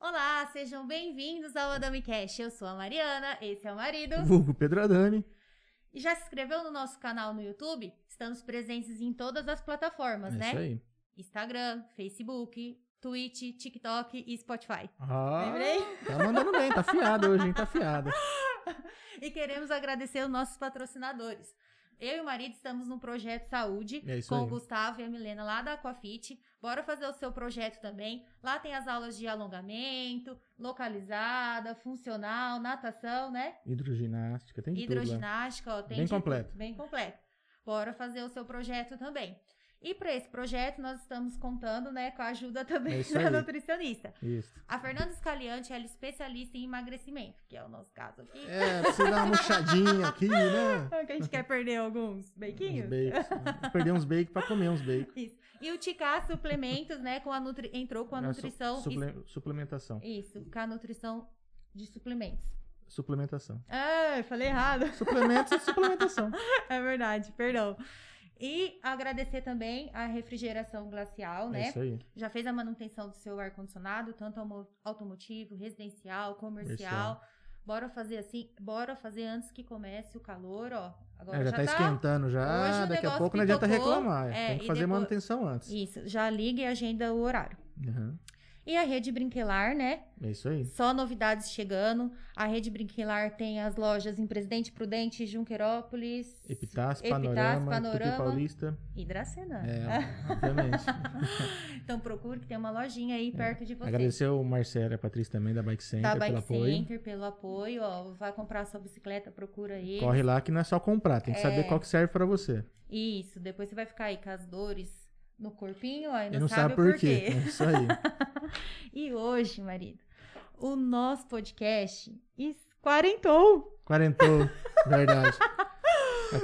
Olá, sejam bem-vindos ao Adami Cash. Eu sou a Mariana, esse é o marido. Vulgo Pedradani. E já se inscreveu no nosso canal no YouTube? Estamos presentes em todas as plataformas, é né? isso aí. Instagram, Facebook, Twitch, TikTok e Spotify. Ah, Lembrei? tá mandando bem, tá fiado hoje, hein? Tá fiado. E queremos agradecer os nossos patrocinadores. Eu e o marido estamos num projeto saúde É isso com aí. o Gustavo e a Milena lá da Aquafit. Bora fazer o seu projeto também. Lá tem as aulas de alongamento, localizada, funcional, natação, né? Hidroginástica, tem de tudo lá. Hidroginástica, ó, tem Bem de tudo, completo. bem completo. Bora fazer o seu projeto também. E para esse projeto nós estamos contando, né, com a ajuda É também isso da aí. nutricionista. Isso. A Fernanda Scaliante ela é especialista em emagrecimento, que é o nosso caso aqui. É, precisa dar uma murchadinha aqui, né? Que a gente quer perder alguns Uns bequinhos. bacons. Perder uns bacon pra comer uns bacon. Isso. E o Ticar Suplementos, né, com a nutri... entrou com a É, su- nutrição. suple- Suplementação. Isso, com a nutrição de suplementos. Suplementação. Ah, eu falei errado. Suplementos é suplementação. É verdade, perdão. E agradecer também a refrigeração glacial, É né? isso aí. Já fez a manutenção do seu ar-condicionado, tanto homo- automotivo, residencial, comercial. Bora fazer assim, bora fazer antes que comece o calor, ó. Agora É, já, tá esquentando Hoje já, o daqui a negócio pouco não adianta pipocou. reclamar. É, tem que e fazer depois- manutenção antes. Isso, já liga e agenda o horário. Uhum. E a rede Brinquelar, né? É isso aí. Só novidades chegando. A rede Brinquelar tem as lojas em Presidente Prudente, Junquerópolis, Epitácio, Epitácio, Panorama, Panorama. Tupi Paulista. e Dracena. É, obviamente. Então procure que tem uma lojinha aí perto de você. É. Agradecer o Marcelo e a Patrícia também da Bike Center da pelo Bike apoio. Center pelo apoio, ó, vai comprar sua bicicleta, procura aí. Corre lá que não é só comprar, tem que saber qual que serve pra você. Isso, depois você vai ficar aí com as dores no corpinho, aí E não, não sabe por quê. É isso aí. E hoje, marido, o nosso podcast es- quarentou Quarentou, verdade. É o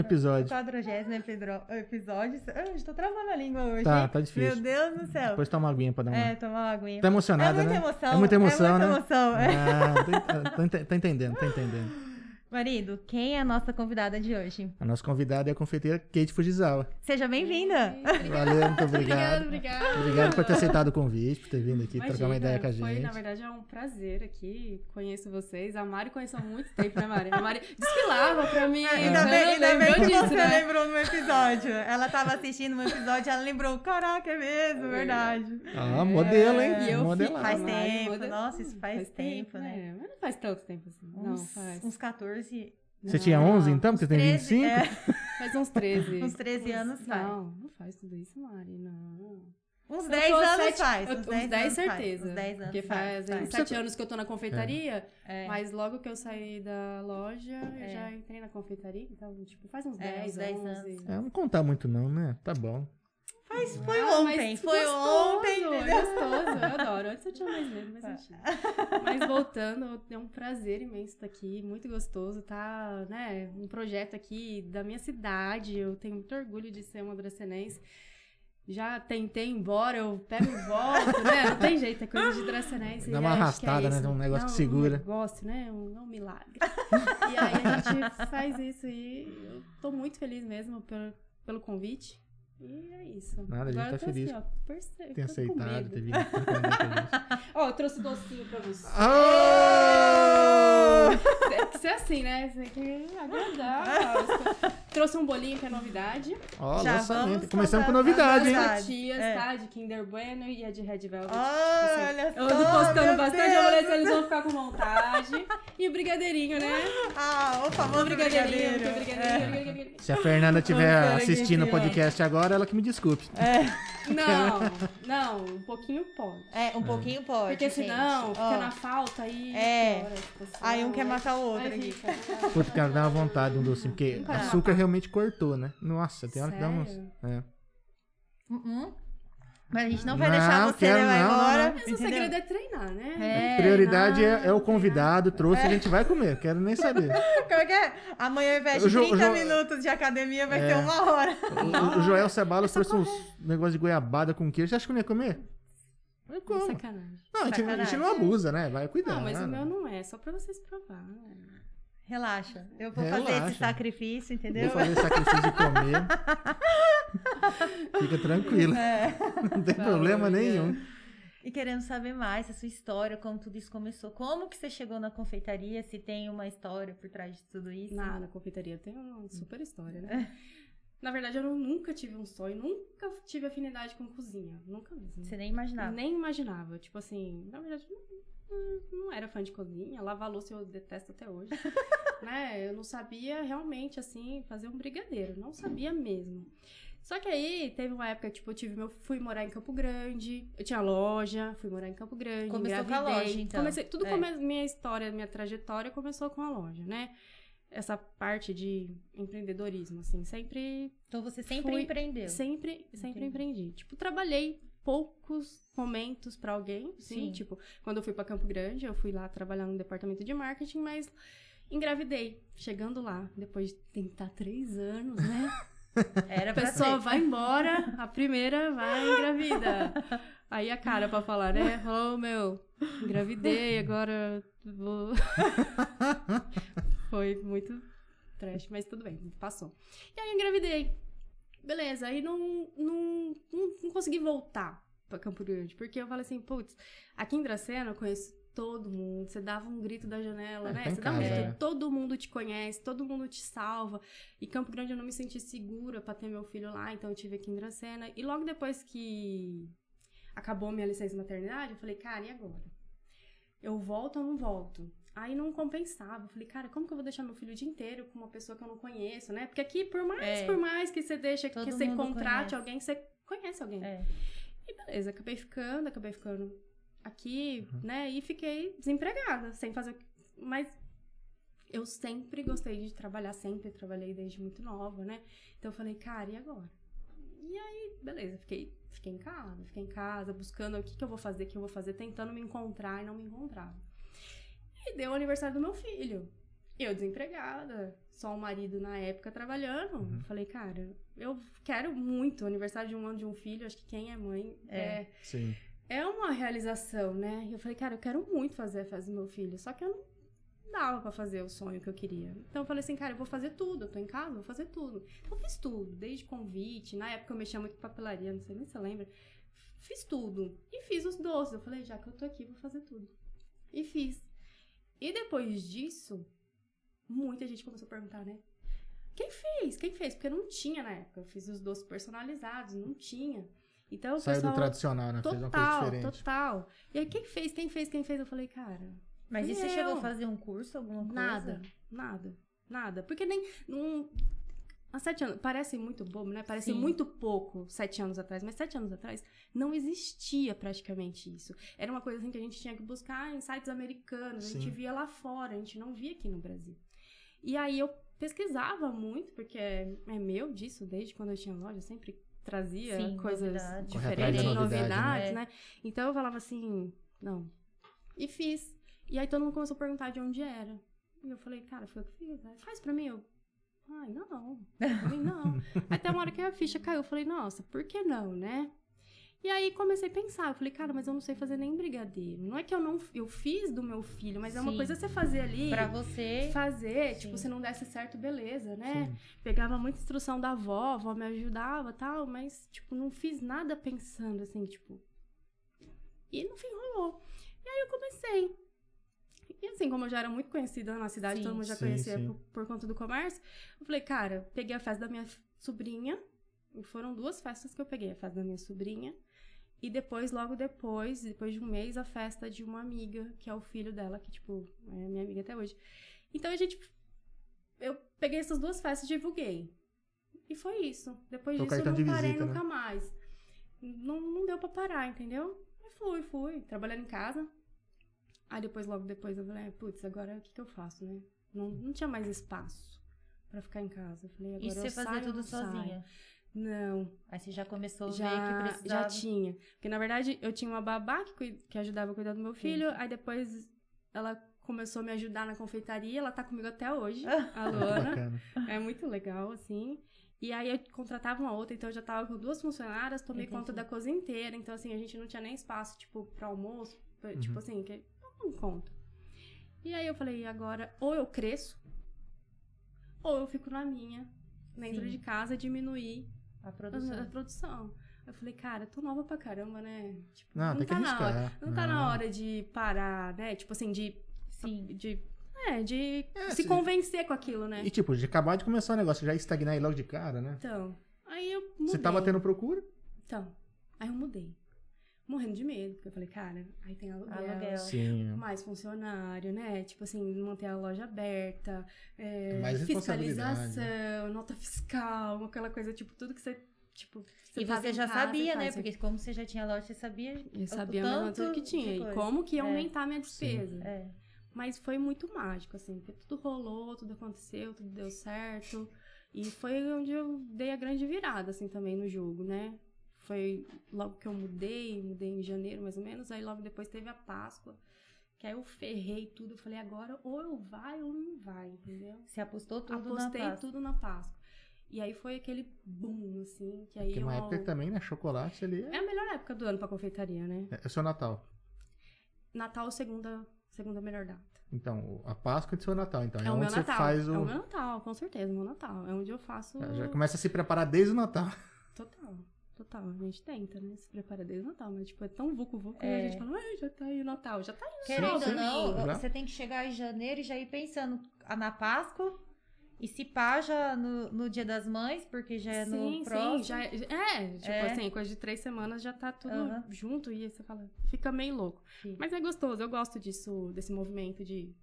o episódio. 40 episódio. Ah, estou travando a língua hoje. Tá, hein? tá difícil. Meu Deus do céu. Depois toma uma aguinha pra dar uma. É, tomar uma aguinha. Tá emocionada, é muita né? emoção. É muita emoção, muita né? emoção, é. Ah, tô ent- tô ent- tá entendendo, tá entendendo. Marido, quem é a nossa convidada de hoje? A nossa convidada é a confeiteira Kate Fujizawa. Seja bem-vinda. Valeu, muito obrigado. Obrigado, obrigado. Obrigado por ter aceitado o convite, por ter vindo aqui trocar uma Imagina, ideia com a Foi, na gente. verdade, é um prazer aqui. Conheço vocês. A Mari conheço há muito tempo, né, Mari? A Mari desfilava pra mim. Ah, Ainda né? bem, Não ainda bem lembrou que disso, você né? lembrou no episódio. Ela tava assistindo um episódio, ela lembrou, caraca, é mesmo, verdade. Ah, modelo, hein? E eu Modelado. Faz Ah, Mari, tempo, moda- nossa, isso faz, tempo, né? É, mas não faz tanto tempo assim. Não, Uns, faz. uns 14, Você tinha 11 então, porque você tem 25? é, Faz uns 13. uns 13 anos faz. Não, não faz tudo isso, Mari, não. é. Uns Eu 10 tô anos sete- faz. eu- Uns Uns 10, 10, anos certeza. Faz, uns 10 anos Porque faz. fazem faz. 7 anos que eu tô na confeitaria, É, mas logo que eu saí da loja, eu É. já entrei na confeitaria. Então, tipo, faz uns É, 10, uns 10 11. anos. É, não contar muito não, né? Tá bom. Mas foi Ah, mas ontem, que foi gostoso, é ontem. entendeu? Ah. Gostoso, eu adoro. Antes eu tinha mais medo, mas não tinha. Mas voltando, é um prazer imenso estar aqui, muito gostoso, tá, né, um projeto aqui da minha cidade, eu tenho muito orgulho de ser uma dracenense. Já tentei ir embora, eu pego e volto, né, não tem jeito, é coisa de dracenense. Dá e uma acho que é arrastada, né, isso. dá um negócio que Dá segura. Um negócio, né, um, é um milagre. e aí a gente faz isso e eu tô muito feliz mesmo pelo, pelo convite. E é isso. Nada, a gente tá Agora eu tô assim, feliz ó, perce- Tem tô com aceitado, um medo. ter vindo. aqui. Ó, eu trouxe docinho pra você. Ah! Tem que ser assim, né? Tem que agradar. trouxe um bolinho que é novidade. Ó, Já lançamento. vamos Começamos com contar- novidade, hein? Novidade. As tias, é. tá? De Kinder Bueno e a de Red Velvet. Olha só. Eu ando postando meu bastante, Deus. eu falei se eles vão ficar com vontade. E o brigadeirinho, né? Ah, o famoso O brigadeirinho, brigadeirinho. o brigadeirinho, o brigadeirinho. Se a Fernanda estiver Nossa, assistindo o é. gente, podcast agora, ela que me desculpe. Não, não, um pouquinho pode. É, um pouquinho pode. Porque gente. senão fica Ó. na falta aí. É. piora a situação, Aí um quer né? matar o outro Aí aqui. fica. Puta, cara, dá uma vontade de um docinho, porque Tá. açúcar realmente cortou, né? Nossa, tem hora que dá uns... Sério? É. Uhum. Mas a gente não vai deixar Não, você quero levar não, não, embora. não. Mas o entendeu? segredo é treinar, né? É, Prioridade não, É. é, é o convidado, trouxe, a gente vai comer, quero nem saber. Como é que é? Amanhã, ao invés de O Jo- 30 Jo- minutos de academia, vai É. ser uma hora. O, o Joel Sabalos trouxe uns negócio de goiabada com queijo, você acha que eu não ia comer? Mas como? Sacanagem. Não, a gente, não- a gente não Sacanagem. abusa, né? Vai cuidando. Não, mas né? o meu não é, só pra vocês provarem. Relaxa. Eu vou fazer Relaxa. esse sacrifício, entendeu? Vou fazer sacrifício de comer. Fica tranquila. Não tem Valeu, problema nenhum. É. E querendo saber mais a sua história, como tudo isso começou. Como que você chegou na confeitaria, se tem uma história por trás de tudo isso. Na, na confeitaria tem uma super história, né? É. Na verdade, eu não- nunca tive um sonho, nunca tive afinidade com cozinha. Nunca mesmo. Você nem imaginava. Nem imaginava. Tipo assim, na verdade, não, não era fã de cozinha. Lavar louça eu detesto até hoje. né? Eu não sabia realmente, assim, fazer um brigadeiro. Não sabia mesmo. Só que aí teve uma época, tipo, eu tive meu, fui morar em Campo Grande, eu tinha loja, fui morar em Campo Grande, Começou com a engravidei. loja, então. Comecei, tudo É. come- minha história, minha trajetória começou com a loja, né? Essa parte de empreendedorismo, assim, sempre Então você sempre Fui- empreendeu. Sempre, sempre Entendi. empreendi. Tipo, trabalhei poucos momentos pra alguém, sim. Sim. Tipo, quando eu fui pra Campo Grande, eu fui lá trabalhar no departamento de marketing, mas engravidei. Chegando lá, depois de tentar três anos, né? Era A pra ser. pessoa vai embora, a primeira vai engravida. Aí a cara pra falar, né? Falou, meu, engravidei, agora vou. Foi muito trash, mas tudo bem, passou. E aí eu engravidei. Beleza, aí não, não, não, não consegui voltar pra Campo Grande, porque eu falei assim, putz, aqui em Dracena eu conheço todo mundo, você dava um grito da janela, É, né? tá em Você dava um casa, grito, né? todo mundo te conhece, todo mundo te salva. E Campo Grande eu não me senti segura pra ter meu filho lá, então eu tive aqui em Dracena. E logo depois que acabou minha licença maternidade, eu falei, cara, e agora? Eu volto ou não volto? Aí não compensava. Eu falei, cara, como que eu vou deixar meu filho o dia inteiro com uma pessoa que eu não conheço, né? Porque aqui, por mais, É. por mais que você deixa, Todo que você mundo contrate conhece. alguém, você conhece alguém. É. E beleza, acabei ficando, acabei ficando aqui, né? E fiquei desempregada, sem fazer. o que- Mas eu sempre gostei de trabalhar, sempre trabalhei desde muito nova, né? Então eu falei, cara, e agora? E aí, beleza, fiquei, fiquei em casa, fiquei em casa, buscando o que, que eu vou fazer, o que eu vou fazer, tentando me encontrar e não me encontrava. E deu o aniversário do meu filho. Eu desempregada, só o marido na época trabalhando. Falei, cara, eu quero muito o aniversário de um ano de um filho. Acho que quem é mãe É. é, Sim. é uma realização, né? E eu falei, cara, eu quero muito fazer a festa do meu filho. Só que eu não dava pra fazer o sonho que eu queria. Então eu falei assim, cara, eu vou fazer tudo. Eu tô em casa, eu vou fazer tudo. Então eu fiz tudo, desde convite. Na época eu mexia muito com papelaria, não sei nem se você lembra. Fiz tudo. E fiz os doces. Eu falei, já que eu tô aqui, vou fazer tudo. E fiz. E depois disso, muita gente começou a perguntar, né? Quem fez? Quem fez? Porque não tinha na época. Eu fiz os doces personalizados, não tinha. Então o Saiu pessoal do tradicional, né? Fez uma coisa Total, diferente. total. E aí, quem fez, quem fez, quem fez? Eu falei, cara, Mas Fui e você eu. chegou a fazer um curso, alguma coisa? nada, nada, nada. Porque nem. Num, há sete anos. Parece muito bobo, né? Parece Sim. muito pouco sete anos atrás, mas sete anos atrás não existia praticamente isso. Era uma coisa assim que a gente tinha que buscar em sites americanos, a Sim. gente via lá fora, a gente não via aqui no Brasil. E aí eu pesquisava muito, porque é, é meu disso, desde quando eu tinha loja, eu sempre trazia Sim, coisas novidades. Corre atrás da diferentes, novidade, né? novidades, É. né? Então eu falava assim, não. E fiz. E aí todo mundo começou a perguntar de onde era. E eu falei, cara, foi o que eu fiz. Aí, Faz pra mim. Eu, ai, não. Eu falei, não. Até uma hora que a ficha caiu, eu falei, nossa, por que não, né? E aí comecei a pensar, eu falei, cara, mas eu não sei fazer nem brigadeiro. Não é que eu não eu fiz do meu filho, mas é uma Sim. coisa você fazer ali, Pra você. fazer, tipo, Sim. se não desse certo, beleza, né? Sim. Pegava muita instrução da avó, a avó me ajudava, tal, mas tipo, não fiz nada pensando assim, tipo. E no fim rolou. E aí eu comecei. E assim, como eu já era muito conhecida na cidade, Sim. todo mundo já Sim, conhecia sim. Por, por conta do comércio, eu falei, cara, peguei a festa da minha sobrinha. E foram duas festas que eu peguei, a festa da minha sobrinha. E depois, logo depois, depois de um mês, a festa de uma amiga, que é o filho dela, que, tipo, é minha amiga até hoje. Então a gente. Eu peguei essas duas festas e divulguei. E foi isso. Depois Teu disso, eu cartão não de parei visita, né? nunca mais. Não, não deu pra parar, entendeu? E fui, fui. Trabalhando em casa. Aí depois, logo depois, eu falei, "Ah, putz, agora o que, que eu faço, né? Não, não tinha mais espaço pra ficar em casa. Eu falei, agora E eu você saio fazia ou tudo não saio? sozinha. Não, Aí você já começou a ver que já, já precisava. tinha. Porque, na verdade, eu tinha uma babá que, cui- que ajudava a cuidar do meu filho. Aí depois ela começou a me Ah. ajudar na confeitaria. Ela tá comigo até hoje, a Muito Luana. bacana. é muito legal, assim. E aí eu contratava uma outra, então eu já tava com duas funcionárias, tomei Entendi. conta da coisa inteira. Então, assim, a gente não tinha nem espaço, tipo, pra almoço. pra- Tipo Uhum. assim, que não conta. E aí eu falei, agora ou eu cresço, ou eu fico na minha, dentro Sim. de casa, diminuir A a, a produção. produção. Eu falei, cara, eu tô nova pra caramba, né? Tipo, Não, tem que tá na hora. arriscar. Não tá na hora de parar, né? Tipo assim, de. Sim. de é, de É, se se- convencer com aquilo, né? E tipo, de acabar de começar o negócio, já estagnar aí logo de cara, né? Então, aí eu mudei. Você tá tava tendo procura? Então, aí eu mudei. Morrendo de medo, porque eu falei, cara, aí tem aluguel. Aluguel. Sim. Mais funcionário, né? Tipo assim, manter a loja aberta, é, Mais responsabilidade. né? fiscalização, nota fiscal, aquela coisa, tipo, tudo que você. Tipo, E faz você em já casa, sabia, você né? faz em Porque como você já tinha loja, você sabia. Eu sabia tanto mesmo tudo que de tinha. E coisa. como que ia É. aumentar a minha Sim. despesa. É. Mas foi muito mágico, assim, porque tudo rolou, tudo aconteceu, tudo deu certo. E foi onde eu dei a grande virada, assim, também no jogo, né? Foi logo que eu mudei, mudei em janeiro mais ou menos, aí logo depois teve a Páscoa, que aí eu ferrei tudo, eu falei, agora ou eu vai ou não vai, entendeu? Você apostou tudo Apostei na pasta. tudo na Páscoa. E aí foi aquele boom, assim, que aí Tem uma eu- época que também, né? Chocolate ali é, É a melhor época do ano pra confeitaria, né? é o seu Natal. Natal, é segunda, segunda melhor data. Então, a Páscoa é do seu Natal, então. É, É o onde meu você Natal. faz É o. o meu Natal, com certeza, é o meu Natal. É onde eu faço. Já começa a se preparar desde o Natal. Total, total. A gente tenta, né? Se prepara desde o Natal, mas tipo, é tão vucu vucu e É. a gente fala, ah, já tá aí o Natal, já tá aí. Querendo Sim, ou não, sim. Já. você tem que chegar em janeiro e já ir pensando ah, na Páscoa. E se pá já no, no Dia das Mães, porque já é no próximo. já é. É, tipo É. assim, coisa de três semanas já tá tudo Aham. junto e aí você fala, fica meio louco. Fica. Mas é gostoso, eu gosto disso, desse movimento de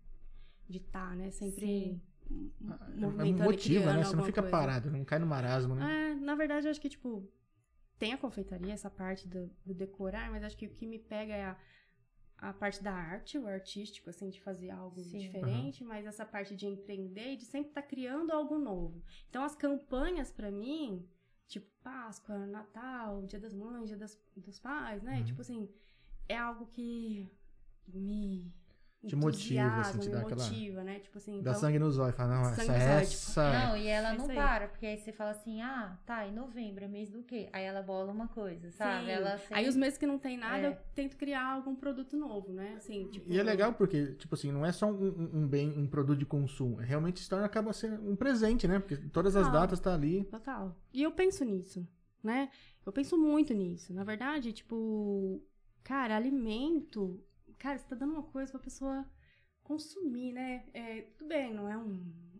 de tá, né? Sempre Sim. m- movimentando É e motiva, né? criando Você não alguma fica coisa. parado, não cai no marasmo, né? É, na verdade, eu acho que, tipo, tem a confeitaria, essa parte do, do decorar, mas acho que o que me pega é a, a parte da arte, o artístico, assim, de fazer algo Sim. diferente, mas essa parte de empreender e de sempre estar criando algo novo. Então, as campanhas, pra mim, tipo, Páscoa, Natal, Dia das Mães, Dia das, dos Pais, né? Uhum. Tipo assim, é algo que me. Te motiva, assim, entusiasma, te me dá aquela- motiva, né? Tipo assim, Dá então- sangue nos olhos. Fala, não, sangue essa nos é olhos, tipo, essa. Não, e ela não É isso aí. para, porque aí você fala assim, ah, tá, em novembro, é mês do quê? Aí ela bola uma coisa, sabe? Sim. Ela sempre- Aí os meses que não tem nada, É. eu tento criar algum produto novo, né? Assim, tipo, E é legal porque, tipo assim, não é só um, um- um bem, um produto de consumo. Realmente se torna, acaba sendo um presente, né? Porque todas as Ah. datas tá ali. Total. E eu penso nisso, né? Eu penso muito nisso. Na verdade, tipo, cara, alimento. Cara, você tá dando uma coisa pra pessoa consumir, né? É, tudo bem, não é um.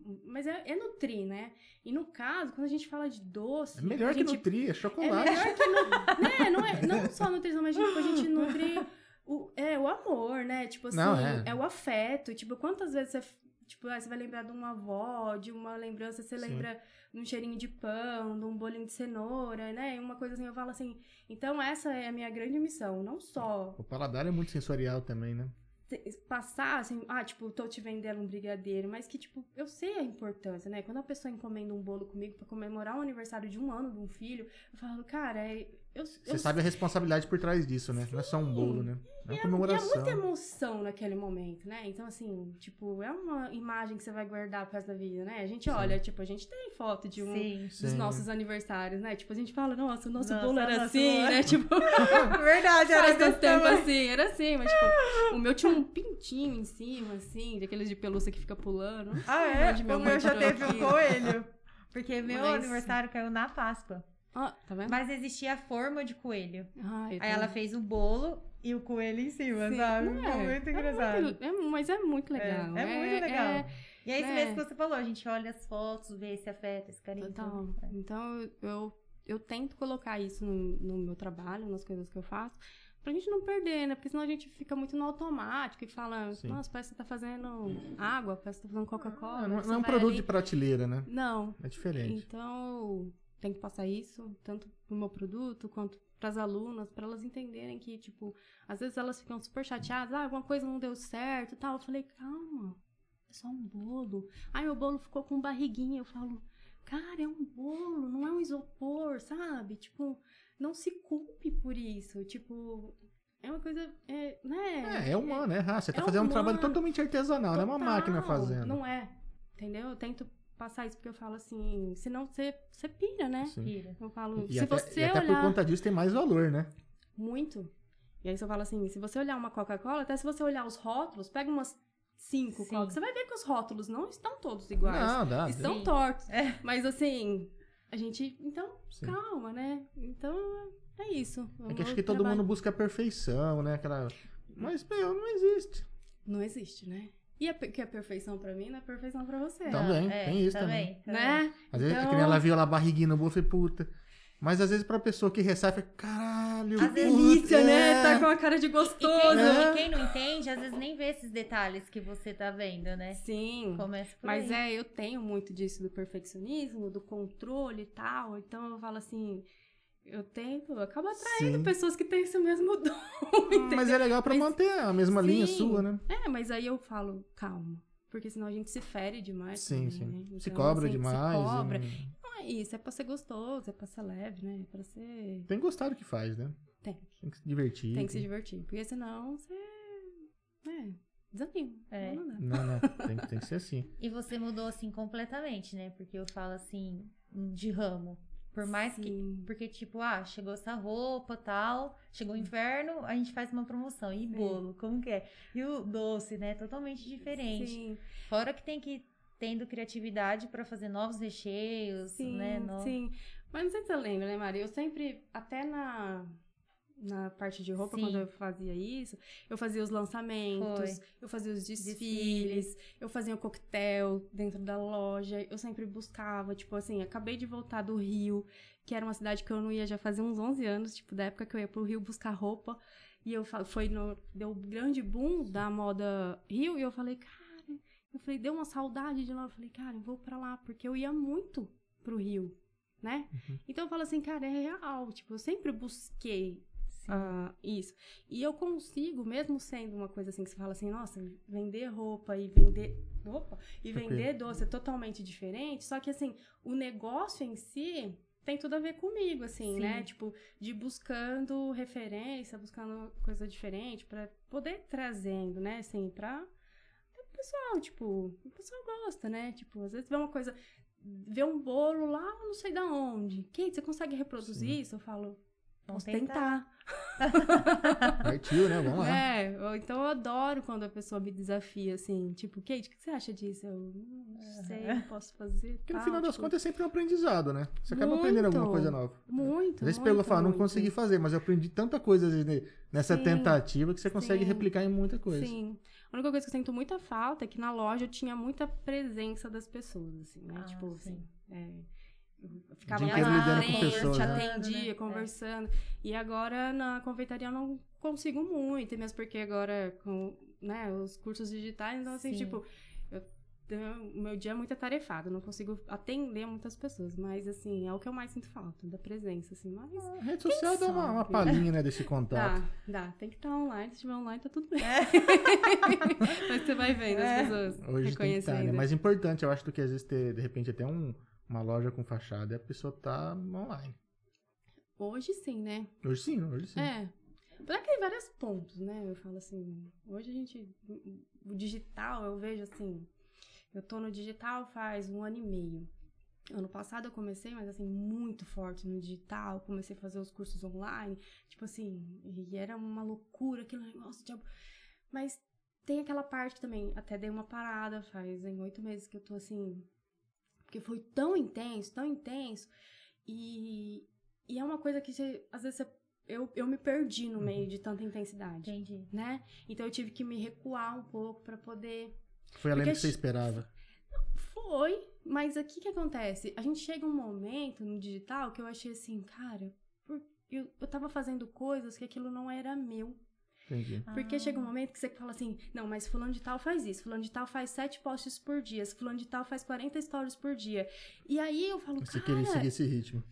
um- Mas é, é nutrir, né? E no caso, quando a gente fala de doce. É melhor a que gente nutrir, é É chocolate. melhor que nu- né? não, é, não só nutrição, mas tipo, a gente nutre o, é, o amor, né? Tipo assim, Não, é. é o afeto. Tipo, quantas vezes você. Tipo, ah, você vai lembrar de uma avó, de uma lembrança, você Sim. lembra de um cheirinho de pão, de um bolinho de cenoura, né? E Uma coisa assim, eu falo assim. Então, essa é a minha grande missão. Não só O paladar é muito sensorial também, né? te- passar assim, ah, tipo, tô te vendendo um brigadeiro, mas que, tipo, eu sei a importância, né? Quando a pessoa encomenda um bolo comigo pra comemorar o aniversário de um ano de um filho, eu falo, cara, é- eu, Você eu sabe a responsabilidade por trás disso, né? Não é só um bolo, né? É uma comemoração. E é muita emoção naquele momento, né? Então, assim, tipo, é uma imagem que você vai guardar pro resto da vida, né? A gente Sim. olha, tipo, a gente tem foto de um Sim. dos Sim. nossos aniversários, né? Tipo, a gente fala, nossa, o nosso Nossa, bolo nossa, era assim, bolo. né? Tipo, Verdade, faz era né? tanto tempo assim, era assim, mas tipo, o meu tinha um pintinho em cima, assim, daqueles de pelúcia que fica pulando. Ah, é? é? Onde minha O mãe meu já comprou teve um aqui. coelho. Porque meu Mas- aniversário caiu na Páscoa. Ó, tá vendo? Mas existia a forma de coelho. Ai, tá Aí ela vendo? fez o bolo e o coelho em cima, Sim, sabe? não Ficou muito engraçado. É muito, é, mas é muito legal. é muito legal. é- E é isso É. mesmo que você falou, a gente olha as fotos, vê esse afeto, esse carinho. Total. tudo. É. Então, eu, eu tento colocar isso no, no meu trabalho, nas coisas que eu faço, pra gente não perder, né? Porque senão a gente fica muito no automático e fala, Sim. nossa, parece que você tá fazendo água, parece que tá fazendo Coca-Cola. Ah, não, você não é um vai produto ali- de prateleira, né? Não. É diferente. Então, tem que passar isso, tanto pro meu produto, quanto pras alunas, pra elas entenderem que, tipo, às vezes elas ficam super chateadas, ah, alguma coisa não deu certo e tal. Eu falei, calma, é só um bolo. Ai, meu bolo ficou com barriguinha. Eu falo, cara, é um bolo, não é um isopor, sabe? Tipo, não se culpe por isso. Tipo, é uma coisa, é, né? É, é humano, é raça. Você tá É fazendo um humano. trabalho totalmente artesanal, não é uma máquina Total, fazendo. Não é. Entendeu? Eu tento passar isso, porque eu falo assim, senão você, você pira, né? Sim. Pira. Eu falo, E se até, você e até por olhar conta disso tem mais valor, né? muito, e aí eu falo assim, se você olhar uma Coca-Cola, até se você olhar os rótulos, pega umas cinco Sim. Coca, você vai ver que os rótulos não estão todos iguais. Não, dá. estão Sim. tortos. É. Mas assim, a gente. Então, Sim. calma, né? Então, é isso. É que acho Eu que todo trabalho- mundo busca a perfeição, né? Aquela... Mas, meu, não existe. Não existe, né? E a pe- que é perfeição pra mim não é perfeição pra você. Tá. Também, É, tem isso também. Né? Às vezes, Então- que nem ela viu lá a barriguinha no bolo, eu falei, puta. Mas às vezes pra pessoa que recebe, caralho, Às puta, vezes- Delícia, né? é. Tá com a cara de E quem, não, gostoso. Né? e quem não entende, às vezes nem vê esses detalhes que você tá vendo, né? Sim. Começa por Mas aí. é, eu tenho muito disso do perfeccionismo, do controle e tal. Então eu falo assim, eu tento, eu acabo atraindo Sim. pessoas que têm esse mesmo dom. Mas é legal pra Mas- manter a mesma linha Sim. sua, né? É, mas aí eu falo, calma. Porque senão a gente se fere demais. Sim, também, sim. né? se Então, cobra assim, demais. né? Se cobra. e Não é isso, é pra ser gostoso, é pra ser leve, né? É pra ser. Tem que gostar do que faz, né? Tem. Tem que se divertir. Tem que se divertir. Porque senão você. É. Desanima. É. Não, não dá. Não, não. Tem, que- tem que ser assim. E você mudou assim completamente, né? Porque eu falo assim, de ramo. Por mais que. Sim. Porque, tipo, ah, chegou essa roupa tal, chegou o inverno, a gente faz uma promoção. E bolo, como que é? E o doce, né? Totalmente diferente. Sim, Fora que tem que ir tendo criatividade pra fazer novos recheios, sim, né? Ah, No- sim. Mas não sei se você lembra, né, Maria? Eu sempre, até na, na parte de roupa, Sim. quando eu fazia isso, eu fazia os lançamentos, eu fazia os desfiles, eu fazia o coquetel dentro da loja, eu sempre buscava, tipo assim, acabei de voltar do Rio, que era uma cidade que eu não ia já fazia uns 11 anos, tipo, da época que eu ia pro Rio buscar roupa, e eu fa- foi no, deu o grande boom da moda Rio, e eu falei, cara, eu falei, deu uma saudade de lá, eu falei, cara, eu vou pra lá, porque eu ia muito pro Rio, né? Uhum. Então eu falo assim, cara, é real, tipo, eu sempre busquei Sim. ah, isso. E eu consigo, mesmo sendo uma coisa assim que você fala assim, nossa, vender roupa e vender. Opa! E Tranquilo. vender doce é totalmente diferente. Só que assim, o negócio em si tem tudo a ver comigo, assim, Sim. né? Tipo, de buscando referência, buscando coisa diferente pra poder trazendo, né? Assim, pra. O pessoal, tipo, o pessoal gosta, né? Tipo, às vezes vê uma coisa, vê um bolo lá, não sei da onde. Kate, você consegue reproduzir Sim. isso? Eu falo, Vamos posso tentar. Partiu, né? Vamos lá. É, eu- então eu adoro quando a pessoa me desafia, assim, tipo, Kate, o que você acha disso? Eu "Hum, não sei, não posso fazer. É. Porque no tal", final das tipo, contas é sempre um aprendizado, né? Você acaba Muito. aprendendo alguma coisa nova. Muito. Às vezes muito, pegou e falou, não Tá muito. consegui fazer, mas eu aprendi tanta coisa às vezes, ne- nessa Sim. tentativa que você consegue Sim. replicar em muita coisa. Sim. A única coisa que eu sinto muita falta é que na loja eu tinha muita presença das pessoas, assim, né? Ah, tipo, assim. sim. é, eu ficava Dia lá inteiro na lidando com frente, pessoas, te né? atendia, Né? conversando. E agora na confeitaria eu não consigo muito, mesmo porque agora com né, os cursos digitais, então assim, Sim. tipo, eu tenho- o meu dia é muito atarefado, eu não consigo atender muitas pessoas, mas assim, é o que eu mais sinto falta, da presença, assim, mas A rede social dá uma, uma sabe? palhinha né, desse contato. Dá, dá. Tem que estar online. Se estiver online, tá tudo bem. Mas você vai vendo É. as pessoas Hoje tem que reconhecendo. estar, né? Mais importante, eu acho, do que às vezes ter, de repente, até um- uma loja com fachada, a pessoa tá online. Hoje sim, né? Hoje sim, hoje sim. É. Apesar que tem vários pontos, né? Eu falo assim, hoje a gente. O digital, eu vejo assim. Eu tô no digital faz um ano e meio. Ano passado eu comecei, mas assim, muito forte no digital. Comecei a fazer os cursos online. Tipo assim, e era uma loucura aquele negócio. Tipo... Mas tem aquela parte também. Até dei uma parada faz em oito meses que eu tô assim. Porque foi tão intenso, tão intenso. E, e é uma coisa que você- às vezes você- eu, eu me perdi no meio de tanta intensidade, Entendi. né? Então eu tive que me recuar um pouco pra poder Foi além do Porque que você a- esperava. foi, mas aqui que acontece? A gente chega um momento no digital que eu achei assim, cara, por- eu, eu tava fazendo coisas que aquilo não era meu. Entendi. Porque Ah, chega um momento que você fala assim, não, mas fulano de tal faz isso, fulano de tal faz sete posts por dia, fulano de tal faz 40 stories por dia. E aí eu falo, Você cara, queria seguir esse ritmo.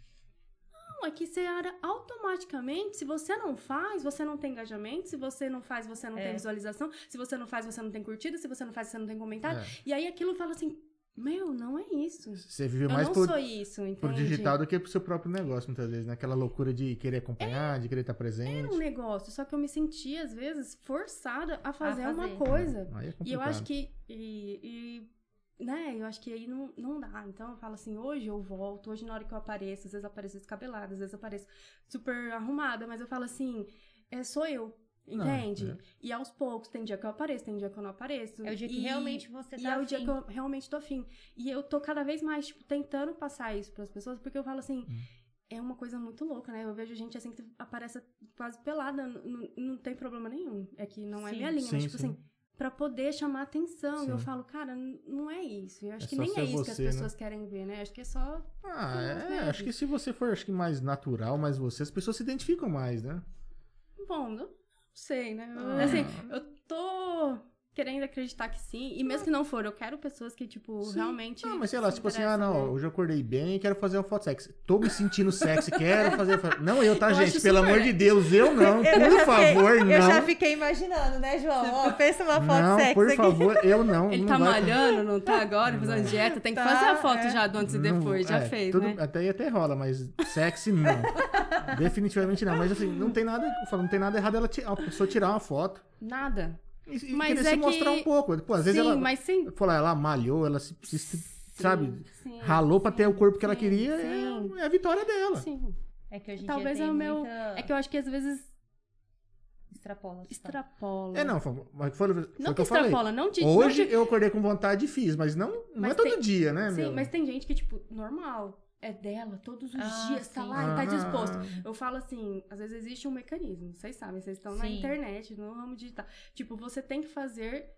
não, é que você era automaticamente, se você não faz, você não tem engajamento, se você não faz, você não É. tem visualização, se você não faz, você não tem curtida, se você não faz, você não tem comentário. É. E aí aquilo fala assim, meu, não é isso. Você vive Eu mais não por, sou isso, entende? por digital do que pro seu próprio negócio, muitas vezes, né? Aquela loucura de querer É. acompanhar, de querer estar Era presente. um negócio, só que eu me sentia, às vezes, forçada a fazer, uma fazer. coisa. Aí é E eu complicado. acho que. E, e né, eu acho que aí não, não dá. Então eu falo assim, hoje eu volto, hoje na hora que eu apareço, às vezes eu apareço descabelada, às vezes eu apareço super arrumada, mas eu falo assim, é, sou eu, entende? Não, é. E aos poucos, tem dia que eu apareço, tem dia que eu não apareço. É o dia que e- realmente você tá e é o dia afim. que eu realmente tô afim. E eu tô cada vez mais, tipo, tentando passar isso pras pessoas, porque eu falo assim. Hum. É uma coisa muito louca, né? Eu vejo gente assim que aparece quase pelada, n- n- não tem problema nenhum. É que não é Sim. minha linha, Sim, mas tipo sim. assim, pra poder chamar atenção. Sim. Eu falo, cara, n- não é isso. Eu acho É que só nem ser é isso que as você, né? pessoas querem ver, né? Acho que é só. Ah, é, Não, acho que se você for acho que mais natural, mais você, as pessoas se identificam mais, né? Bom, eu um não sei, né? Eu- Ah. Assim, eu tô querendo acreditar que sim. E mesmo que não for, eu quero pessoas que, tipo, Sim. realmente. Ah, mas sei lá, se tipo assim, ah, interessam, não, né? hoje eu acordei bem, quero fazer uma foto sexy. Tô me sentindo sexy, quero fazer. Não eu, tá, Eu gente? acho Pelo super amor de Deus, eu não. Eu por já fiquei- favor, Eu não. já fiquei imaginando, né, João? Ó, pensa uma foto não, sexy por aqui. favor, eu não. Ele não tá vai- malhando, não tá agora, fazendo dieta. Tem que Tá, fazer a foto é. já do antes e não- depois, já é, fez, tudo- né? Até aí até rola, mas sexy não. Definitivamente não. Mas assim, não tem nada. Eu falo, não tem nada errado ela ti- a pessoa tirar uma foto Nada. e, e Mas querer é se que- mostrar um pouco. Pô, às vezes sim, ela. mas sim. Falar, ela malhou, ela se, se- se- sabe, Sim, ralou pra ter o corpo que ela sim, queria, sim. é, é a vitória dela. sim. É que hoje em Talvez dia tem é o meu- muita... É que eu acho que às vezes Extrapola. só. extrapola. É, não, foi, mas foi, foi Não o que que eu falei. extrapola, não te. não Hoje eu acordei com vontade e fiz, mas não, não Mas é todo tem- dia, né, te- Sim, meu? mas tem gente que, tipo, normal. É dela, todos os Ah, dias, tá sim. lá e tá Ah, disposto. Eu falo assim, às vezes existe um mecanismo, vocês sabem, vocês estão na Sim. internet, no ramo digital. Tipo, você tem que fazer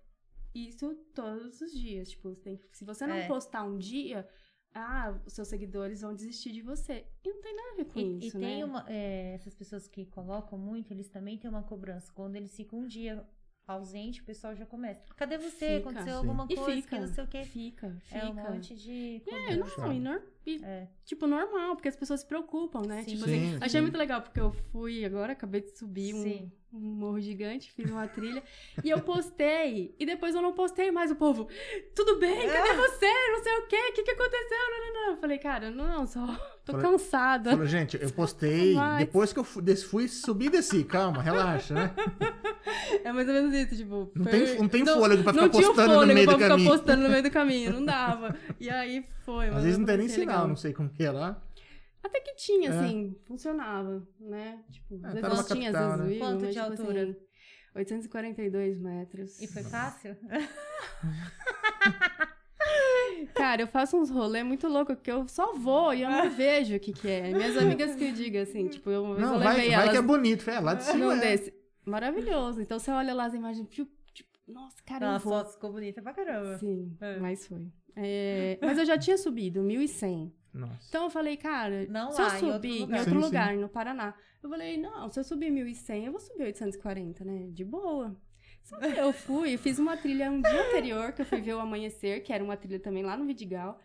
isso todos os dias. Tipo, você tem que- se você não É. postar um dia, ah, os seus seguidores vão desistir de você. E não tem nada a ver com E, e isso, né? tem uma. é, essas pessoas que colocam muito, eles também têm uma cobrança. Quando eles ficam um dia ausente, o pessoal já começa. Cadê você? Fica. Aconteceu Sim. alguma E coisa fica. que não sei o quê. Fica, fica. É um monte de. É, cobrança. não, e, nor- e, É. tipo, normal, porque as pessoas se preocupam, né? Sim. Tipo Sim, assim, achei sim. muito legal, porque eu fui agora, acabei de subir um, Sim. um morro gigante, fiz uma trilha. e eu postei. E depois eu não postei mais o povo. Tudo bem, É. cadê você? Não sei o quê, o que, que aconteceu? Não, não, não. Eu falei, cara, não, não, só tô Falei- cansada. Falou, gente, eu postei, Mas- depois que eu fu- des- fui subir e desci, calma, relaxa, né? É mais ou menos isso, tipo. Não foi- tem, não tem fôlego pra ficar não tinha o postando no fôlego meio pra do ficar caminho. postando no meio do caminho, não dava. E aí foi. Às mas vezes não tem nem achei sinal, legal. não sei como que é lá. Até que tinha, É. assim, funcionava, né? Tipo, É, às tá vezes numa não tinha, às capital, vezes né? viu, Quanto mas, de tipo altura? assim, 842 metros. E foi fácil? Cara, eu faço uns rolê muito louco que eu só vou e eu não vejo o que que é. Minhas amigas que eu digo, assim, tipo, eu, uma vez Não, eu vai, levei vai que é elas bonito, é lá de cima. num é. desse. Maravilhoso. Então você olha lá as imagens, tipo, tipo, nossa, cara, eu Não, a vou. foto ficou bonita pra caramba. Sim, É. mas foi. É, mas eu já tinha subido, 1100. Nossa. Então eu falei, cara, Não se eu lá, em outro lugar. subir em outro Sim, sim. lugar, no Paraná, eu falei, não, se eu subir 1.100, eu vou subir 840, né? De boa. Só que eu fui, eu fiz uma trilha um dia anterior, que eu fui ver o amanhecer, que era uma trilha também lá no Vidigal.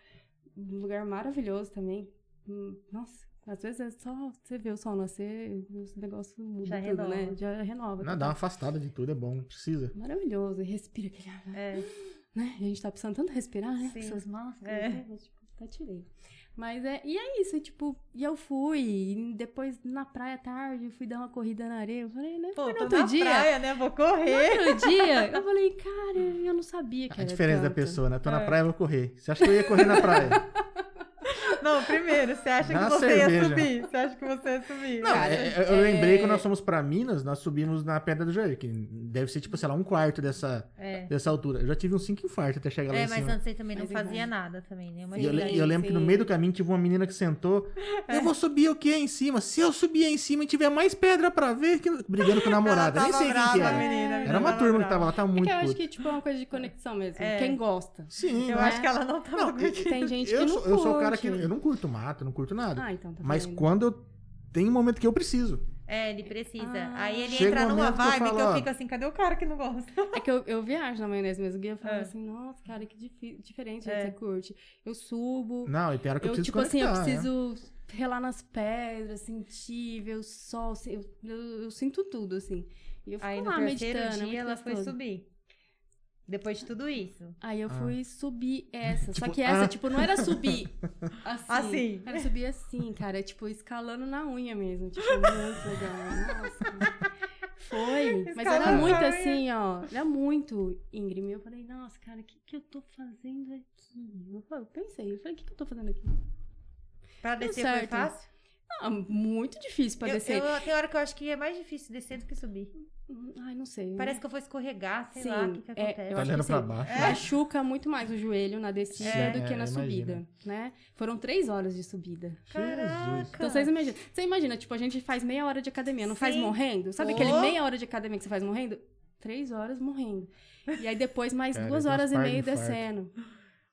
Um lugar maravilhoso também. Hum, Nossa, às vezes é só você ver o sol nascer, os negócios mudam Já tudo, né? renova. Já renova. Não, dá uma afastada de tudo, é bom, precisa. Maravilhoso, e respira aquele ar, né? É. né? A gente tá precisando tanto respirar, né? Sim. Com suas máscaras, É. né? Mas, tipo, até tirei. Mas é, e é isso, e, tipo, e eu fui, e depois na praia à tarde, fui dar uma corrida na areia, eu falei, né? Pô, foi no tô outro na dia. praia, né? Vou correr. No outro dia, eu falei, cara, eu não sabia que A era diferença da tanto. pessoa, né? Tô na É. praia, eu vou correr. Você acha que eu ia correr na praia? Não, primeiro, você acha Dá que uma você ia cerveja. subir? Você acha que você ia subir? Não, Cara, é- é- eu é- lembrei quando nós fomos pra Minas, nós subimos na Pedra do Jair, que deve ser, tipo, sei lá, um quarto dessa, É. dessa altura. Eu já tive uns cinco infartos até chegar lá É, em mas cima. antes você também não Mas fazia irmão. nada também, né? Uma E eu, le- gigante. e eu lembro que no Sim. meio do caminho tive uma menina que sentou. É. Eu vou subir o quê em cima? Se eu subir aí em cima e tiver mais pedra pra ver, que... brigando com a namorada. Ela Nem tava sei quem que brava, a era. menina, a menina Era uma tava turma que brava. tava lá, tá É muito que eu acho puto. que, tipo, é uma coisa de conexão mesmo, É. quem gosta. Sim, Eu né? acho que ela não tava curtindo. Tem gente que eu, não sou, eu sou o cara que. curte. Eu não curto mato, não curto nada. Ah, então, tá mas vendo? quando eu. Tem um momento que eu preciso. É, ele precisa. Ah. Aí ele Chega entra um numa momento que eu vibe que eu, falo, ó. fico assim, cadê o cara que não gosta? É que eu, eu viajo na maionese mesmo, e eu falo É. assim, nossa, cara, que difi- diferente É. você curte. Eu subo, Não, e tem hora que eu, Eu, preciso tipo assim, eu conectar, né? preciso relar nas pedras, sentir, ver o sol, se- eu, eu- eu sinto tudo, assim. E eu fico Aí no lá terceiro meditando. dia é muito ela foi gostoso. subir. Depois de tudo isso. Aí eu Ah. fui subir essa. Só Tipo, que essa, ah. tipo, não era subir assim. Assim. Era subir É, assim, cara. Tipo, escalando na unha mesmo. Tipo, muito legal. Nossa. Foi, mas era muito assim, ó. Era muito íngreme. Eu falei, nossa, cara, o que, que eu tô fazendo aqui? Eu falei, eu pensei, eu falei, o que, que eu tô fazendo aqui? Pra Deu descer foi certo. fácil? Ah, muito difícil pra Eu, descer. eu- tem hora que eu acho que é mais difícil descer do que subir. Ai, não sei. Parece é. que eu vou escorregar, sei Sim, lá o que, que é, acontece. eu acho Tá Olhando que é, pra sim. baixo. né? machuca muito mais o joelho na descida É. do que É, imagina. na subida, né? Foram três horas de subida. Caraca. Então vocês imaginam. Você imagina, tipo, a gente faz meia hora de academia, não faz Sim. morrendo? Sabe Oh. aquele meia hora de academia que você faz morrendo? Três horas morrendo. E aí depois mais Cara, duas tem umas horas e par de meia infarto. descendo.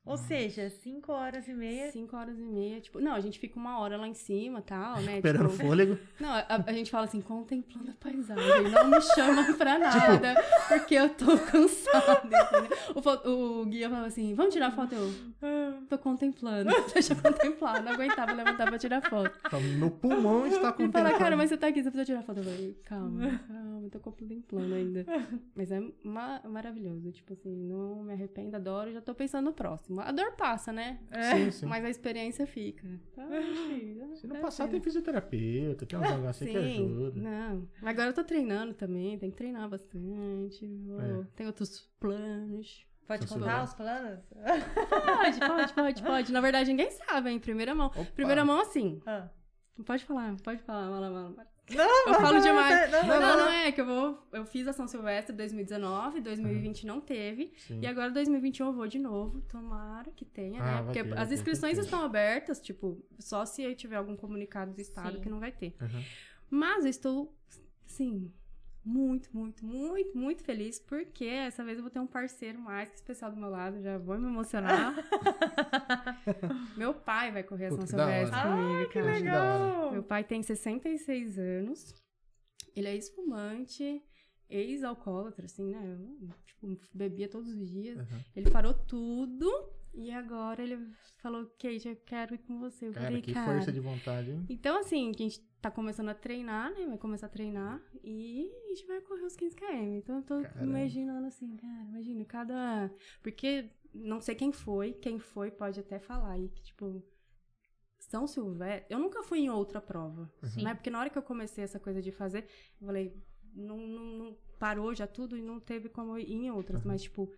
Ou seja, cinco horas e meia. Cinco horas e meia, tipo. Não, a gente fica uma hora lá em cima e tal, né? Recuperando Tipo, fôlego. não, a, a gente fala assim, contemplando a paisagem, não me chama pra nada, porque eu tô cansada. entendeu? O, fo- o guia falava assim, vamos tirar foto? Eu, "Ah, tô contemplando, deixa eu contemplar, não aguentava levantar pra tirar foto. Tá, Meu pulmão está E fala, cara, contemplando. mas você tá aqui, você precisa tirar foto. Eu falei, calma, calma, tô contemplando ainda. Mas é ma- maravilhoso, tipo assim, não me arrependo, adoro, já tô pensando no próximo. A dor passa, né? Sim, sim. Mas a experiência fica. Então, enfim, Se não é passar, assim. tem fisioterapeuta, tem uns negócios aí que ajuda. Não. Agora eu tô treinando também, tem que treinar bastante. vou- É. Tem outros planos. Pode Só contar subir. os planos? Pode, pode, pode, pode. Na verdade, ninguém sabe, hein? Primeira mão. Opa. Primeira mão, assim. Ah. Não Pode falar, pode falar, mala, mala. mala. Não, Eu falo demais. Não, Não, não, não. não é que eu vou. Eu fiz a São Silvestre 2019, 2020 não teve. Sim. E agora 2021 eu vou de novo. Tomara que tenha, Hum. Ah, né? vai Porque ter, vai as ter, inscrições certeza. estão abertas, tipo, só se eu tiver algum comunicado do estado Sim. que não vai ter. Aham. Mas eu estou, sim, muito, muito, muito, muito feliz, porque essa vez eu vou ter um parceiro mais que especial do meu lado, já vou me emocionar. meu pai vai correr a São Puta, que da hora. Silvestre comigo, Que cara. Acho da é hora. legal. Meu pai tem 66 anos, ele é esfumante, ex-alcoólatra, assim, né? Tipo, bebia todos os dias. Aham. Ele parou tudo e agora ele falou, Kate, eu quero ir com você. Eu Cara, falei, que cara, força de vontade, hein? então, assim, que a gente tá começando a treinar, né? Vai começar a treinar e a gente vai correr os 15 km. Então, eu tô Caramba. imaginando assim, cara, imagina, cada. Porque não sei quem foi, quem foi pode até falar aí que, tipo, São Silvestre. Eu nunca fui em outra prova, Sim. né? Porque na hora que eu comecei essa coisa de fazer, eu falei, não, não, não parou já tudo e não teve como ir em outras, Uhum. mas, tipo,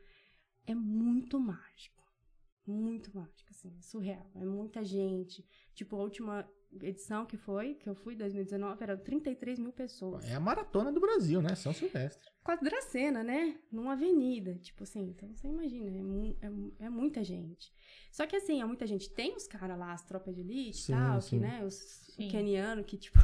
é muito mágico. Muito mágico, assim, surreal. É muita gente. Tipo, a última edição que foi, que eu fui, 2019, eram 33 mil Pô, pessoas. É a maratona do Brasil, né? São Silvestre. Quase Dracena, né? Numa avenida. Tipo assim, então você imagina, é, mu- é mu- é muita gente. Só que assim, é muita gente. Tem os caras lá, as tropas de elite e Sim, tal, sim. que, né? Os Sim. kenianos que, tipo,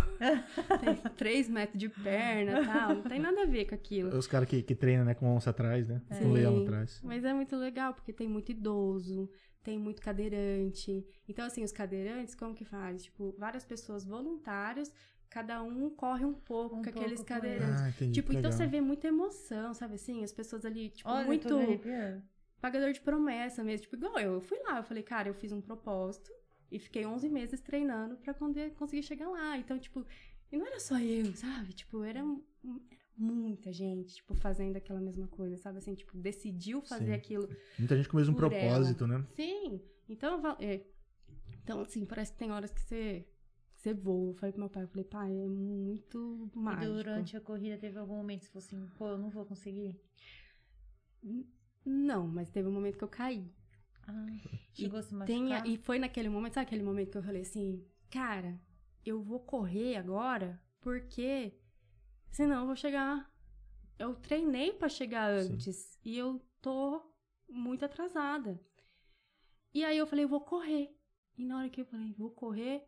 tem 3 metros de perna e tal. Não tem nada a ver com aquilo. Os caras que, que treinam, né? Com onça atrás, né? Com É. Sim. leão atrás. Mas é muito legal, porque tem muito idoso, tem muito cadeirante. Então, assim, os cadeirantes, como que faz? Tipo, várias pessoas voluntárias, cada um corre um pouco Um com aqueles pouco com eles. cadeirantes. Ah, entendi. Tipo, que então legal. você vê muita emoção, sabe assim? As pessoas ali, tipo, Olha, eu muito tô me arrepiando. pagador de promessa mesmo. Tipo, igual eu, eu fui lá, eu falei, cara, eu fiz um propósito e fiquei 11 meses treinando pra poder- conseguir chegar lá. Então, tipo, e não era só eu, sabe? Tipo, era, mu- era muita gente, tipo, fazendo aquela mesma coisa, sabe? Assim, tipo, decidiu fazer Sim. aquilo. Muita gente com o mesmo por propósito, né? Sim, então, eu falo- é, então assim, parece que tem horas que você, que você voa. Eu falei pro meu pai, eu falei, pai, é muito E mágico. durante a corrida teve algum momento que você falou assim, pô, eu não vou conseguir? Não, mas teve um momento que eu caí. Ah, chegou a se Tem a- machucar? e foi naquele momento, sabe aquele momento que eu falei assim, cara, eu vou correr agora porque senão eu vou chegar. Eu treinei pra chegar Sim. antes e eu tô muito atrasada. E aí eu falei, vou correr. E na hora que eu falei, vou correr,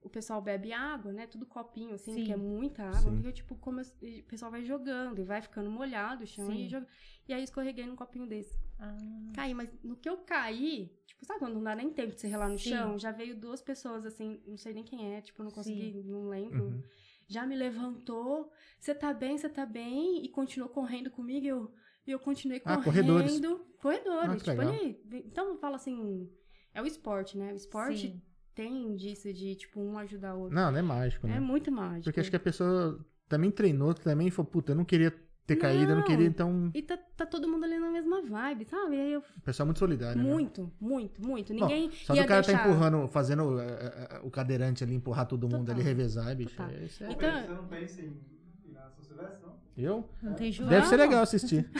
o pessoal bebe água, né? Tudo copinho, assim, Sim. que é muita água. Sim. Porque, tipo, como as- e o pessoal vai jogando e vai ficando molhado o chão Sim. e joga. E aí eu escorreguei num copinho desse. Ah, Caí, mas no que eu caí, tipo, sabe quando não dá nem tempo de você relar no Sim. chão? Já veio duas pessoas, assim, não sei nem quem é, tipo, não consegui, não lembro. Uhum. Já me levantou, você tá bem, você tá bem, e continuou correndo comigo, e eu, e eu continuei Ah, correndo. corredores. Corredores, Ah, que tipo, legal. ali, então fala assim, é o esporte, né? O esporte sim. tem disso de, tipo, um ajudar o outro. Não, não é mágico, né? é muito mágico. Porque acho que a pessoa também treinou, também falou, puta, eu não queria ter caído, eu não Não. queria, então. E tá, tá todo mundo ali na mesma vibe, sabe? E aí eu, O pessoal é muito solidário, né? muito, muito, muito. Bom, Ninguém Só do ia cara deixar... tá empurrando, fazendo eh, eh, o cadeirante ali, empurrar todo mundo Total. ali, revezar, bicho. Total. é- isso é- Então- Você não pensa em ir na São Silvestre, não? Eu? Não tem juízo. Deve ser legal assistir.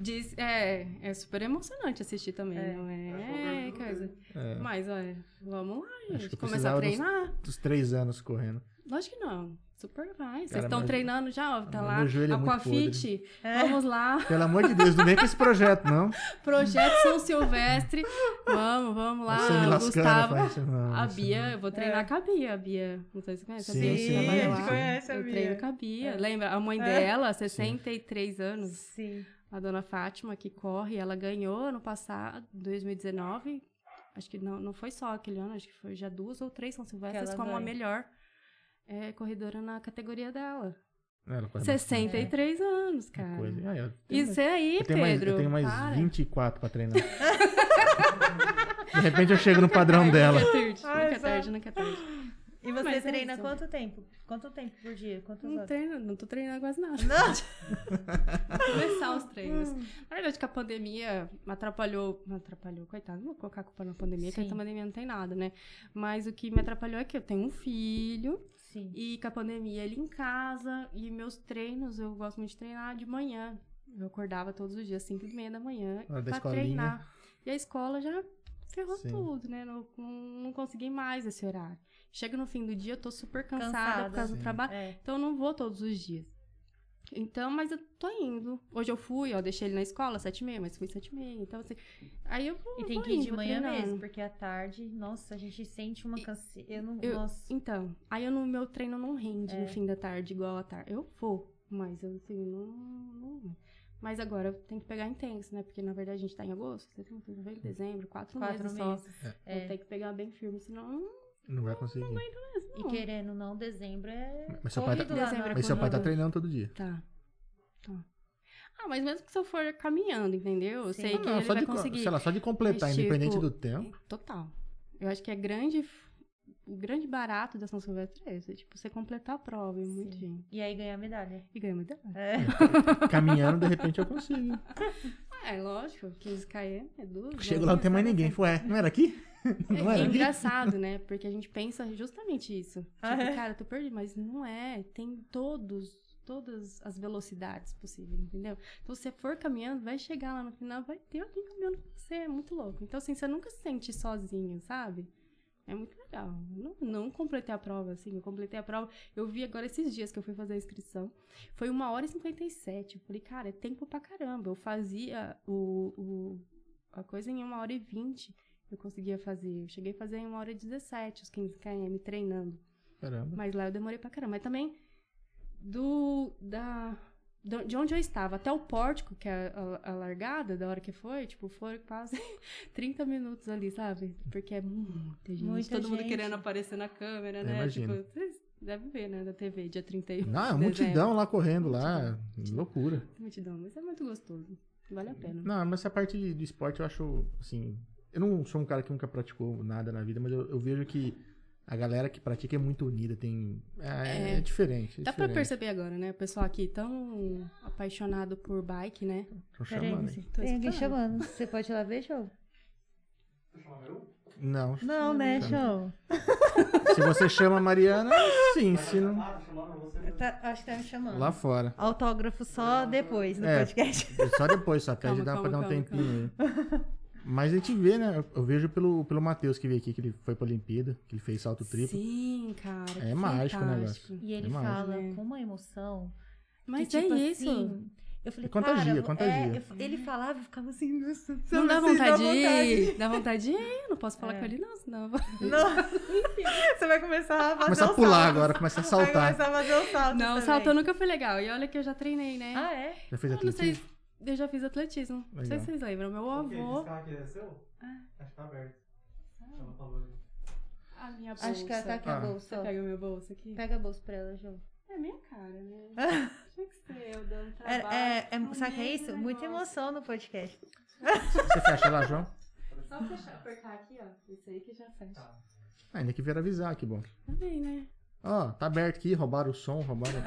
Diz, é, é super emocionante assistir também, É. não é? É, coisa. É, Mas, olha, vamos lá, Acho que gente. eu Começar a precisava dos- treinar. dos três anos correndo. Lógico que não. Super vai. Vocês Cara, estão mas- treinando já, ó. Tá Meu lá. joelho é muito Aquafit. É. Vamos lá. Pelo amor de Deus, não vem com esse projeto, não. Projeto São Silvestre. Vamos, vamos lá. Você me lascando, Gustavo. faz- não, A isso Bia, eu vou treinar É. com a Bia. A Bia, não sei se você conhece. Sim, a Bia sim, trabalha a é gente lá. conhece a eu Bia. treino com a Bia. É. Lembra? A mãe É. dela, 63 anos. Sim. A dona Fátima, que corre, ela ganhou ano passado, 2019. Acho que não, não foi só aquele ano, acho que foi já duas ou três São Silvestres ela como a ganha. melhor é, corredora na categoria dela. Ela faz 63 anos, cara. bastante coisa. Ah, eu tenho Isso aí, Eu tenho mais, Pedro. eu tenho mais para. 24 pra treinar. De repente eu chego no padrão dela. Nunca é tarde, Ai, nunca é só- tarde, nunca é tarde. E você Mas é treina isso. quanto tempo? Quanto tempo por dia? Quantas Não horas? treino, não tô treinando quase nada. Hum. Não. Começar os treinos. Na verdade, que a pandemia atrapalhou. Me atrapalhou, coitado, não vou colocar a culpa na pandemia, porque Sim. a pandemia não tem nada, né? Mas o que me atrapalhou é que eu tenho um filho Sim. e com a pandemia ele em casa e meus treinos, eu gosto muito de treinar de manhã. Eu acordava todos os dias, 5 e meia da manhã, Hora Ah, da pra escolinha. treinar. E a escola já ferrou Sim. tudo, né? Não, não não consegui mais esse horário. Chega no fim do dia, eu tô super cansada, Cansada. por causa Sim. do trabalho. É. Então eu não vou todos os dias. Então, mas eu tô indo. Hoje eu fui, ó, deixei ele na escola, sete e meia, mas fui sete e meia. Então, assim, aí eu vou. E tem vou que ir indo, de vou manhã treinando. mesmo, porque à tarde, nossa, a gente sente uma E- canseira. Eu não. eu- Nossa. Então, aí eu no meu treino não rende É. no fim da tarde, igual à tarde. Eu vou, mas eu assim, não. não- é. Mas agora eu tenho que pegar intenso, né? Porque na verdade a gente tá em agosto, setembro, novembro, dezembro, quatro, Quatro meses, meses. só. É. Eu tenho que pegar bem firme, senão não Não vai conseguir. mesmo. E não. querendo ou não, dezembro é. Mas seu pai tá- corrido lá Dezembro é na- Mas seu pai tá Quando- treinando todo dia. Tá. Tá. Ah, mas mesmo que se eu for caminhando, entendeu? Eu Sim. sei Não, que Não, ele só vai de, co- conseguir. sei lá, só de completar, Mas, tipo, independente do tempo. Total. Eu acho que é grande. O grande barato da São Silvestre é esse. Tipo, você completar a prova e muito, Sim. gente. E aí ganhar medalha. E ganha medalha. É. Caminhando, de repente eu consigo. Ah, é lógico. 15 km é duas. Chego lá, não tem mais ninguém. Ué, não era aqui? Não É, era aqui? engraçado, né? Porque a gente pensa justamente isso. Tipo, Ah, é? cara, eu tô perdido. Mas não é. Tem todos, todas as velocidades possíveis, entendeu? Então, se você for caminhando, vai chegar lá no final, vai ter alguém caminhando com você. É muito louco. Então, assim, você nunca se sente sozinho, sabe? É muito legal. Eu Não, não completei a prova, assim. Eu completei a prova. Eu vi agora esses dias que eu fui fazer a inscrição. Foi 1 hora e 57. Eu falei, cara, é tempo pra caramba. Eu fazia o, o- a coisa em 1 hora e 20. Eu conseguia fazer. Eu cheguei a fazer em 1 hora e 17, os 15 km treinando. Caramba. Mas lá eu demorei pra caramba. Mas também do. da. do- De onde eu estava até o pórtico, que é a, a largada, da hora que foi, tipo, foram quase 30 minutos ali, sabe? Porque é muita gente. Muita todo mundo gente. querendo aparecer na câmera, Eu né? imagino. Tipo, vocês devem ver, né? Da TV, dia 31. Não, é uma de multidão lá correndo lá. Multidão. Loucura. dezembro. Multidão, mas é muito gostoso. Vale a pena. Não, mas essa parte de- do esporte eu acho, assim... Eu não sou um cara que nunca praticou nada na vida, mas eu, eu vejo que a galera que pratica é muito unida, tem... É, é diferente. é Dá pra diferente. perceber agora, né? O pessoal aqui tão apaixonado por bike, né? Tô Peraí, chamando, você- hein? tem alguém escutando. chamando. Você pode ir lá ver, show? Não. Não, né, show? Se você chama a Mariana, sim. Se Ah, não, acho que tá me chamando. lá fora. Autógrafo só depois no É. podcast. Só depois, só pede Calma, dá pra calma, dar um calma, tempinho aí. Mas a gente vê, né? Eu- Eu vejo pelo, pelo Matheus que veio aqui, que ele foi pra Olimpíada, que ele fez salto triplo. Sim, cara. É que mágico o fantástico. E ele Demais. fala É. com uma emoção. que, Mas tipo é isso. assim, eu falei, É contagia, cara, é, contagia. eu- ele falava e ficava assim, nossa, Não dá assim, vontade de ir. Dá vontade de ir. Não posso falar É. com ele, não, senão eu vou- Você vai começar a fazer Começa um a pular salto. agora, começa a Vai saltar. começar a fazer um salto Não, também. salto nunca foi legal. E olha que eu já treinei, né? Ah, é? Já fez eu não sei. atletismo? se- Eu já fiz atletismo. Não sei Legal. se vocês lembram. Meu avô. Ah. tá A minha bolsa. Acho que ela tá aqui a Ah. bolsa. Você ó. pega meu bolso aqui? Pega a bolsa pra ela, João. É minha cara, né? Tinha que ser eu dando É, trabalho. é, no é, sabe o que é meio do isso? Muita negócio. emoção no podcast. Você fecha lá, João? Só fechar, apertar aqui, ó. Isso aí que já fecha. Tá Ah, ainda que vieram avisar, que bom. Tá bem, né? Ó, tá aberto aqui, roubaram o som, roubaram.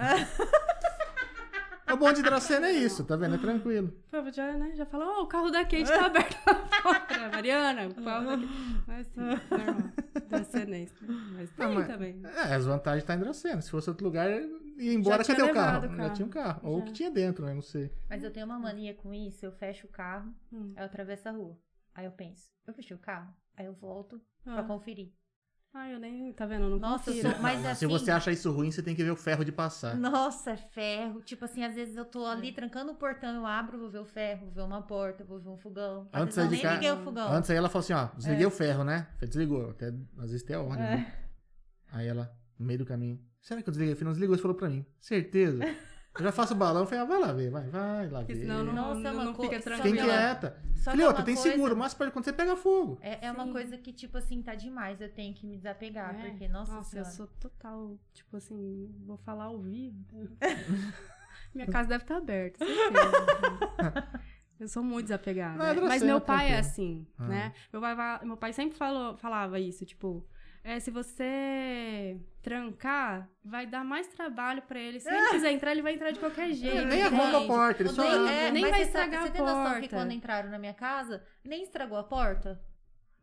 o bom de Dracena é isso, tá vendo? É tranquilo. Pô, já, né? Já falou, ó, o carro da Kate É. tá aberto lá fora. né, Mariana, o carro da Kate. Mas assim, normal. Transcendência. né, Mas tem mas- também. É, as vantagens tá em Dracena. Se fosse outro lugar, ia embora, tinha cadê o levado carro? o Já carro. tinha um carro. Ou o Já. que tinha dentro, né? Não sei. Mas eu tenho uma mania com isso, eu fecho o carro, Hum. aí eu atravesso a rua. Aí eu penso, eu fechei o carro? Aí eu volto pra Ah, conferir. Ai, eu nem. Tá vendo? Eu não Nossa, eu confiro. sou- Mas Não, assim- Se você acha isso ruim, você tem que ver o ferro de passar. Nossa, é ferro. Tipo assim, às vezes eu tô É. ali trancando o portão, eu abro, vou ver o ferro, vou ver uma porta, vou ver um fogão. Às Antes vezes eu nem de ca- liguei o fogão. Antes aí ela falou assim, ó, É. desliguei o ferro, né? Você desligou, até, às vezes tem a ordem. né? Aí ela, no meio do caminho, será que eu desliguei o ferro? Não desligou, você falou pra mim. Certeza. Eu já faço o balão, eu falei, ah, vai lá ver, vai, vai lá Porque ver. senão não, Nossa, não, é uma não co- fica só Fiquem que ela- tranquila. quieta. Só Falei, que ó, é tu uma tem coisa- seguro, mas pode acontecer, pega fogo. É, é uma Sim. coisa que, tipo assim, tá demais. Eu tenho que me desapegar. É. Porque, nossa, Nossa, eu senhora. sou total, tipo assim, vou falar ao vivo. Minha casa deve estar aberta, certeza. eu sou muito desapegada. Não, é né? grosseira, Mas meu pai é tranquilo. assim, Ah. né? Meu pai, va- meu pai sempre falou, falava isso, tipo, é, se você trancar, vai dar mais trabalho pra ele. Se ele quiser entrar, ele vai entrar de qualquer É, jeito. Ele nem entende? arromba a porta, ele só... Odeio- abre. é, Nem mas vai você sabe- estragar Você a tem noção que porta. quando entraram na minha casa, nem estragou a porta?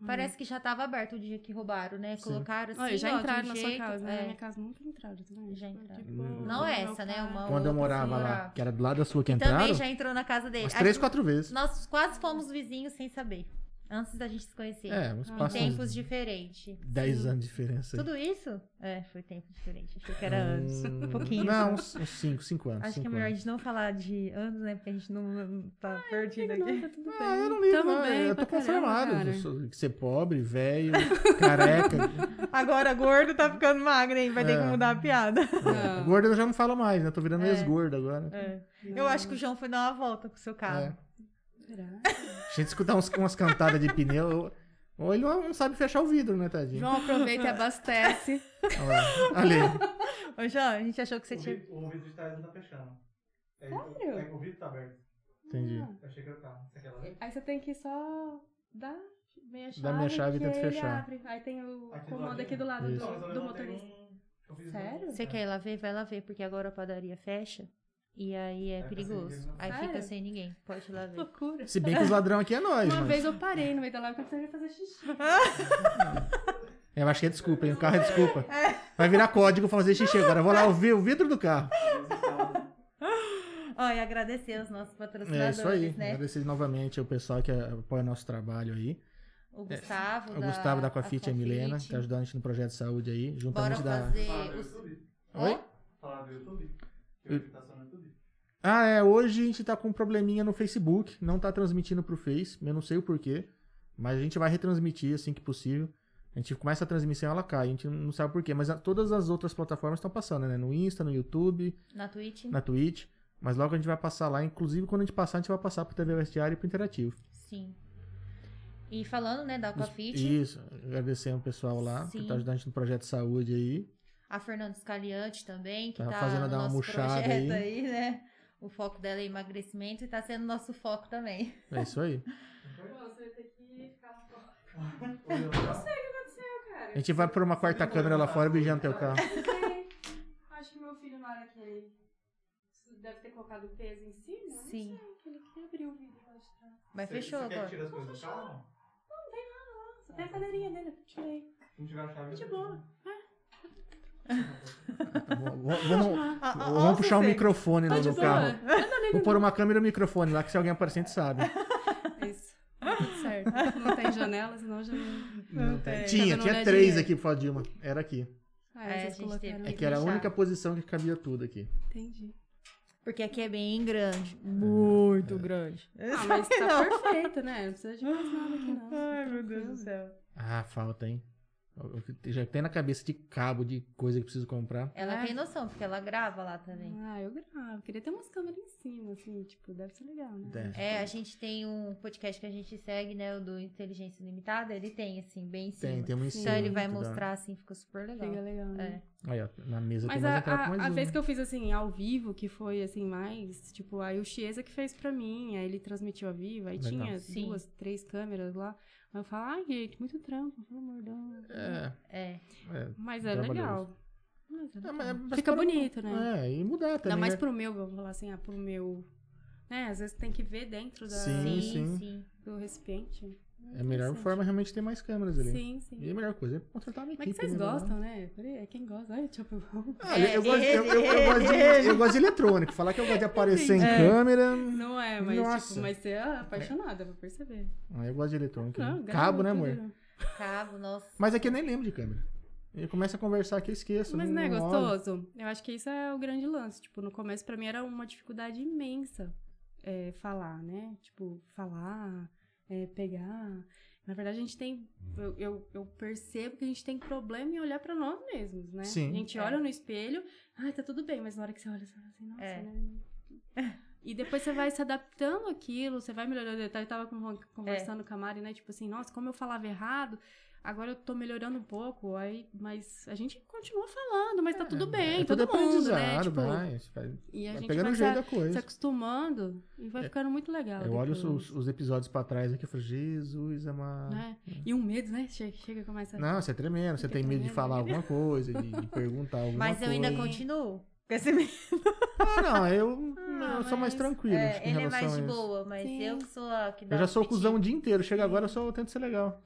Parece que já tava aberto o dia que roubaram, né? Sim. Colocaram assim, Uhum. Olha, já ó, de um entraram na sua jeito, casa, né? Na é. minha casa nunca entraram. tá vendo? Já entraram. Tipo, Não meu essa, né? pai- Uma Quando eu outra morava lá, senhora. que era do lado da sua que E entraram, também já entrou na casa dele. umas A três, gente- quatro vezes. Nós quase fomos vizinhos sem saber. Antes da gente se conhecer. É, uns Em em passam tempos uns diferentes. 10 anos de diferença. aí. Tudo isso? É, foi tempo diferente. Achei que era antes. Hum, Um pouquinho. Não, uns 5, 5 anos. Acho que é cinco melhor a anos. gente não falar de anos, né? Porque a gente não, não tá perdido Não, aqui. tá tudo bem. Ah, eu não ligo, Tamo não. bem eu tô pra caramba, conformado. cara. Eu sou- ser pobre, velho, careca. Agora gordo tá ficando magro, hein? Vai ter que É. mudar a piada. Não. Gordo eu já não falo mais, né? Tô virando É. ex-gordo agora. É. Eu acho que o João foi dar uma volta com o seu tá. carro. É. Será? A gente escutar uns- umas cantadas de pneu. eu- Ou ele não não sabe fechar o vidro, né, tadinho? João aproveita e abastece. Olha lá. Ali. Ô, João, a gente achou que você O tinha. vidro- O vidro de trás não tá fechando. É, Sério? É que o vidro tá aberto. Entendi. Eu achei que era o carro. Você quer lá dentro? Aí você tem que só dar meia chave. Dá meia chave e que tenta ele fechar. abre. Aí tem o Aqui do comando ladinho. aqui do lado Isso. Não, mas do, eu do não tenho motorista. um- eu fiz um- Sério? Você É. quer ir lá ver? Vai lá ver, porque agora a padaria fecha. E aí é Aí fica sem perigoso. ninguém, né? Aí fica Sério? sem ninguém. Pode ir lá ver. Loucura. Se bem que os ladrão aqui é nós. Uma mas- vez eu parei no meio da live porque eu precisei fazer xixi. Eu acho que é desculpa, hein? O carro é desculpa. Vai virar código pra fazer xixi agora. Eu Vou lá ouvir o vidro do carro. Ó, e agradecer aos nossos É patrocinadores, isso aí. né? Agradecer novamente ao pessoal que apoia nosso trabalho aí. O Gustavo. É. O Gustavo da Coafit e a Milena, que Coafit. tá ajudando a gente no projeto de saúde aí. Bora Juntamente da. Falar fazer. do os- YouTube. Oi? É? Falar do YouTube. Eu ia ficar só no YouTube. Ah, é. Hoje a gente tá com um probleminha no Facebook. Não tá transmitindo pro Face. Eu não sei o porquê. Mas a gente vai retransmitir assim que possível. A gente começa a transmissão, ela cai. A gente não sabe porquê. Mas a- todas as outras plataformas estão passando, né? No Insta, no YouTube, Na Twitch. na Twitch. Mas logo a gente vai passar lá. Inclusive, quando a gente passar, a gente vai passar pro TV Vestiário e pro Interativo. Sim. E falando, né, da Aquafit, Isso. Agradecer ao pessoal lá que Sim. tá ajudando a gente no projeto de saúde aí. a Fernanda Scaliante também, que Tá tá, fazendo no dar uma nosso murchada projeto aí. aí, né? O foco dela é emagrecimento e tá sendo nosso foco também. É isso aí. Você tem que ficar fora, Olha lá. cara. A gente vai por uma quarta câmera lá fora beijando teu carro. Acho que meu filho, na hora que ele deve ter colocado o peso em cima, não Sim. ele queria abrir o vidro. Mas Você- fechou é você Quer agora. tirar as coisas do carro? Só Tá. tem a cadeirinha dele, eu tirei. Não tirar a chave. De boa. Vamos, vamos- Ó, ó, ó, vamos puxar o sossego. microfone no, Tá de no boa. carro. Eu não ligo Vou pôr uma câmera e um microfone lá, que se alguém aparecente sabe. Isso. Tá Tudo certo. Não tem janela, senão já não. Não tem. Tinha, Cada um tinha olhadinha. três aqui por causa de uma. Era aqui. Ah, É, a gente vocês teve colocaram. É Tem que era a que única deixar. posição que cabia tudo aqui. Entendi. Porque aqui é bem grande. Muito É. grande. Ah, mas tá perfeito, né? Não precisa de mais nada aqui, não. Ai, meu Deus do céu. Ah, falta, hein? Eu- eu Já tem na cabeça de cabo de coisa que preciso comprar. Ela É. tem noção, porque ela grava lá também. Ah, eu gravo. Queria ter umas câmeras em cima, assim, tipo, deve ser legal, né? É, É, a gente tem um podcast que a gente segue, né? O do Inteligência Limitada. Ele tem, assim, bem em cima. Tem, tem um Então ele vai ensino muito da hora. mostrar, assim, fica super legal. Fica legal, né? Aí, ó, na mesa Mas tem a, mais entrada a- com mais a um. vez que eu fiz, assim, ao vivo, que foi, assim, mais, tipo, aí o Chiesa que fez pra mim, aí ele transmitiu ao vivo, aí Legal. tinha Sim. duas, três câmeras lá. Aí eu falo, ai, gente, muito trampo, pelo amor de Deus. É, É. é. Mas é Trabalhoso. legal. Mas é É, legal. mas- mas Fica para- bonito, né? É, e mudar também. Ainda mais né? pro meu, vamos falar assim, ah, pro meu. Né? Às vezes tem que ver dentro da- Sim, Sim, sim. sim. do recipiente. É a melhor Interessante. forma realmente de ter mais câmeras ali. Sim, sim. E a melhor coisa é contratar uma Mas que equipe. vocês né, lá. gostam, né? Por aí, É quem gosta. Ai, Chopper Mall. Ah, eu, eu É, gosto, eu, eu- eu gosto de, eu gosto de eletrônico. Falar que eu gosto de aparecer em É. câmera. Não é, mas, Nossa. tipo, mas você é apaixonada, pra perceber. Ah, eu gosto de eletrônico. Não, né? grava Cabo, né, tudo. amor? Cabo, nossa. Mas aqui eu nem lembro de câmera. Eu começo a conversar aqui, eu esqueço. Mas não é olho. gostoso? Eu acho que isso é o grande lance. Tipo, no começo pra mim era uma dificuldade imensa é, falar, né? Tipo, falar, é, pegar. Na verdade, a gente tem. Eu, eu, eu percebo que a gente tem problema em olhar pra nós mesmos, né? Sim. A gente É. olha no espelho, ai, tá tudo bem, mas na hora que você olha, você fala assim, nossa, É. né? E depois você vai se adaptando àquilo, você vai melhorando. Eu tava É. con- conversando com a Mari, né? Tipo assim, nossa, como eu falava errado, agora eu tô melhorando um pouco, aí, mas a gente continua falando, mas tá tudo bem, É tudo todo mundo, né? aprendizado, Tipo, vai. Isso vai- e a vai gente pegando vai o jeito se, da coisa. se acostumando e vai É. ficando muito legal. Eu olho os, depois, os- ah, os episódios pra trás aqui e falo, Jesus amado. né? E um medo, né? Chega, chega e começa Não, você é tremendo, você Fica tem medo de tremendo, falar né? alguma coisa, de, de perguntar alguma Mas eu coisa. ainda continuo. Com esse mesmo. Ah, não, eu, eu sou mais mas- tranquilo. É, acho que em ele é relação mais a de isso. boa, mas Sim. eu que sou a que dá um Eu já sou piti. cuzão o dia inteiro. Chega agora, eu só tento ser legal.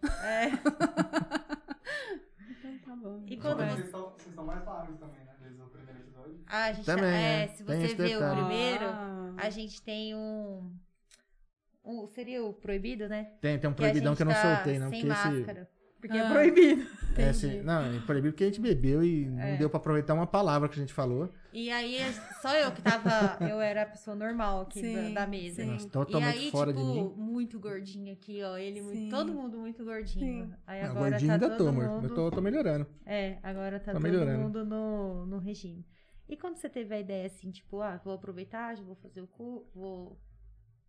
Então tá bom. É, E Só quando que você- Vocês estão- vocês estão mais largos também, né? Desde o primeiro episódio. Ah, a gente Também, é, é. se Tem você esse vê o detalhe. primeiro, Ah. a gente tem um, um- Seria o proibido, né? Tem, tem um Que a proibidão gente que eu não tá soltei, não. Sem Porque esse, máscara. Porque é Ah. proibido. é, esse- Não, é proibido porque a gente bebeu e É. não deu pra aproveitar uma palavra que a gente falou. E aí, é, só eu que tava. eu era a pessoa normal aqui da- Sim, da mesa. sim. Nossa, E totalmente aí, tá fora tipo, de mim. muito gordinho aqui, ó. Ele, muito- Sim. todo mundo muito gordinho. é, Aí Ah, agora gordinho tá ainda todo tô, amor. mundo... Eu tô, tô melhorando. É, agora tá, Tá todo melhorando. mundo no, no regime. E quando você teve a ideia assim, tipo, ah, vou aproveitar, já vou fazer o cu, vou.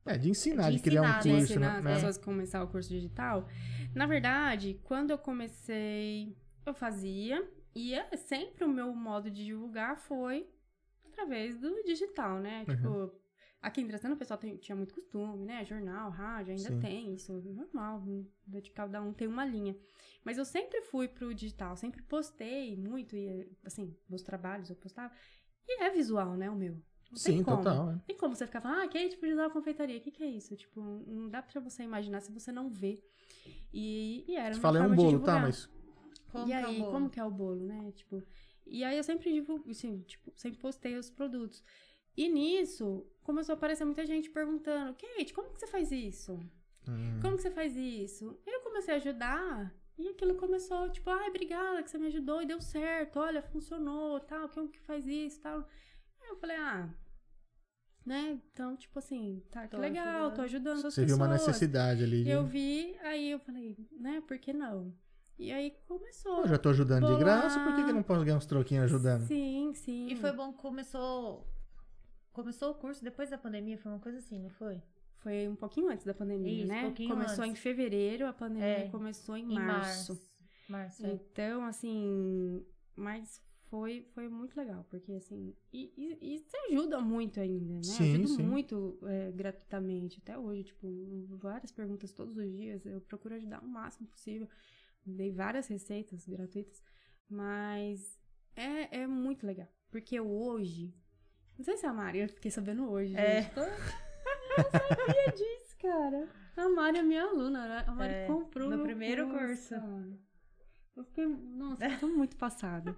É, de ensinar, de, De criar um ensinar, curso, né? ensinar as né? pessoas a começar o curso digital. Na verdade, quando eu comecei, eu fazia e é sempre o meu modo de divulgar foi através do digital, né? Uhum. Tipo, aqui em Trastana o pessoal tem- tinha muito costume, né? Jornal, rádio, ainda Sim. tem isso, é normal, de cada um tem uma linha. Mas eu sempre fui pro digital, sempre postei muito e assim, meus trabalhos eu postava e é visual, né, o meu. Não tem Sim, como. total. é. Tem como você ficar falando, ah, que é tipo de usar uma confeitaria, o que, que é isso? Tipo, não dá pra você imaginar se você não vê. E, e era Você uma fala é um forma de bolo, tá? divulgar. Mas Como e que eu aí, vou? como que é o bolo, né? Tipo, e aí eu sempre divulgo, assim, tipo, sempre postei os produtos. E nisso, começou a aparecer muita gente perguntando, Kate, como que você faz isso? hum, Como que você faz isso? Eu comecei a ajudar e aquilo começou, tipo, ai, obrigada que você me ajudou e deu certo, olha, funcionou, tal, quem que faz isso, tal. Aí eu falei, ah, né? Então, tipo assim, tá, que Tô legal, tô ajudando as você pessoas. viu uma necessidade ali. de- Eu vi, aí eu falei, né, por que não? E aí começou. Pô, já tô ajudando de Bolar. graça, por que, que eu não posso ganhar uns troquinhos ajudando? Sim, sim. E foi bom que começou. Começou o curso depois da pandemia, foi uma coisa assim, não foi? Foi um pouquinho antes da pandemia, Isso, né? pouquinho começou antes. em fevereiro, a pandemia É, começou em, Em março. março. Março, é. Então, assim, mas foi, foi muito legal, porque assim, e, e, e isso ajuda muito ainda, né? Sim, ajuda sim. muito é, gratuitamente, até hoje, tipo, várias perguntas todos os dias, eu procuro ajudar o máximo possível, dei várias receitas gratuitas, mas é, é muito legal, porque hoje, não sei se a Mari, eu fiquei sabendo hoje, É. gente, tô- eu sabia disso, cara. A Mari é minha aluna, né? a Mari É, comprou no meu primeiro curso. cara. Eu fiquei, nossa, eu tô muito passada.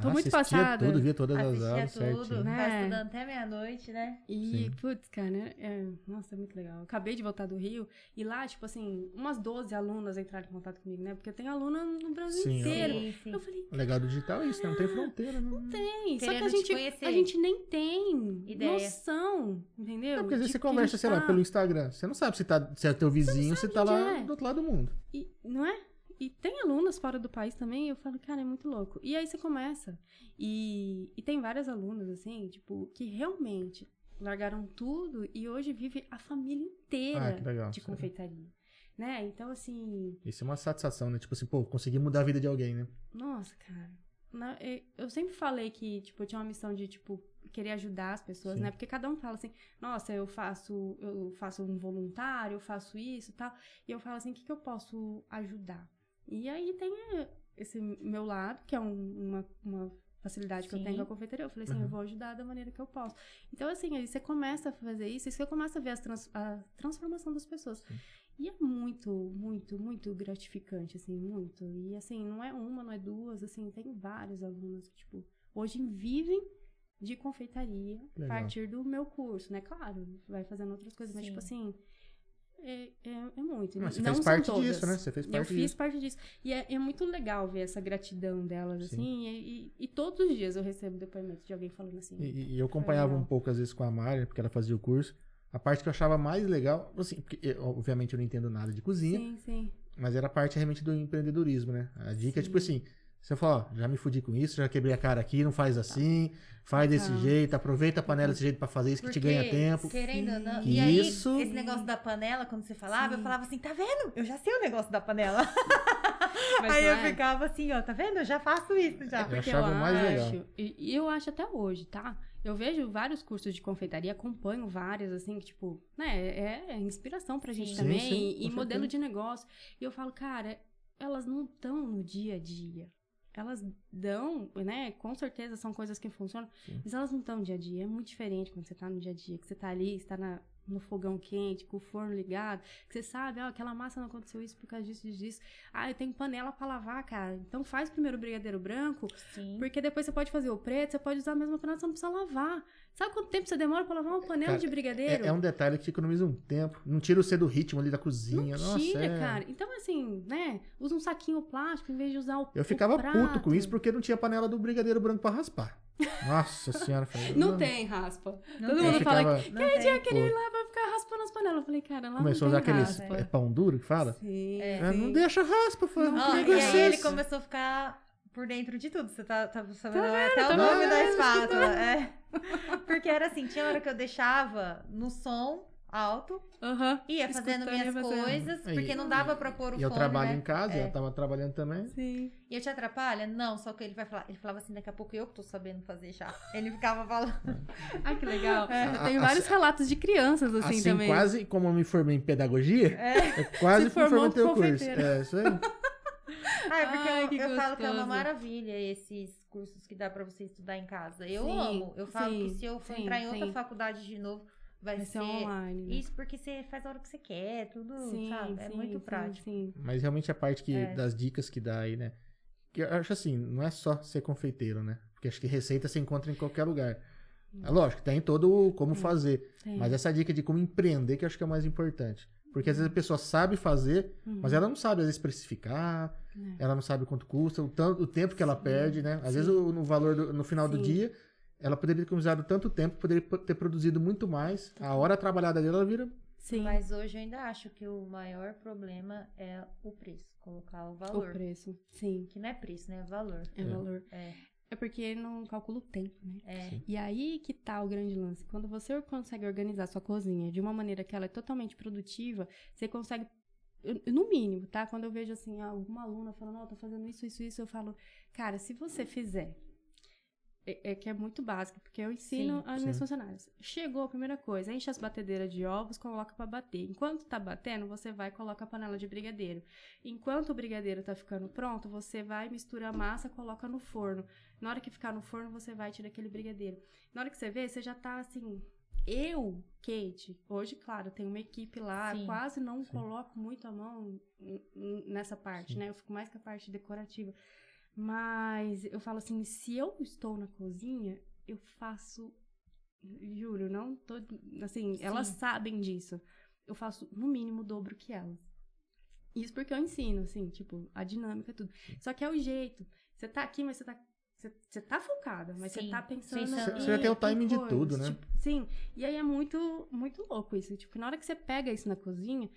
Tô Ah, muito assistia passada. tudo, via todas as Assistia tudo, aulas, certinho. tava É. estudando até meia-noite, né? E, Sim. putz, cara, é, nossa, é muito legal. Eu acabei de voltar do Rio e lá, tipo assim, umas 12 alunas entraram em contato comigo, né? Porque tem aluna no Brasil Sim, inteiro. Sim, sim. Eu falei, O legal do digital é isso, né? Não tem fronteira, né? tem, só que Querendo a te gente, conhecer. a gente nem tem Ideia. noção, entendeu? É porque às vezes De você que a conversa, gente sei lá, tá- pelo Instagram. Você não sabe se, tá, se é teu vizinho, se tá quem lá é. do outro lado do mundo. E, não é? E tem alunas fora do país também, eu falo, cara, é muito louco. E aí você começa. E, e tem várias alunas, assim, tipo, que realmente largaram tudo e hoje vive a família Ah, inteira que legal. é de confeitaria. Né? Então, assim, Isso é uma satisfação, né? Tipo assim, pô, consegui mudar a vida de alguém, né? nossa, cara. Na- e- eu sempre falei que, tipo, eu tinha uma missão de, tipo, querer ajudar as pessoas, Sim. né? Porque cada um fala assim, nossa, eu faço, eu faço um voluntário, eu faço isso e tal. E eu falo assim, o que, que eu posso ajudar? E aí tem eh, esse meu lado, que é um- uma, uma facilidade que eu Sim. tenho com a confeitaria. Eu falei assim, Aham. eu vou ajudar da maneira que eu posso. Então, assim, aí você começa a fazer isso, isso que eu começo a ver as trans- a transformação das pessoas. E é muito, muito, muito gratificante, assim, muito. E assim, não é uma, não é duas, assim, tem vários alunos que, tipo, hoje vivem de confeitaria a Legal. partir do meu curso, né? Claro, vai fazendo outras coisas, mas, Sim. tipo assim, é, é- é muito. Mas Ah, você não fez são parte todas. disso, né? Você fez Eu parte fiz disso. parte disso. E é, é muito legal ver essa gratidão delas, Sim. assim. E, e- e todos os dias eu recebo depoimento de alguém falando assim. E, e- e eu acompanhava um Legal. pouco, às vezes, com a Mari, porque ela fazia o curso. A parte que eu achava mais legal, assim, porque, eu- obviamente eu não entendo nada de cozinha, sim, sim. mas era a parte realmente do empreendedorismo, né? A dica é tipo assim: você fala, ó, já me fudi com isso, já quebrei a cara aqui, não faz assim, faz desse Tá. jeito, aproveita a Uhum. panela desse jeito pra fazer isso que te ganha Porque, tempo. Querendo ou não. Sim. E aí, Isso. esse negócio da panela, quando você falava, eu Sim. falava assim, tá vendo? Eu já sei o negócio da panela. Mas Aí não eu é? ficava assim, ó, tá vendo? Eu já faço isso já. É porque achava eu mais legal. acho, e e eu acho até hoje, tá? Eu vejo vários cursos de confeitaria, acompanho vários, assim, que, tipo, né, é, é inspiração pra gente Sim. Sim, também, sim, e- com e certeza. modelo de negócio. E eu falo, cara, elas não estão no dia a dia. Elas dão, né? Com certeza são coisas que funcionam, Sim. mas elas não estão no dia a dia. É muito diferente quando você tá no dia a dia, que você tá ali, está na, no fogão quente, com o forno ligado, que você sabe, ó, aquela massa não aconteceu isso por causa disso, disso, disso. Ah, eu tenho panela pra lavar, cara. Então faz primeiro o brigadeiro branco, Sim. Uhum. porque depois você pode fazer o preto, você pode usar a mesma panela, você não precisa lavar. Sabe quanto tempo você demora pra lavar uma panela Cara, de brigadeiro? É, é um detalhe que te economiza um tempo. Não tira você do ritmo ali da cozinha. Não Nossa, tira, é- cara. Então, assim, né? Usa um saquinho plástico em vez de usar o Eu o ficava puto prato. com isso porque não tinha panela do brigadeiro branco pra raspar. Nossa senhora. eu falei, Não tem raspa. Não Todo Eu tem. mundo fala ficava- Não tem. que é ele ia lá pra ficar raspando as panelas. Eu falei, cara, lá Começou a usar não tem aqueles raspa. é, pão duro que fala? Sim. É, Ah, não sim. deixa raspa, fala. Ó, que Ah, e negócio Nossa. aí é ele esse? começou a ficar por dentro de tudo. Você tá, tá sabendo até Tá o nome vendo? da espátula. É. Porque era assim, tinha hora que eu deixava no som alto, Aham. ia fazendo Escutando, minhas ia fazendo. coisas, Aí- porque não dava pra pôr o E eu fone, trabalho né? em casa, É. ela tava trabalhando também. Sim. E eu te atrapalha? Não, só que ele vai falar. Ele falava assim, daqui a pouco eu que tô sabendo fazer já. Ele ficava falando. Ah, que legal. É. Tem vários relatos de crianças, assim, Assim, também. É. quase como eu me formei em pedagogia, eu quase Se fui formou formando teu curso. confeiteiro. É, isso aí. Ah, é porque Ai, eu, que eu falo que é uma gostoso. maravilha esses cursos que dá pra você estudar em casa. Eu Sim, amo. Eu falo que sim, se eu for sim, entrar em outra sim. faculdade de novo, vai, Vai ser. ser online. né? Isso porque você faz a hora que você quer, tudo, sabe? é muito sim, prático. Sim. Mas realmente a parte que, É. das dicas que dá aí, né? Que eu acho assim, não é só ser confeiteiro, né? Porque acho que receita você encontra em qualquer lugar. É lógico, tem todo o como fazer. Tem. Mas é- essa dica de como empreender que eu acho que é o mais importante. Porque às vezes a pessoa sabe fazer, Uhum. mas é ela não sabe, às vezes, precificar, É. ela não sabe quanto custa, o, tanto, o tempo que ela perde, né? Às Sim. vezes, o- no valor do- no final do Sim. dia, ela poderia ter economizado tanto tempo, poderia po- ter produzido muito mais. A hora trabalhada dela ela vira. Sim. Mas hoje eu ainda acho que o maior problema é o preço, colocar o O valor. preço. Sim. Que não é preço, né? É valor. É, É. valor. É. É porque não calcula o tempo, né? É. Sim. E aí que tá o grande lance. Quando você consegue organizar sua cozinha de uma maneira que ela é totalmente produtiva, você consegue. eu- No mínimo, tá? Quando eu vejo assim, alguma aluna falando, ó, tô fazendo isso, isso, isso, eu falo, cara, se você fizer. É, é que é muito básico, porque eu ensino Sim. aos meus Sim. funcionários. Chegou a primeira coisa, enche as batedeiras de ovos, coloca pra bater. Enquanto tá batendo, você vai e coloca a panela de brigadeiro. Enquanto o brigadeiro tá ficando pronto, você vai, mistura a massa, coloca no forno. Na hora que ficar no forno, você vai tirar aquele brigadeiro. Na hora que você vê, você já tá assim. Eu, Kate, hoje, claro, tenho uma equipe lá, Sim. quase não Sim. coloco muito a mão n- n- nessa parte, Sim. né? Eu fico mais com a parte decorativa. Mas eu falo assim, se eu estou na cozinha, eu faço. Juro, não tô. Assim, elas Sim. sabem disso. Eu faço no mínimo o dobro que elas. Isso porque eu ensino, assim, tipo, a dinâmica, tudo. Só que é o jeito. Você tá aqui, mas você tá. Você, você tá focada, mas Sim, você tá pensando. pensando. em- Você já tem o em timing de coisas, tudo, né? tipo, sim. E aí é muito, muito louco isso. Tipo, na hora que você pega isso na cozinha,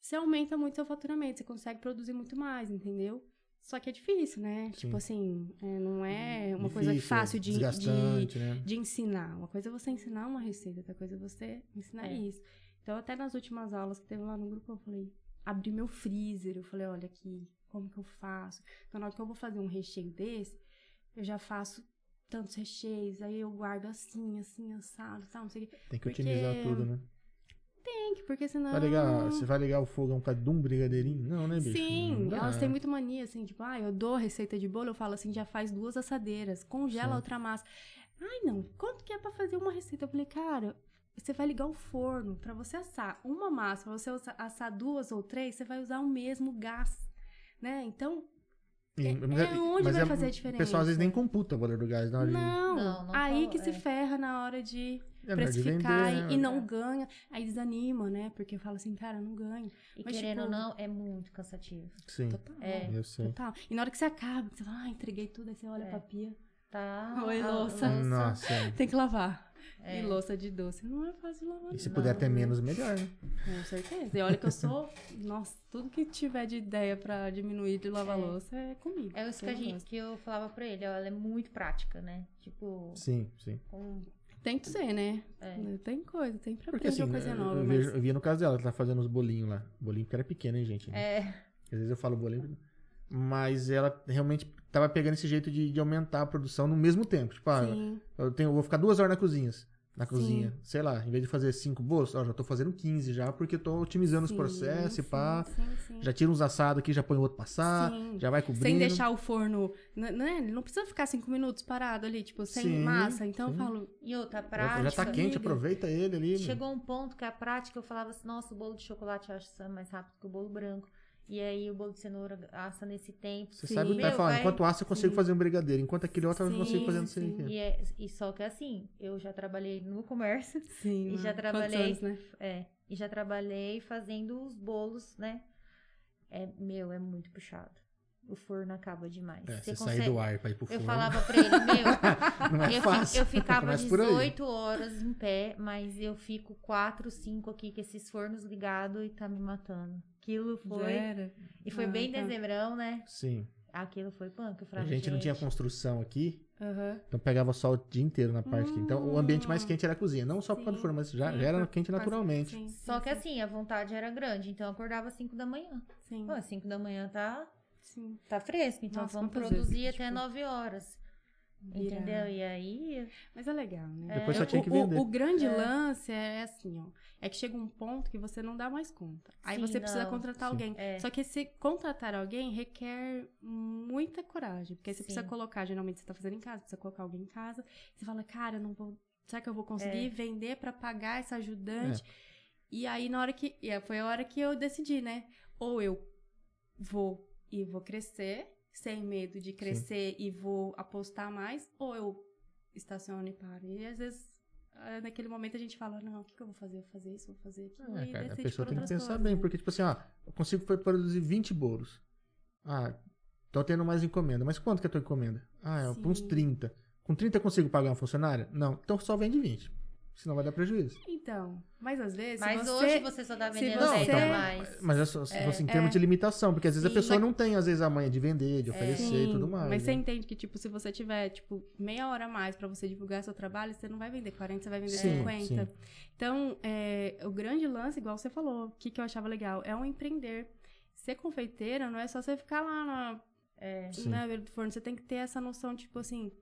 você aumenta muito seu faturamento, você consegue produzir muito mais, entendeu? Só que é difícil, né? Tipo assim, é, não é uma coisa Difícil, fácil de, de, Desgastante, né? de ensinar. Uma coisa é você ensinar uma receita, outra coisa é você ensinar É. isso. Então, até nas últimas aulas que teve lá no grupo, eu falei, abri meu freezer, eu falei, olha aqui, como que eu faço? Então, na hora que eu vou fazer um recheio desse, eu já faço tantos recheios, aí eu guardo assim, assim, assado, tal, não sei o que. Tem que Porque- otimizar tudo, né? Tem que, porque senão... Vai ligar, você vai ligar o fogão por causa de um brigadeirinho? Não, né, bicho? Não Sim, dá. elas têm muita mania, assim, tipo, ah, eu dou receita de bolo, eu falo assim, já faz duas assadeiras, congela Sim. outra massa. Ai, não, quanto que é pra fazer uma receita? Eu falei, cara, Você vai ligar o forno para você assar uma massa, pra você usa- assar duas ou três, você vai usar o mesmo gás, né? Então, E- é onde vai fazer a O pessoal às vezes diferença. nem computa o valor do gás na hora de- não, Não, não aí fala- que se é. ferra na hora de é, na hora de precificar vender, e- né? e, não ganha, aí desanima, né? Porque fala assim, cara, eu não ganho. E Mas, querendo ou tipo, não, é muito cansativo. Sim, Total. É. eu sei. Total. E na hora que você acaba, você fala, ah, entreguei tudo, aí você olha É. pra pia. Tá. Oi, a louça. Nossa. Tem que lavar. É. E louça de doce não é fácil lavar. E se não. puder até menos, melhor, né? Com certeza. E olha que eu sou. Nossa, tudo que tiver de ideia pra diminuir de lavar É. louça é comigo. É isso que, eu a não gente, gosto. que eu falava pra ele, ó, ela é muito prática, né? Tipo, Sim, sim. com. Tem que ser, né? É. Tem coisa, tem pra Porque assim, aprender uma coisa eu- nova. eu, mas vejo- eu via no caso dela, ela tá fazendo os bolinhos lá. Bolinho porque era pequeno, hein, gente? É, Às vezes eu falo bolinho. Mas ela realmente tava pegando esse jeito de, de aumentar a produção no mesmo tempo. Tipo, ah, Sim, eu, tenho, eu vou ficar duas horas na cozinha. Na Sim. cozinha. Sei lá, em vez de fazer cinco boas, ó, já tô fazendo 15 já, porque eu tô otimizando os sim, processos e sim, pá. Sim, sim. Já tira uns assados aqui, já põe o outro passar. Sim. Já tá vai cobrindo. Sem deixar o forno. n- Né? Não precisa ficar cinco minutos parado ali, tipo, sem Sim, massa. Então eu sim. falo, e outra Já- prática. já tá quente, né? amiga. aproveita ele ali. meu. Chegou um ponto que a prática eu falava assim, nossa, o bolo de chocolate assa mais rápido que o bolo branco. E aí o bolo de cenoura assa nesse tempo. Você sabe o que vai Meu, falar. vai- Enquanto aço eu consigo Sim. fazer um brigadeiro. Enquanto aquele outro eu Sim, consigo fazer não sei sim. o quê. E, é- e só que assim, eu já trabalhei no comércio, sim. E já mano, quantos trabalhei- anos, né? é, e já trabalhei fazendo os bolos, né? É, meu, é muito puxado. O forno acaba demais. É, Você você sair consegue- do ar pra ir pro Eu forno. falava pra ele, meu, não é eu, fi- fácil. eu ficava Começa por aí. 18 horas em pé, mas eu fico 4, 5 aqui com esses fornos ligados e tá me matando. Aquilo Já foi. era. E foi Ah, bem tá. dezembrão, né? Sim. Aquilo foi punk. Eu A falava, gente não tinha construção aqui, Aham. então pegava sol o dia inteiro na parte aqui. Então o ambiente mais quente era a cozinha. Não só por causa do Sim. forno, mas já, Sim, já era por- quente naturalmente. Sim, sim, Só que assim, sim, a vontade era grande, então eu acordava 5 da manhã. Sim. Pô, 5 da manhã tá, assim, sim. tá fresco, então Nossa, vamos quantas vezes produzir que, até tipo, 9 horas. Virar. Entendeu? E aí. Mas é legal, né? Depois só Eu- tinha que o- vender. O, o grande É. lance é assim, ó. É que chega um ponto que você não dá mais conta. Aí Sim, você precisa não. contratar Sim. alguém. É. Só que se contratar alguém requer muita coragem. Porque aí você precisa Sim. colocar, geralmente você tá fazendo em casa, precisa colocar alguém em casa. Você fala, cara, eu não vou. Será que eu vou conseguir É. vender pra pagar essa ajudante? É. E aí, na hora que. e aí Foi a hora que eu decidi, né? Ou eu vou e vou crescer, sem medo de crescer e vou apostar mais, ou eu estaciono e paro. E às vezes, ah, naquele momento a gente fala, não, o que, que eu vou fazer? Vou fazer isso, vou fazer aquilo. É, e cara, a decide pessoa por tem que outras pensar coisas, bem, né? porque, tipo assim, ó, eu consigo foi produzir 20 bolos. Ah, tô tendo mais encomenda. Mas quanto que é a tua encomenda? Ah, é Sim. uns 30. Com 30 eu consigo pagar uma funcionária? Não, então só vende 20. Senão vai dar prejuízo. Então, mas às vezes. Mas você... hoje você só tá se vendendo você- 10 Não, a então, mais. Mas é só, só assim, em termos de limitação, porque às vezes a Sim. pessoa Mas- não tem, às vezes, a manha de vender, de oferecer e Sim, tudo mais. Mas você né? entende que, tipo, se você tiver, tipo, meia hora a mais pra você divulgar seu trabalho, você não vai vender 40, você vai vender Sim, 50. sim. Então, é, o grande lance, igual você falou, o que, que eu achava legal, é um empreender. Ser confeiteira não é só você ficar lá na, Sim. na beira do forno, você tem que ter essa noção, tipo assim,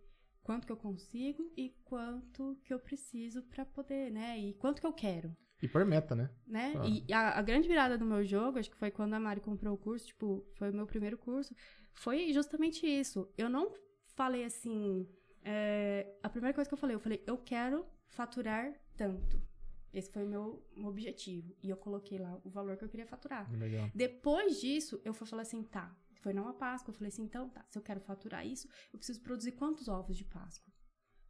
quanto que eu consigo e quanto que eu preciso pra poder, né? E quanto que eu quero E por meta, né? né? Claro. E a, a grande virada do meu jogo, acho que foi quando a Mari comprou o curso, tipo, foi o meu primeiro curso, foi justamente isso. Eu não falei assim. é, a primeira coisa que eu falei, eu falei, eu quero faturar tanto. Esse foi o meu objetivo. E eu coloquei lá o valor que eu queria faturar. É Legal. Depois disso, eu fui falar assim, tá. Foi não a Páscoa. Eu falei assim, então tá. Se eu quero faturar isso, eu preciso produzir quantos ovos de Páscoa?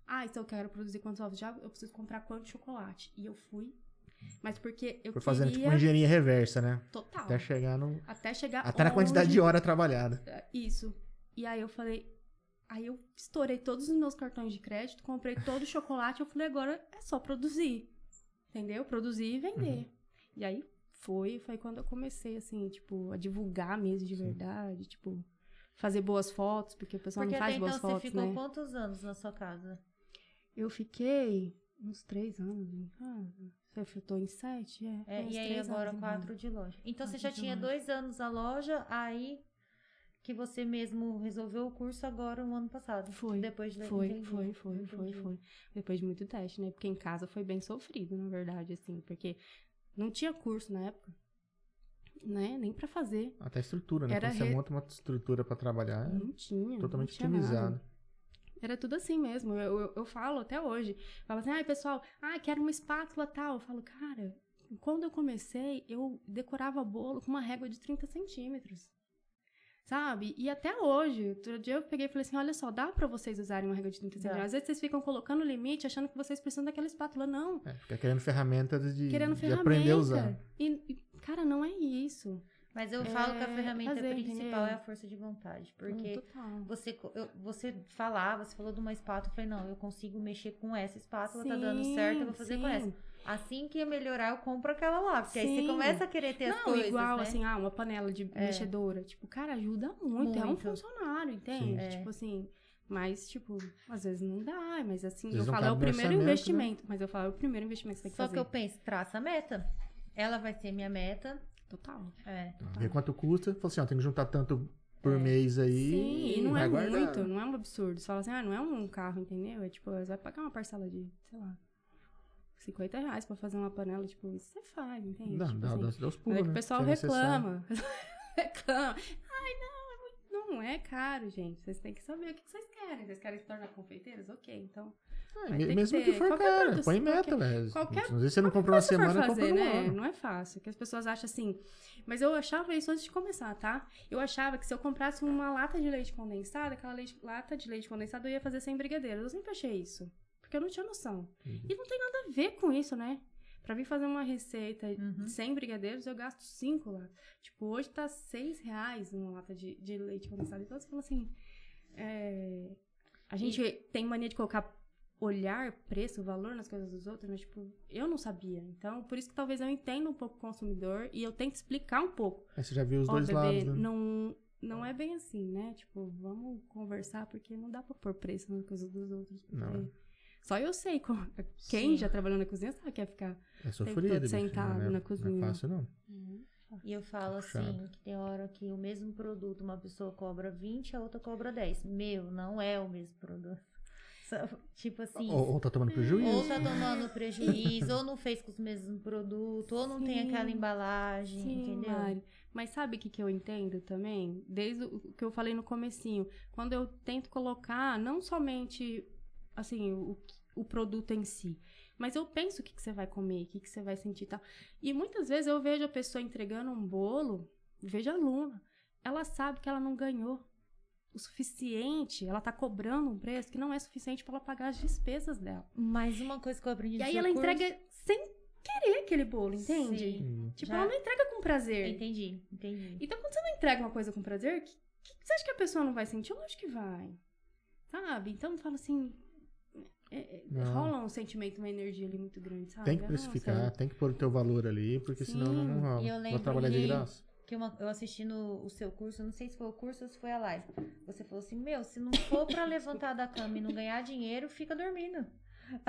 Ah, e se eu quero produzir quantos ovos de água, eu preciso comprar quanto chocolate. E eu fui. Mas porque eu Foi fazendo tipo queria Ah. uma engenharia reversa, né? total. Até chegar no. Até chegar Até na quantidade de hora trabalhada. hora. Isso. E aí eu falei... Aí eu estourei todos os meus cartões de crédito, comprei todo o chocolate. Eu falei, agora é só produzir. Entendeu? Produzir e vender. E aí foi, foi quando eu comecei, assim, tipo, a divulgar mesmo de verdade, tipo, fazer boas fotos, porque o pessoal Porque não até faz então boas você fotos, ficou né? quantos anos na sua casa? Eu fiquei uns três anos né? em casa. Eu tô em sete, é. É, uns e aí três agora anos em quatro de loja. Então você Quatro já de tinha loja. dois anos a loja, aí que você mesmo resolveu o curso agora no ano passado. Foi, Depois de... Foi, Né? entendi, foi, foi, foi, entendi. foi. Depois de muito teste, né? Porque em casa foi bem sofrido, na verdade, assim, porque não tinha curso na época, né? Nem pra fazer. Até a estrutura, né? Era Quando você re- Hum. monta uma estrutura pra trabalhar, é Não tinha. não totalmente tinha nada. otimizada. Era tudo assim mesmo. Eu, eu, eu falo até hoje. Falo assim, ai, pessoal, ah, quero uma espátula tal. Eu falo, cara, quando eu comecei, eu decorava bolo com uma régua de 30 centímetros. Sabe? E até hoje, outro dia eu peguei e falei assim: olha só, dá pra vocês usarem uma régua de 30 centímetros. Às vezes vocês ficam colocando limite achando que vocês precisam daquela espátula. Não. É, fica querendo ferramentas de, Querendo de ferramenta. aprender a usar. E, e, cara, não é isso. Mas eu É, falo que a ferramenta fazer, principal entendeu? Hum, é a força de vontade. Porque Total. você, co- eu- você falar, você falou de uma espátula, eu falei, não, eu consigo mexer com essa espátula, tá dando Sim, certo, eu vou fazer com sim. essa. Assim que melhorar, eu compro aquela lá. Porque aí Sim. você começa a querer ter as não, coisas, igual, né? É. assim, ah, uma panela de mexedora. Tipo, cara, ajuda muito. É um Muito. funcionário, entende? Sim. É. Tipo assim, mas, tipo, às vezes não dá. Mas assim, Às vezes eu não falo, é o cabe no primeiro orçamento, né? investimento. Mas eu falo, é o primeiro investimento que você tem que Só fazer. que eu penso, traça a meta. Ela vai ser minha meta. Total. É. Ver quanto custa. Falou assim, ó, tem que juntar tanto por mês aí. É. Sim, e não vai é guardar. muito, não é um absurdo. Você fala assim, ah, não é um carro, entendeu? É tipo, você vai pagar uma parcela de, sei lá, 50 reais pra fazer uma panela, tipo, isso você faz, entende? Dá, tipo, dá, assim. dá, dá os Mas pulos, é que né? o pessoal Se é necessário. reclama. reclama. Ai, não, é muito- não é caro, gente. Vocês têm que saber o que vocês querem. Vocês querem se tornar confeiteiros? Ok, então. É, Mas me- tem que mesmo que, ter. for Qualquer cara, produto, põe qualquer- meta, velho. qualquer- Às vezes você não comprou Como uma você for semana, compra fazer, no né? ano. Não é fácil. Que as pessoas acham assim. Mas eu achava isso antes de começar, tá? Eu achava que se eu comprasse uma lata de leite condensado, aquela leite- lata de leite condensado eu ia fazer sem brigadeiros. Eu sempre achei isso. Porque eu não tinha noção. Uhum. E não tem nada a ver com isso, né? Pra vir fazer uma receita Uhum. sem brigadeiros, eu gasto cinco latas. Tipo, hoje tá seis reais uma lata de, de leite condensado. Então você fala assim. é, A gente tem mania de colocar olhar preço, valor nas coisas dos outros, mas tipo, eu não sabia. Então, por isso que talvez eu entenda um pouco o consumidor e eu tento explicar um pouco. Aí É, você já viu os Ó, dois bebê, lados, né? não, não é bem assim, né? Tipo, vamos conversar porque não dá pra pôr preço nas coisas dos outros. Não, é. porque Só eu sei. como- Quem Sim. já trabalhou na cozinha sabe que é ficar. É todo sofrido. bicho, sentado não é, na Não cozinha. é fácil, não. Tá E eu falo Puxado. assim, que tem hora que o mesmo produto, uma pessoa cobra 20, a outra cobra 10. Meu, não é o mesmo produto. Só- Tipo assim, Ou, ou tá tomando prejuízo. ou tá tomando prejuízo, ou não fez com os mesmos produtos, ou não tem Sim. aquela embalagem, entendeu? Mari. Mas sabe o que, que eu entendo também? Desde o o que eu falei no comecinho. Quando eu tento colocar não somente assim, o, o produto em si, mas eu penso o que, que você vai comer, o que, que você vai sentir e tal. E muitas vezes eu vejo a pessoa entregando um bolo, vejo a aluna, ela sabe que ela não ganhou o suficiente, ela tá cobrando um preço que não é suficiente para ela pagar as despesas dela. Mas uma coisa que eu aprendi E do aí seu ela é curso- entrega sem querer aquele bolo, entende? Sim, Hum. Tipo, Já- ela não entrega com prazer. entendi, entendi. Então, quando você não entrega uma coisa com prazer, que, que- você acha que a pessoa não vai sentir? Lógico que vai. Sabe? Então, fala assim. é- é, Não. rola um sentimento, uma energia ali muito grande, sabe? Tem que Ah, precificar, sabe? tem que pôr o teu valor ali, porque senão não, não Sim, rola. e eu Vou lembro trabalhar de que- graça. Que uma- eu assisti no o seu curso, não sei se foi o curso ou se foi a live. Você falou assim, meu, se não for pra levantar da cama e não ganhar dinheiro, fica dormindo.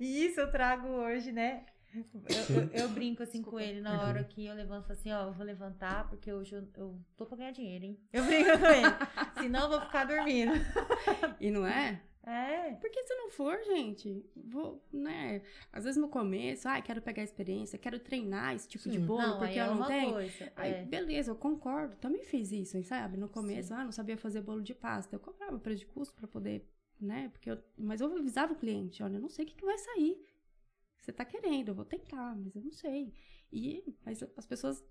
E isso eu trago hoje, né? Sim. Eu, eu- eu brinco assim Desculpa. com ele na Imagina. hora que eu levanto e falo assim, ó, eu vou levantar porque hoje eu, eu tô pra ganhar dinheiro, hein? Eu brinco com ele. Senão eu vou ficar dormindo. E não é? É. Porque se não for, gente, vou, né? Às vezes no começo, ah, quero pegar experiência, quero treinar esse tipo de Sim. bolo, Não, aí porque é eu não uma tenho. coisa. Aí, é. beleza, eu concordo. Também fiz isso, hein, sabe? No começo, ah, não sabia fazer bolo de pasta. Eu comprava preço de custo pra poder, né? Porque eu- mas eu avisava o cliente, olha, eu não sei o que, que vai sair. Você tá querendo, eu vou tentar, mas eu não sei. E mas as pessoas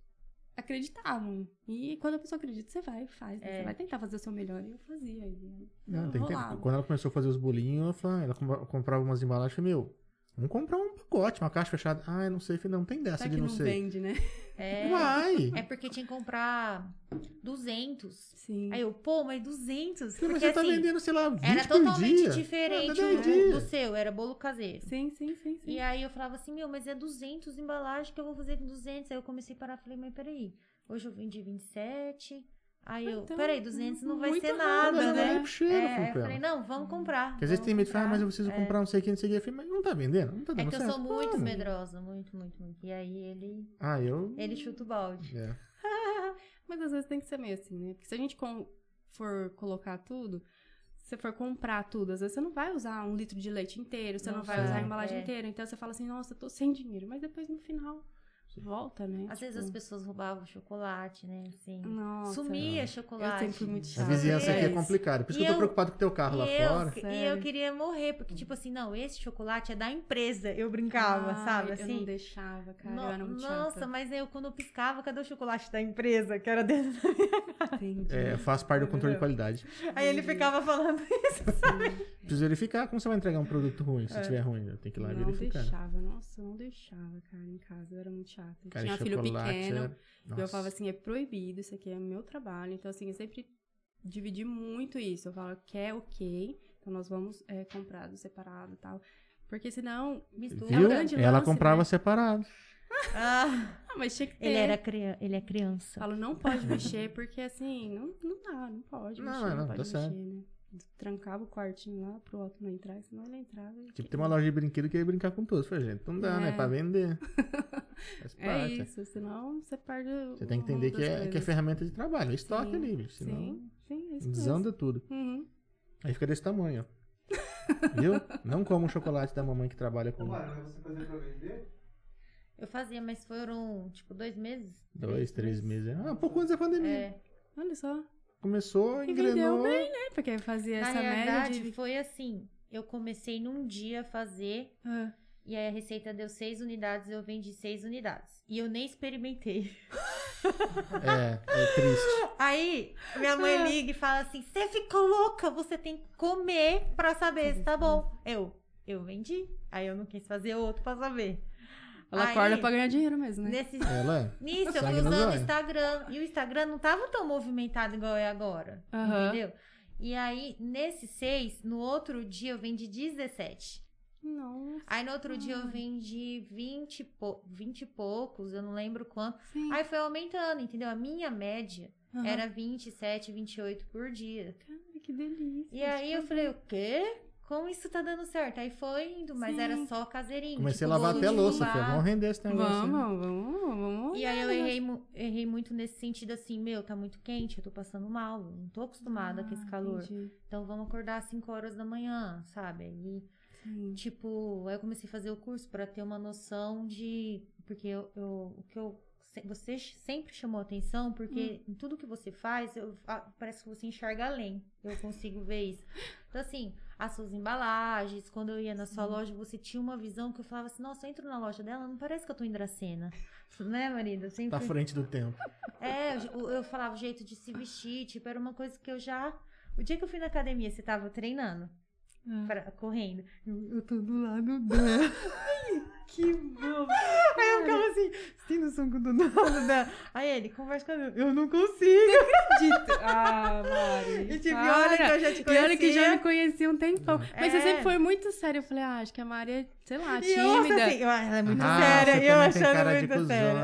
acreditavam. E quando a pessoa acredita, você vai, faz, né? É. você vai tentar fazer o seu melhor. E eu fazia. E Não, tem que ter- rolava. Quando ela começou a fazer os bolinhos, ela, falou- ela compra- comprava umas embalagens e falei, meu, vamos comprar um pacote, uma caixa fechada. Ah, eu não sei, falei, não tem dessa Será de que não, não sei. vende, né? tipo, É, Vai! é porque tinha que comprar 200. Sim. Aí eu, pô, mas 200? Falei, mas Porque você tá assim, vendendo, sei lá, 20 era por totalmente dia. diferente Ah, dez do, dias. do seu, era bolo caseiro. Sim, sim, sim, sim. E aí eu falava assim, meu, mas é 200 embalagens que eu vou fazer com 200. Aí eu comecei a parar, falei, mas peraí, hoje eu vendi 27. Aí eu, Então, peraí, 200 não vai muito ser Ah, errado, nada, mas né? eu não cheiro, É, falei aí eu pra falei, ela. não, vamos comprar. Porque às vezes vamos tem medo de falar, ah, comprar. mas eu preciso comprar não sei o que, não sei o que. Eu falei, mas não tá vendendo? Não tá dando É que eu certo? sou muito Vamos. medrosa, muito, muito, muito. E aí ele, Ah, eu... ele chuta o balde. É. Mas às vezes tem que ser meio assim, né? Porque se a gente com- for colocar tudo, se você for comprar tudo, às vezes você não vai usar um litro de leite inteiro, você não, Não vai vai, usar a embalagem é. inteira. Então você fala assim, nossa, eu tô sem dinheiro. Mas depois no final, Volta, né? Às vezes as pessoas roubavam chocolate, né? Assim. Nossa. Sumia Eu chocolate. sempre fui muito A chata. vizinhança aqui é Mas- complicada. Por isso E que eu tô eu- preocupado com o teu carro lá e eu, fora. que- e eu Sério. queria morrer, porque, tipo assim, não, esse chocolate é da empresa. Eu brincava, Ai, sabe? Eu não Assim. deixava, cara. No- eu era muito nossa, chata. mas eu quando eu piscava, cadê o chocolate da empresa? Que era dentro da Entendi. É, faz parte do controle de qualidade. Aí ele ficava falando isso. Preciso verificar como você vai entregar um produto ruim, É. se tiver ruim. né? Tem que ir lá não verificar. deixava, nossa, eu não deixava, cara, em casa. Eu era muito chata. Eu Cara, Tinha um e filho chocolate é- pequeno. E Nossa. eu falava assim, é proibido, isso aqui é meu trabalho. Então, assim, eu sempre dividi muito isso. Eu falo, quer ok, então nós vamos é, comprar do separado e tal. Porque senão mistura. Viu? É um grande Ela lance, comprava né? separado. Ah, Ah, mas tinha que ter. ele, era crian- ele é criança. Falo, não pode mexer, porque assim, não, não dá, não pode Não, mexer, não, não, tá pode mexer, certo. né? Trancava o quartinho lá pro outro não entrar, senão ele entrava. e- Tipo, tem uma loja de brinquedo que ia brincar com todos. Falei, gente, não dá, né? É. Pra vender. Faz É parte. isso, senão você perde o Você tem que o rumo entender que das é, que é coisas. ferramenta de trabalho, é estoque Sim, ali, bicho. Senão Sim, sim, é isso mesmo. desanda tudo. Uhum. Aí fica desse tamanho, ó. Viu? Não como o chocolate da mamãe que trabalha Ô, com Mari, mas Então, você fazia pra vender? Eu fazia, mas foram, tipo, dois meses. dois, três meses. Ah, pouco antes da pandemia. É, Olha só. Começou, E vendeu engrenou. bem, né? Porque fazia na essa realidade, média de... foi assim. Eu comecei num dia a fazer, Ah, e aí a receita deu seis unidades, eu vendi seis unidades. E eu nem experimentei. É, é triste. Aí, minha É. mãe liga e fala assim: você ficou louca, você tem que comer pra saber se tá bom. Eu, eu vendi. Aí eu não quis fazer outro pra saber. Ela Aí, acorda pra ganhar dinheiro mesmo, né? Nesse... Ela é. Nisso, eu fui Sangue nos usando o olhos. Instagram. E o Instagram não tava tão movimentado igual é agora. Aham. Entendeu? E aí, nesse seis, no outro dia eu vendi 17. Nossa, Aí no outro dia eu Ai. vendi 20, e pou- 20 e poucos, eu não lembro quanto. sim. Aí foi aumentando, entendeu? A minha média Aham. era 27, 28 por dia. Cara, que delícia. E aí eu falei, o quê? Como isso tá dando certo? Aí foi indo, mas Sim. era só caseirinho. Comecei tipo, a lavar bolo até de louça, fubá. filha. Vamos render esse negócio. Vamos, né? vamos, vamos. E aí eu errei, mu- errei muito nesse sentido assim, meu, tá muito quente, eu tô passando mal, eu não tô acostumada com esse Ah, calor. entendi. Então vamos acordar às 5 horas da manhã, sabe? Aí Sim. Tipo, aí eu comecei a fazer o curso pra ter uma noção de. Porque eu, eu- o que eu. se- Você ch- sempre chamou atenção, porque em tudo que você faz, eu, ah, parece que você enxerga além. Eu consigo ver isso. Então, assim, as suas embalagens, quando eu ia na sua loja, você tinha uma visão que eu falava assim: nossa, eu entro na loja dela, não parece que eu tô em Dracena. né, marido? Eu Tá Sempre. à frente do tempo. É, eu, eu falava o jeito de se vestir, tipo, era uma coisa que eu já. O dia que eu fui na academia, você tava treinando? Ah. Pra- correndo. Eu, eu tô do lado Que bom. Aí eu ficava assim, você tem noção que eu tô do lado dela? Aí ele, conversa com ela, eu não consigo. Dito. Ah, Mari. E tipo, para. olha que eu já te E conhecia. olha é que já me conhecia um tempão. Mas você É. sempre foi muito séria. Eu falei, ah, acho que a Mari é, sei lá, E eu acho tímida. assim, eu, ela é muito Ah, séria, você e eu também tem achando cara de muito cuzona,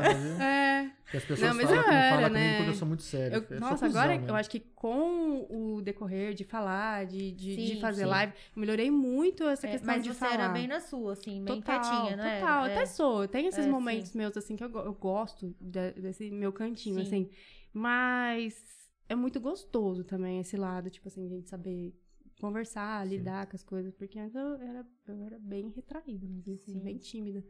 séria. viu? É. Porque as pessoas Não, mas falam, eu que não era, falam comigo né? porque eu sou muito sério. Eu- Eu sou nossa, cuzão agora mesmo. eu acho que com o decorrer de falar, de, de, de Sim, fazer sim. live, eu melhorei muito essa É, questão mas de você falar. era bem na sua, assim, bem total, quietinha, né? Total, é. até sou. Eu tenho esses É, momentos meus, assim, que eu, go- eu gosto de- desse meu cantinho, Sim. assim. Mas é muito gostoso também esse lado, tipo assim, a gente saber conversar, Sim. lidar com as coisas. Porque antes eu era, eu era bem retraída, mas assim, Sim. bem tímida.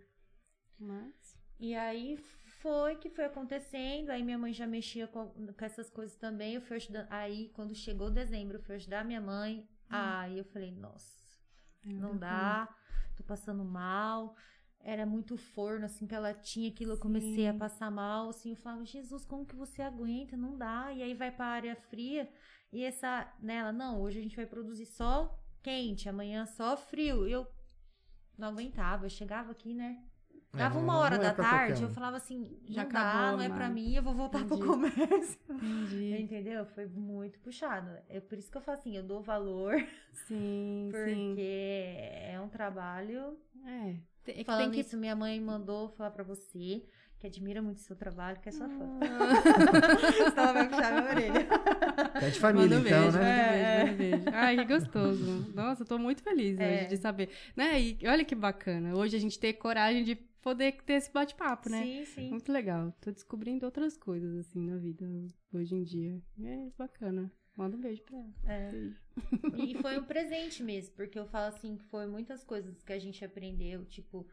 Mas... E aí foi que foi acontecendo, aí minha mãe já mexia com, com essas coisas também, eu fui ajudando. Aí, quando chegou dezembro, eu fui ajudar minha mãe, aí eu falei, nossa... é, não dá, tô passando mal. Era muito forno, assim, que ela tinha aquilo, eu comecei a Sim. passar mal, assim, eu falava, Jesus, como que você aguenta? Não dá. E aí vai pra área fria, e essa, nela, não, hoje a gente vai produzir só quente, amanhã só frio. Eu não aguentava, eu chegava aqui, né? É, Dava não- uma hora não é da pra qualquer tarde, um. eu falava assim, Já já não dá, acabou, não é pra Mari. mim, eu vou voltar pro Entendi. comércio. Entendi. Entendeu? Foi muito puxado. É por isso que eu falo assim, eu dou valor, Sim, sim. porque é um trabalho É. Tem- é que Falando tem que isso, minha mãe mandou falar pra você que admira muito o seu trabalho, que é sua fã. Ah. Senão ela vai puxar minha orelha. É de família, manda um então, beijo, né? É, Manda um beijo, manda um beijo. Ai, que gostoso. Nossa, eu tô muito feliz É. hoje de saber. Né? E olha que bacana. Hoje a gente ter coragem de poder ter esse bate-papo, né? Sim, sim. Muito legal. Tô descobrindo outras coisas, assim, na vida hoje em dia. É bacana. Manda um beijo pra ela. É. Beijo. E foi um presente mesmo, porque eu falo assim que foi muitas coisas que a gente aprendeu, tipo,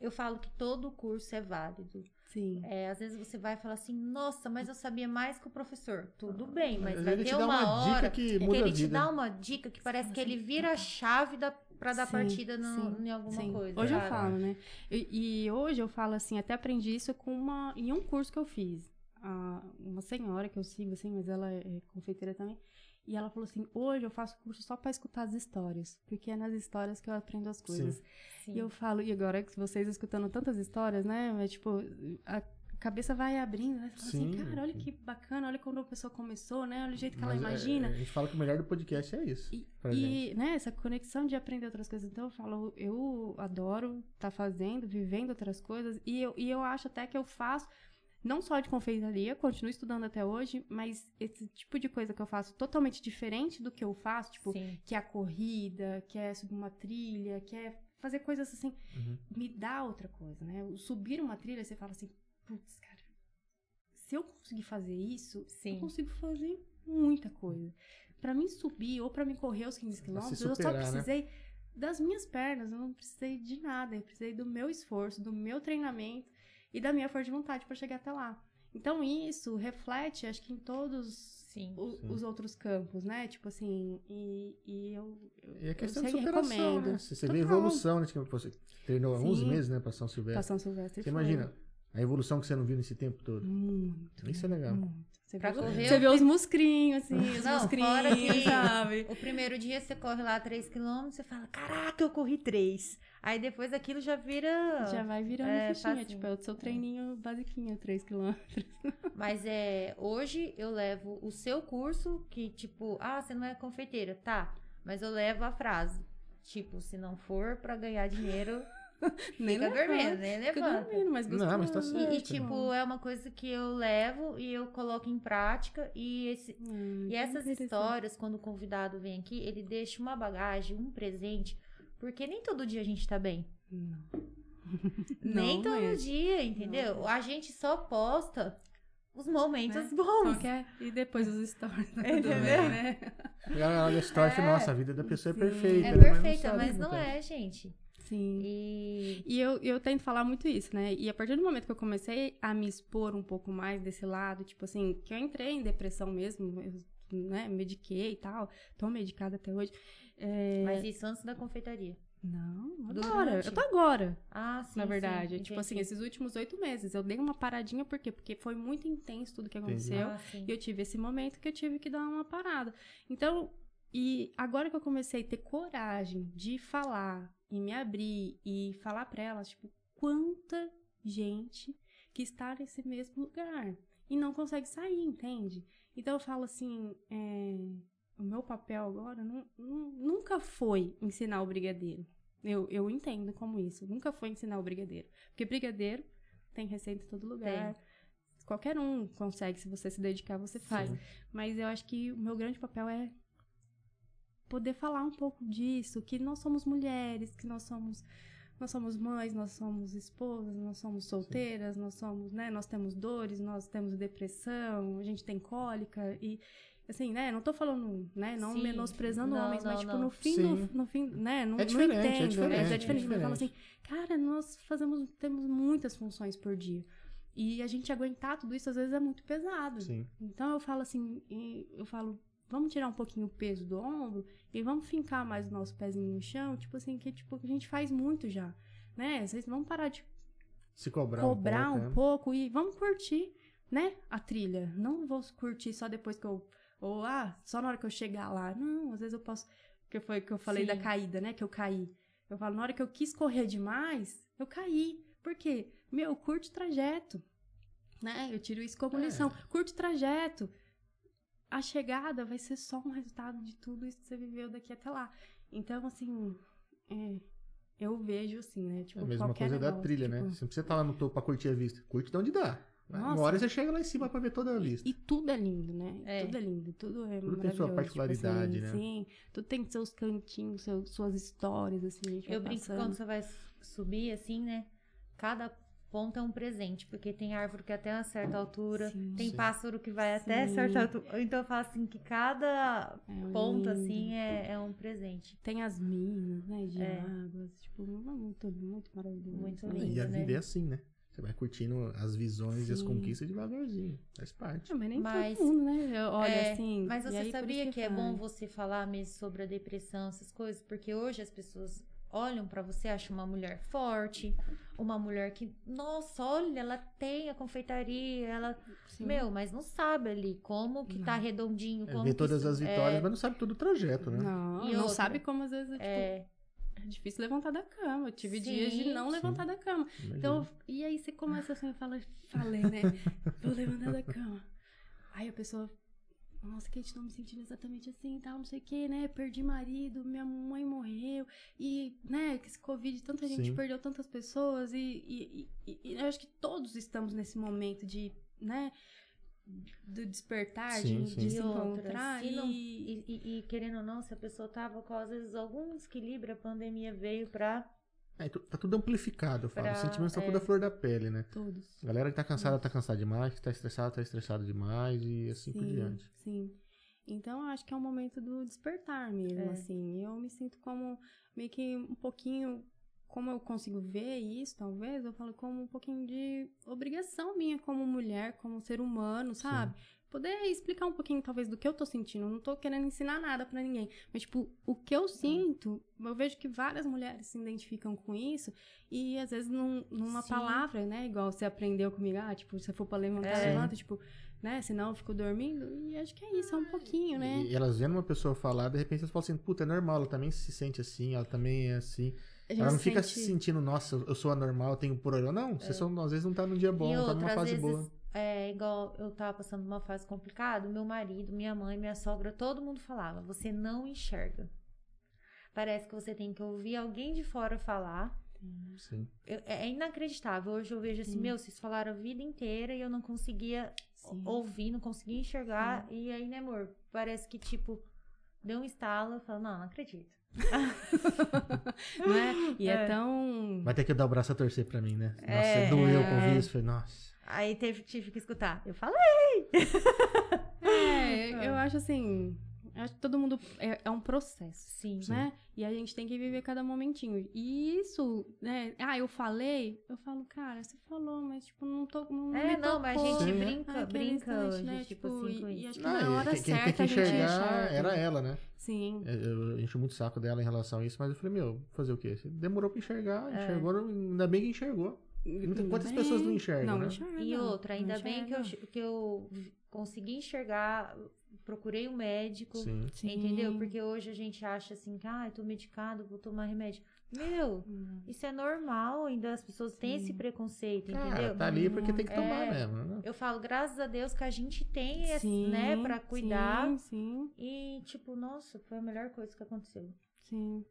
eu falo que todo curso é válido. Sim. É, às vezes você vai falar assim, nossa, mas eu sabia mais que o professor. Tudo Ah, bem, mas Ele vai te ter dá uma, dica hora que que muda a ele te vida. dá uma dica que parece que ele vira a chave da, pra dar assim, "Tá." Sim, partida no- sim, em alguma Sim. coisa. Hoje eu sabe? falo, né? E, e hoje eu falo assim, até aprendi isso com uma, em um curso que eu fiz. A- uma senhora que eu sigo, assim, mas ela é confeiteira também. E ela falou assim: hoje eu faço curso só pra escutar as histórias, porque é nas histórias que eu aprendo as coisas. Sim. E eu falo, e agora que vocês escutando tantas histórias, né? É tipo, a cabeça vai abrindo, vai falando assim, Sim. cara, olha que bacana, olha quando a pessoa começou, né? Olha o jeito que Mas ela é- imagina. a gente fala que o melhor do podcast é isso. E- pra gente. E, né, essa conexão de aprender outras coisas. Então, eu falo, eu adoro estar fazendo, vivendo outras coisas. E eu, e eu acho até que eu faço, não só de confeitaria, continuo estudando até hoje, mas esse tipo de coisa que eu faço totalmente diferente do que eu faço, tipo, Sim. que é a corrida, que é subir uma trilha, que é fazer coisas assim, Uhum. me dá outra coisa, né? O Subir uma trilha, você fala assim, putz, cara, se eu conseguir fazer isso, eu Sim. consigo fazer muita coisa. Pra mim subir ou pra mim correr os 15 quilômetros, eu superar, só né? precisei das minhas pernas, eu não precisei de nada, eu precisei do meu esforço, do meu treinamento e da minha força de vontade pra chegar até lá. Então isso reflete, acho que em todos Sim. o- Sim. os outros campos, né? Tipo assim, e, e eu. eu E a questão eu de sei, superação, recomendo. né? Você você vê a Total. evolução, né? Tipo, Você treinou há 11 Sim. meses, né? Pra São Silvestre. Passar um Silvestre Você foi imagina a evolução que você não viu nesse tempo todo. Muito. Isso é legal. muito. Você Pra vê, correr, você eu vê os muscrinhos, assim, os Não, fora muscrinhos, que- sabe? O primeiro dia você corre lá 3km, você fala, caraca, eu corri 3. Aí depois aquilo já vira. Já vai virando É, fichinha, facinho. tipo, é o seu treininho basiquinho, 3 km. Mas é, hoje eu levo o seu curso, que tipo, ah, você não é confeiteira, tá. Mas eu levo a frase. Tipo, se não for pra ganhar dinheiro, Nem fica levanta, dormindo, nem Fica levanta. dormindo, mas gostando. Não, mas tá E, e, certo. tipo, é uma coisa que eu levo e eu coloco em prática. E, esse, Hum, e essas interessante. histórias, quando o convidado vem aqui, ele deixa uma bagagem, um presente. Porque nem todo dia a gente tá bem. Não. nem Não todo mesmo. dia, entendeu? A gente só posta os momentos Né? bons. Qualquer... E depois os stories. né? Entendeu? Né? A galera olha a história e fala, É. nossa, a vida da pessoa é perfeita. É né? não perfeita, sabe mas como não tá. é, gente. Sim. E. E eu, eu tento falar muito isso, né? E a partir do momento que eu comecei a me expor um pouco mais desse lado, tipo assim, que eu entrei em depressão mesmo, eu, né? Mediquei e tal, tô medicada até hoje. É, Mas isso antes da confeitaria. Não, Durante? agora. Eu tô agora, Ah, sim. na sim, verdade. entendi. tipo assim, esses últimos oito meses. Eu dei uma paradinha, por quê? Porque foi muito intenso tudo que Entendi. aconteceu. Ah, sim. E eu tive esse momento que eu tive que dar uma parada. Então, e agora que eu comecei a ter coragem de falar e me abrir e falar pra elas, tipo, quanta gente que está nesse mesmo lugar e não consegue sair, entende? Então eu falo assim, é, o meu papel agora nu- nu- nunca foi ensinar o brigadeiro. Eu, eu entendo como isso, nunca foi ensinar o brigadeiro. Porque brigadeiro tem receita em todo lugar. Qualquer um consegue, se você se dedicar, você faz. Sim. Mas eu acho que o meu grande papel é poder falar um pouco disso, que nós somos mulheres, que nós somos nós somos mães, nós somos esposas, nós somos solteiras, nós somos, né, nós temos dores, nós temos depressão, a gente tem cólica e assim, né, não tô falando, né, não Sim. menosprezando Não, homens, mas não, tipo não. no fim, Sim. do, no fim, né, não, É não diferente, é entendo, diferente, mas é é diferente, mas eu falo assim, diferente. cara, nós fazemos temos muitas funções por dia. E a gente aguentar tudo isso às vezes é muito pesado. Sim. Então eu falo assim, e eu falo, vamos tirar um pouquinho o peso do ombro e vamos fincar mais o nosso pezinho no chão, tipo assim, que tipo, a gente faz muito já, né? Vocês vão parar de Se cobrar, um cobrar um pouco. né? pouco e vamos curtir, né? A trilha. Não vou curtir só depois que eu. Ou, ah, só na hora que eu chegar lá. Não, às vezes eu posso. Que foi o que eu falei da Sim. caída, né? Que eu caí. Eu falo, na hora que eu quis correr demais, eu caí. Por quê? Meu, curte o trajeto. Né? Eu tiro isso como É. lição. Curte o trajeto. A chegada vai ser só um resultado de tudo isso que você viveu daqui até lá. Então, assim. é, eu vejo assim, né? Tipo, É a mesma qualquer coisa da negócio, trilha, né? tipo, Você não precisa estar lá no topo pra curtir a vista. Curte de onde dá. Uma Nossa. hora você chega lá em cima pra ver toda a vista. E tudo é lindo, né? E É. Tudo é lindo, tudo é Tudo tem maravilhoso. sua particularidade, tipo né? assim, Sim, tudo tem seus cantinhos, seu- suas histórias, assim, a gente Eu vai brinco que passando. quando você vai subir, assim, né? Cada Ponta é um presente, porque tem árvore que é até uma certa altura, Sim. tem Sim. pássaro que vai até Sim. certa altura. Então eu falo assim que cada É ponta lindo. assim é, é um presente. Tem as minas, né? De É. águas. Tipo, muito, muito maravilhoso. Muito né? lindo. E a né? vida é assim, né? Você vai curtindo as visões e as Sim. conquistas devagarzinho. Faz parte. Ah, mas nem Mas- todo mundo, né? Eu- Olha, É, assim. Mas e você aí, por sabia isso que, é bom faz. você falar mesmo sobre a depressão, essas coisas? Porque hoje as pessoas olham pra você, acham uma mulher forte, uma mulher que, nossa, olha, ela tem a confeitaria, ela, Sim. meu, mas não sabe ali como que tá redondinho, É, como vê que todas isso- as vitórias, mas não sabe todo o trajeto, né? é. Não, E não outra? sabe como às vezes é, tipo, É, é difícil levantar da cama. Eu tive dias de Sim. não levantar da cama. Imagina. Então, e aí você começa assim, fala, falei, né? Vou levantar da cama. Aí a pessoa, nossa, Kate, não me sentindo exatamente assim, tal, não sei o que, né? Perdi marido, minha mãe morreu, e, né, que esse Covid, tanta gente Sim. perdeu tantas pessoas, e, e- e- e eu acho que todos estamos nesse momento de, né? Do despertar, Sim, de, um, sim. de E se outra, encontrar. se não- e... e, e- e querendo ou não, se a pessoa tava com, às vezes, algum desequilíbrio, a pandemia veio pra... É, tu- tá tudo amplificado, eu falo. Pra- Os sentimentos estão é. tudo à flor da pele, né? Todos. A galera que tá cansada, tá cansada demais. Que tá estressada, tá estressada demais. E assim por diante. Sim. Então, eu acho que é um momento do despertar mesmo, É. assim. Eu me sinto como meio que um pouquinho. Como eu consigo ver isso, talvez, eu falo como um pouquinho de obrigação minha como mulher, como ser humano, sabe? Poder explicar um pouquinho, talvez, do que eu tô sentindo. Eu não tô querendo ensinar nada pra ninguém. Mas, tipo, o que eu sinto, eu vejo que várias mulheres se identificam com isso. E, às vezes, num- numa Sim. palavra, né? Igual você aprendeu comigo, ah, tipo, se eu for pra levantar, É. levanta. Tipo, né? Senão eu fico dormindo. E acho que é isso, é um pouquinho, né? E elas vendo uma pessoa falar, de repente elas falam assim, puta, é normal, ela também se sente assim, ela também é assim. A gente Ela não se fica sente- assim. se sentindo, nossa, eu sou anormal, eu tenho problema. Não, você só, às vezes não tá num dia bom, e não tá numa outra, às fase vezes, boa. é igual eu tava passando uma fase complicada, meu marido, minha mãe, minha sogra, todo mundo falava, você não enxerga. Parece que você tem que ouvir alguém de fora falar. Sim. Eu- é é inacreditável. Hoje eu vejo assim, meu, vocês falaram a vida inteira e eu não conseguia Sim. ouvir, não conseguia enxergar. E aí, né, amor? Parece que, tipo, deu um estalo, eu falo, não, não acredito. Não é? E é, É. tão. Vai ter que dar o braço a torcer pra mim, né? Nossa, É, doeu é. com isso. Falei, nossa. Aí teve, tive que escutar. Eu falei. É, Ah. eu acho assim. eu Acho que todo mundo. É, é um processo, Sim. né? E a gente tem que viver cada momentinho. E isso, né? Ah, eu falei. Eu falo, cara, você falou, mas tipo, não tô. Não É, me não, mas a gente tocou. Sim. brinca, Naquele brinca instante, hoje, é né? tipo assim, com e isso. acho que Não, na e hora quem, quem certa tem que a gente enxergar enxerga. era ela, né? Sim. Eu, eu encho muito o saco dela em relação a isso, mas eu falei, meu, fazer o quê? Você demorou pra enxergar, enxergou, ainda bem que enxergou. É, Muita- quantas Bem, pessoas não enxergam, Hum, Não né? enxerga, E outra, ainda não bem que eu, enxerga. che- que eu vi- consegui enxergar, procurei um médico, Sim. entendeu? Sim. Porque hoje a gente acha assim, que, ah, eu tô medicado, vou tomar remédio. Meu, isso é normal, ainda as pessoas têm esse preconceito, É. Cara, entendeu? tá ali porque tem que É. tomar mesmo, né? Eu falo, graças a Deus que a gente tem, esse, Sim, né, pra cuidar. Sim, sim, E, tipo, nossa, foi a melhor coisa que aconteceu. sim.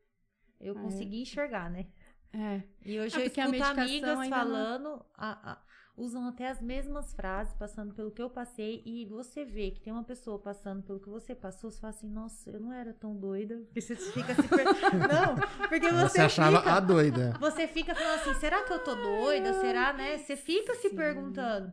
Eu Ah, é. consegui enxergar, né? É. E hoje Ah, eu porque a escuto medicação amigas ainda não- falando, a- a- usam até as mesmas frases, passando pelo que eu passei, e você vê que tem uma pessoa passando pelo que você passou, você fala assim, nossa, eu não era tão doida. Porque você fica se per... Não, porque você, Você achava fica... a doida. Você fica falando assim, será que eu tô doida? Será, né? Você fica se Sim. perguntando.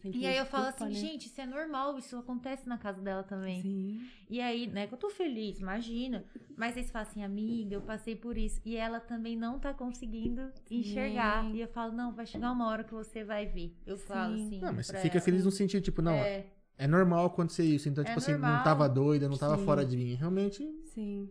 Tem que E ter aí eu falo desculpa, assim, né? gente, isso é normal, isso acontece na casa dela também. Sim. E aí, né, que eu tô feliz, imagina. Mas eles falam assim, amiga, eu passei por isso. E ela também não tá conseguindo enxergar. E eu falo, não, vai chegar uma hora que você vai ver. Eu falo Sim. assim. Não, mas você pra fica ela. feliz no sentido, tipo, não, é, É, normal acontecer isso. Então, É tipo assim, não normal. tava doida, não tava Sim. fora de mim. Realmente, Sim.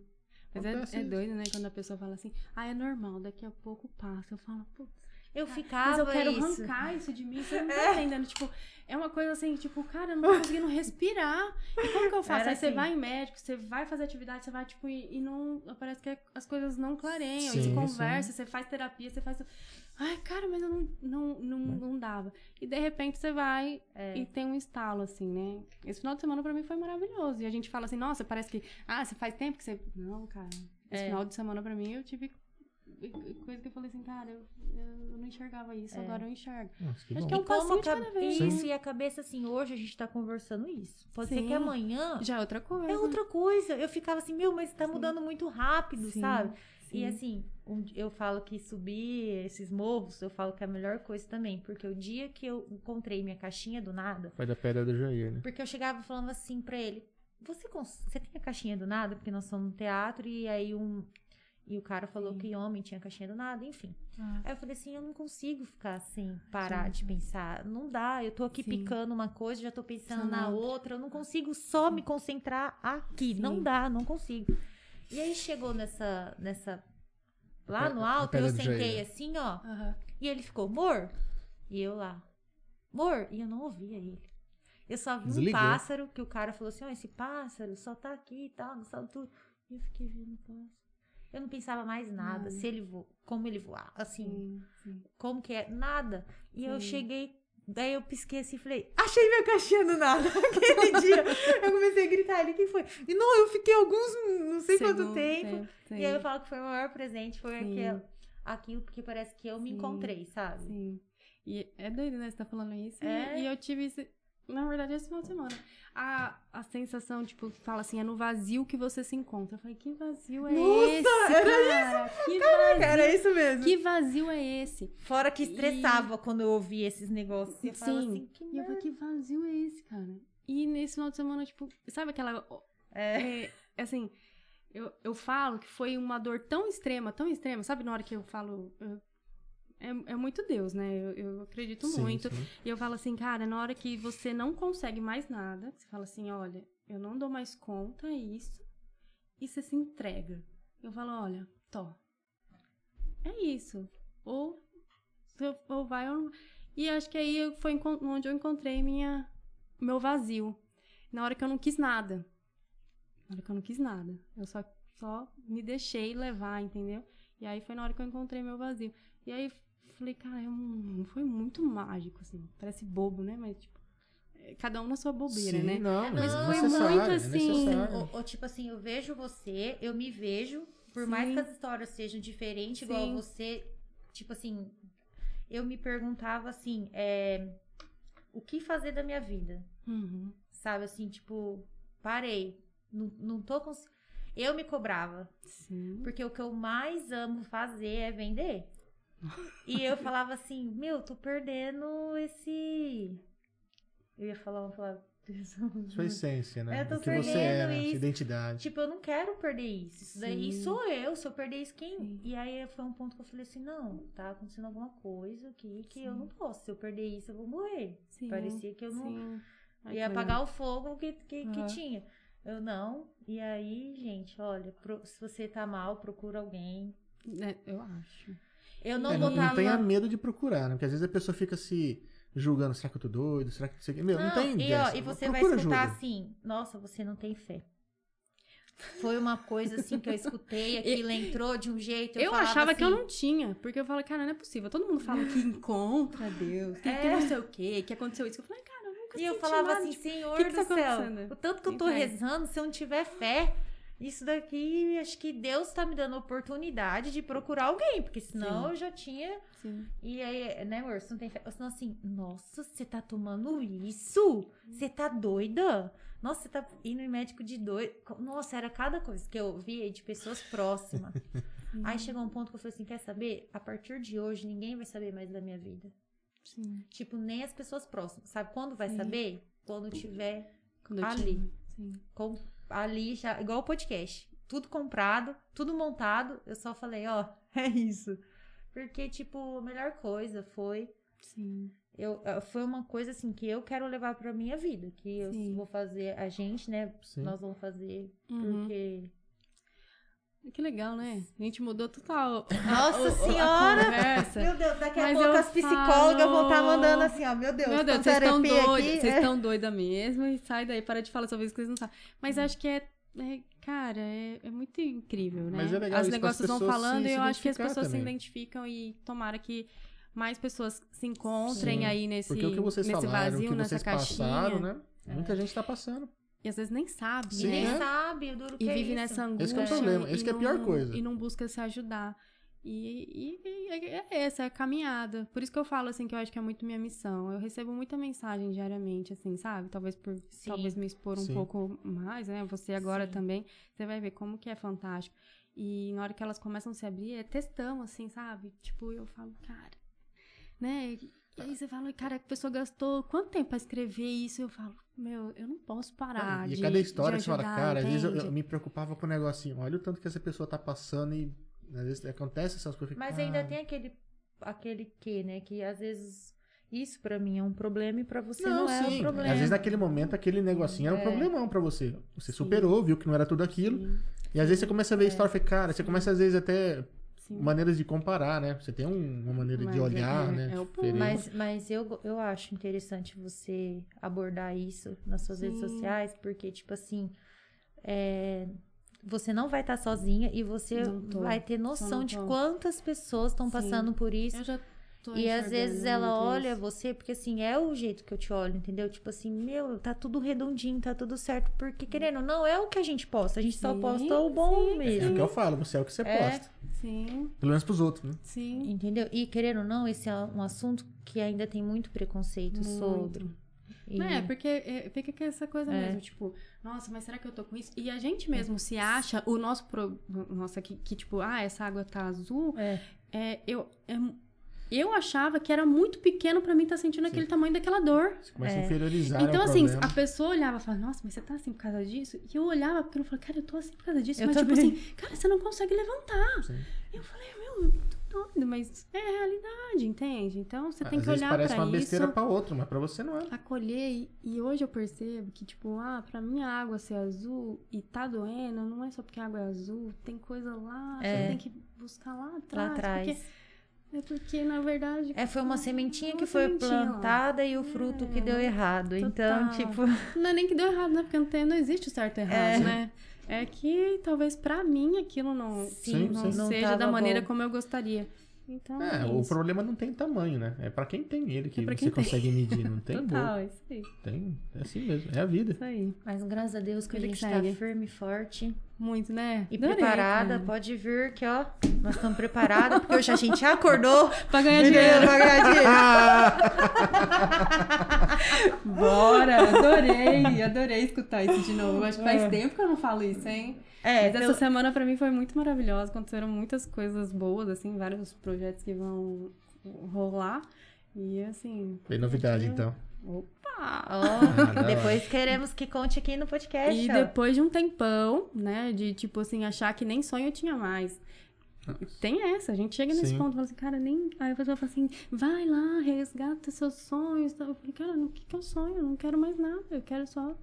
Mas Acontece é, é isso. doido, né? Quando a pessoa fala assim, ah, é normal, daqui a pouco passa. Eu falo, pô, eu mas ficava. eu quero isso. arrancar isso de mim, você não tá entendendo. Tipo, é uma coisa assim, tipo, cara, eu não tô conseguindo respirar. E como que eu faço? Era aí você assim. vai em médico, você vai fazer atividade, você vai, tipo, e, e não. Parece que as coisas não clareiam. e Sim, você sim. conversa, você faz terapia, você faz. Ai, cara, mas eu não, não, não, não dava. E de repente você vai É. e tem um estalo, assim, né? Esse final de semana pra mim foi maravilhoso. E a gente fala assim, nossa, parece que. Ah, você faz tempo que você. Não, cara. Esse É. final de semana pra mim eu tive coisa que eu falei assim, cara, eu, eu não enxergava É. isso, agora eu enxergo. nossa, que Acho bom. que é um E como passinho de a cada cabe- vez. Isso, e a cabeça assim, hoje a gente tá conversando isso. Pode ser Sim. que amanhã Já é outra coisa. um é outra coisa. Eu ficava assim, meu, mas tá mudando muito rápido, Sim, sabe? E assim, um- eu falo que subir esses morros, eu falo que é a melhor coisa também. Porque o dia que eu encontrei minha caixinha do nada, Foi da pedra do Jair, né? porque eu chegava falando assim pra ele: você, cons- você tem a caixinha do nada? Porque nós somos no teatro, e aí um. E o cara falou Sim. que homem tinha caixinha do nada, enfim. Ah. Aí eu falei assim, eu não consigo ficar assim, parar de pensar. Não dá, eu tô aqui Sim. picando uma coisa, já tô pensando Pensando na na outra, eu não consigo só me concentrar aqui. Não Sim. dá, não consigo. E aí chegou nessa. nessa lá Pe- no alto, pedra eu do sentei joelho. assim, ó. Aham. E ele ficou, mor? E eu lá, mor? E eu não ouvia ele. Eu só vi Desligou. um pássaro que o cara falou assim: ó, esse pássaro só tá aqui e tal, não sabe tudo. E eu fiquei vendo o pássaro. Eu não pensava mais nada, Nada. se ele voa, como ele voava, assim, Sim, sim. como que é, nada. E eu Sim. cheguei, daí eu pisquei assim e falei, achei minha caixinha do nada. Aquele dia eu comecei a gritar ali, quem foi? E não, eu fiquei alguns, não sei quanto Segundo tempo. sim. E aí eu falo que foi o maior presente, foi Sim. aquele, aquilo porque parece que eu me Sim. encontrei, sabe? Sim. E é doido, né? Você tá falando isso. e- É. E eu tive isso. Na verdade, esse final de semana. A, a sensação, tipo, fala assim, é no vazio que você se encontra. Eu falei, que vazio é Nossa, esse? Cara? Que vazio, Cara, é isso mesmo. que vazio é esse? Fora que E- estressava quando eu ouvia esses negócios. Eu falava Sim. assim, que E eu merda. falei, que vazio é esse, cara? E nesse final de semana, tipo, sabe aquela. É, assim, eu, eu falo que foi uma dor tão extrema, tão extrema, sabe? Na hora que eu falo. eu- é, é muito Deus, né? Eu, eu acredito Sim, muito. sim. E eu falo assim, cara, na hora que você não consegue mais nada, você fala assim, olha, eu não dou mais conta, é isso. E você se entrega. Eu falo, olha, tô. É isso. Ou, se eu- ou vai ou não. E acho que aí eu- foi encon- onde eu encontrei minha, meu vazio. Na hora que eu não quis nada. Na hora que eu não quis nada. Eu só, só me deixei levar, entendeu? E aí foi na hora que eu encontrei meu vazio. E aí falei, cara, é um- foi muito mágico, assim. Parece bobo, né? Mas, tipo, é, cada um na sua bobeira, Sim, né? Não, mas, Não, é foi necessário, muito é assim, necessário. Ou, ou tipo assim, eu vejo você, eu me vejo, por mais Sim. que as histórias sejam diferentes, igual Sim. você, tipo assim, eu me perguntava assim, é, o que fazer da minha vida? Uhum. Sabe assim, tipo, parei, não, não tô conseguindo. Eu me cobrava, Sim. porque o que eu mais amo fazer é vender. E eu falava assim, meu, tô perdendo esse. Eu ia falar uma palavra. Sua essência, né? Eu tô o que você perdendo era, isso. sua identidade. Tipo, eu não quero perder isso. Isso daí Sim. sou eu. Se eu perder isso, quem? Sim. E aí foi um ponto que eu falei assim: não, tá acontecendo alguma coisa aqui que eu não posso. Se eu perder isso, eu vou morrer. Sim. Parecia que eu não Sim. Ai, ia que apagar o fogo que, que, que Aham. tinha. Eu não. E aí, gente, olha, pro- se você tá mal, procura alguém. legal. É, eu acho. Eu Não, não é, não, não botava. tenha medo de procurar, né? Porque às vezes a pessoa fica se julgando, será que eu tô doido? Será que não sei o quê? Meu, não, tem e, ó, dessa. e você vai Procura escutar ajuda. assim: nossa, você não tem fé. Foi uma coisa assim que eu escutei, aquilo entrou de um jeito. Eu, Eu, falava achava que eu assim, não tinha, porque eu falo, cara, não é possível. Todo mundo fala que encontra Deus, que, que não sei o quê, que aconteceu isso. Eu falei, cara, É. eu nunca E eu senti falava nada, assim, tipo, Senhor que que tá do céu, acontecendo? o tanto que eu tô Entrega. rezando, se eu não tiver fé, isso daqui, acho que Deus tá me dando oportunidade de procurar alguém, porque senão Sim. eu já tinha. Sim. E aí, né, amor, você não tem fé. Ou senão assim, nossa, você tá tomando isso? Uhum. Você tá doida? Nossa, você tá indo em médico de doido. Nossa, era cada coisa que eu ouvia de pessoas próximas. Aí chegou um ponto que eu falei assim: quer saber? A partir de hoje, ninguém vai saber mais da minha vida. Sim. Tipo, nem as pessoas próximas. Sabe quando vai Sim. saber? Quando tiver Quando eu Ali. tinha- Sim. com- ali, já, igual o podcast. Tudo comprado, tudo montado. Eu só falei, ó, é isso. Porque, tipo, a melhor coisa foi. Sim. Eu, eh, foi uma coisa assim que eu quero levar pra minha vida. Que eu Sim. vou fazer, a gente, né? Sim. Nós vamos fazer. Uhum. Porque. Que legal, né? A gente mudou total. a- Nossa o- o- a Senhora! conversa. Meu Deus, daqui a Mas pouco eu as psicólogas vão estar falo- mandando assim, ó. Meu Deus, Meu Deus, com vocês estão terapia doidos, aqui, vocês é. estão doida mesmo e sai daí, para de falar sobre isso que vocês não sabem. Hum. Mas acho que é, é- cara, é, é muito incrível, né? Mas é legal Os isso para as negócios vão pessoas se- falando e se eu acho que as identificar pessoas se também. identificam e tomara que mais pessoas se encontrem Sim, aí nesse, Porque o que vocês nesse falaram, vazio, o que nessa vocês caixinha. passaram, né? Muita gente tá passando. E às vezes nem sabe, E Sim, nem né? né? sabe, o duro que E é vive isso. nessa angústia. Esse que é o problema, e esse que é a pior não- coisa. E não busca se ajudar. E, e- e é essa, é a caminhada. Por isso que eu falo, assim, que eu acho que é muito minha missão. Eu recebo muita mensagem diariamente, assim, sabe? Talvez por Sim. talvez me expor um Sim. pouco mais, né? Você agora Sim. também. Você vai ver como que é fantástico. E na hora que elas começam a se abrir, é testão, assim, sabe? Tipo, eu falo, cara, né? E aí você fala, cara, a pessoa gastou quanto tempo pra escrever isso? Eu falo, meu, eu não posso parar. e de, cada história de você fala, ajudar, cara, às vezes eu, entende? eu me preocupava com o negocinho. Olha o tanto que essa pessoa tá passando e às vezes acontece essas coisas. eu fico, Ah. "Ah, Mas ainda "Cara, tem aquele, aquele que, né? Que às vezes isso pra mim é um problema e pra você não, Não, é sim. um problema. Às vezes naquele momento aquele negocinho É. era um problemão pra você. Você superou, viu que não era tudo aquilo. Sim, E às vezes você começa a É. ver história e fala, cara, você começa às vezes até sim. maneiras de comparar, né? Você tem um- uma maneira Mas de é- olhar, é- né? é o ponto. diferente. Mas, mas eu, go- eu acho interessante você abordar isso nas suas redes Sim. sociais, porque, tipo assim, é, você não vai estar sozinha e você Não tô. vai ter Só noção não de tô. quantas pessoas estão Sim. passando por isso. Eu já tô E às vezes enxergando ela muito olha isso. você, porque assim, é o jeito que eu te olho, entendeu? Tipo assim, meu, tá tudo redondinho, tá tudo certo. Porque querendo, ou não é o que a gente posta, a gente só Sim, posta o bom É o mesmo. que eu falo, você é o que você É. posta. Sim, Pelo menos pros outros, né? sim. Entendeu? E querendo ou não, esse é um assunto que ainda tem muito preconceito Muito. sobre. E- É, porque é, fica com essa coisa É. mesmo, tipo, nossa, mas será que eu tô com isso? E a gente mesmo se acha, o nosso, pro- nossa, que, que tipo, ah, essa água tá azul, É. é, eu, é mu- eu achava que era muito pequeno pra mim estar sentindo Sim. aquele tamanho daquela dor. Você começa a É. inferiorizar. então, é um assim, problema. a pessoa olhava e falava, nossa, mas você tá assim por causa disso? E eu olhava porque eu falava, cara, eu tô assim por causa disso, Eu mas também. tipo assim, cara, você não consegue levantar. Sim. Eu falei, meu, eu tô doido, mas é a realidade, entende? Então você É, tem às que vezes olhar parece pra uma isso besteira pra outra, mas pra você não é. acolher e- e hoje eu percebo que tipo ah pra mim a água ser azul e tá doendo não é só porque a água é azul tem coisa lá você É. tem que buscar lá atrás, lá atrás. porque- é porque na verdade É, foi uma sementinha Uma que foi sementinha lá. plantada e o fruto que deu errado. Então, total. tipo, não é nem que deu errado né porque não tem não existe o certo e errado né é que talvez pra mim aquilo não Sim, não sim. assim, não seja tava da maneira bom. como eu gostaria então É, é, o isso. problema não tem tamanho, né? É pra quem tem ele que É pra você quem tem. consegue medir. Não tem boca, total é isso aí tem. É assim mesmo. É a vida. isso aí Mas graças a Deus que a Vida que gente tá segue. firme e forte. muito né E Adorei, preparada. cara. Pode vir que, ó, nós estamos preparadas, porque hoje a gente já acordou. pra ganhar dinheiro Ah, Entendeu? Pra ganhar dinheiro. Bora! Adorei! Adorei escutar isso de novo. Acho que faz tempo que eu não falo isso, hein? É, Mas essa semana pra mim foi muito maravilhosa. Aconteceram muitas coisas boas, assim, vários projetos que vão rolar. E assim. Tem novidade, então. Opa! Ó, da hora. depois queremos que conte aqui no podcast. Ah, E ó. depois de um tempão, né, de tipo assim, achar que nem sonho eu tinha mais. Tem essa, a gente chega nesse Sim. ponto e fala assim, cara, nem. Aí a pessoa fala assim, vai lá, resgata seus sonhos. tal. Eu falei, cara, o que, que eu sonho? Eu não quero mais nada, eu quero só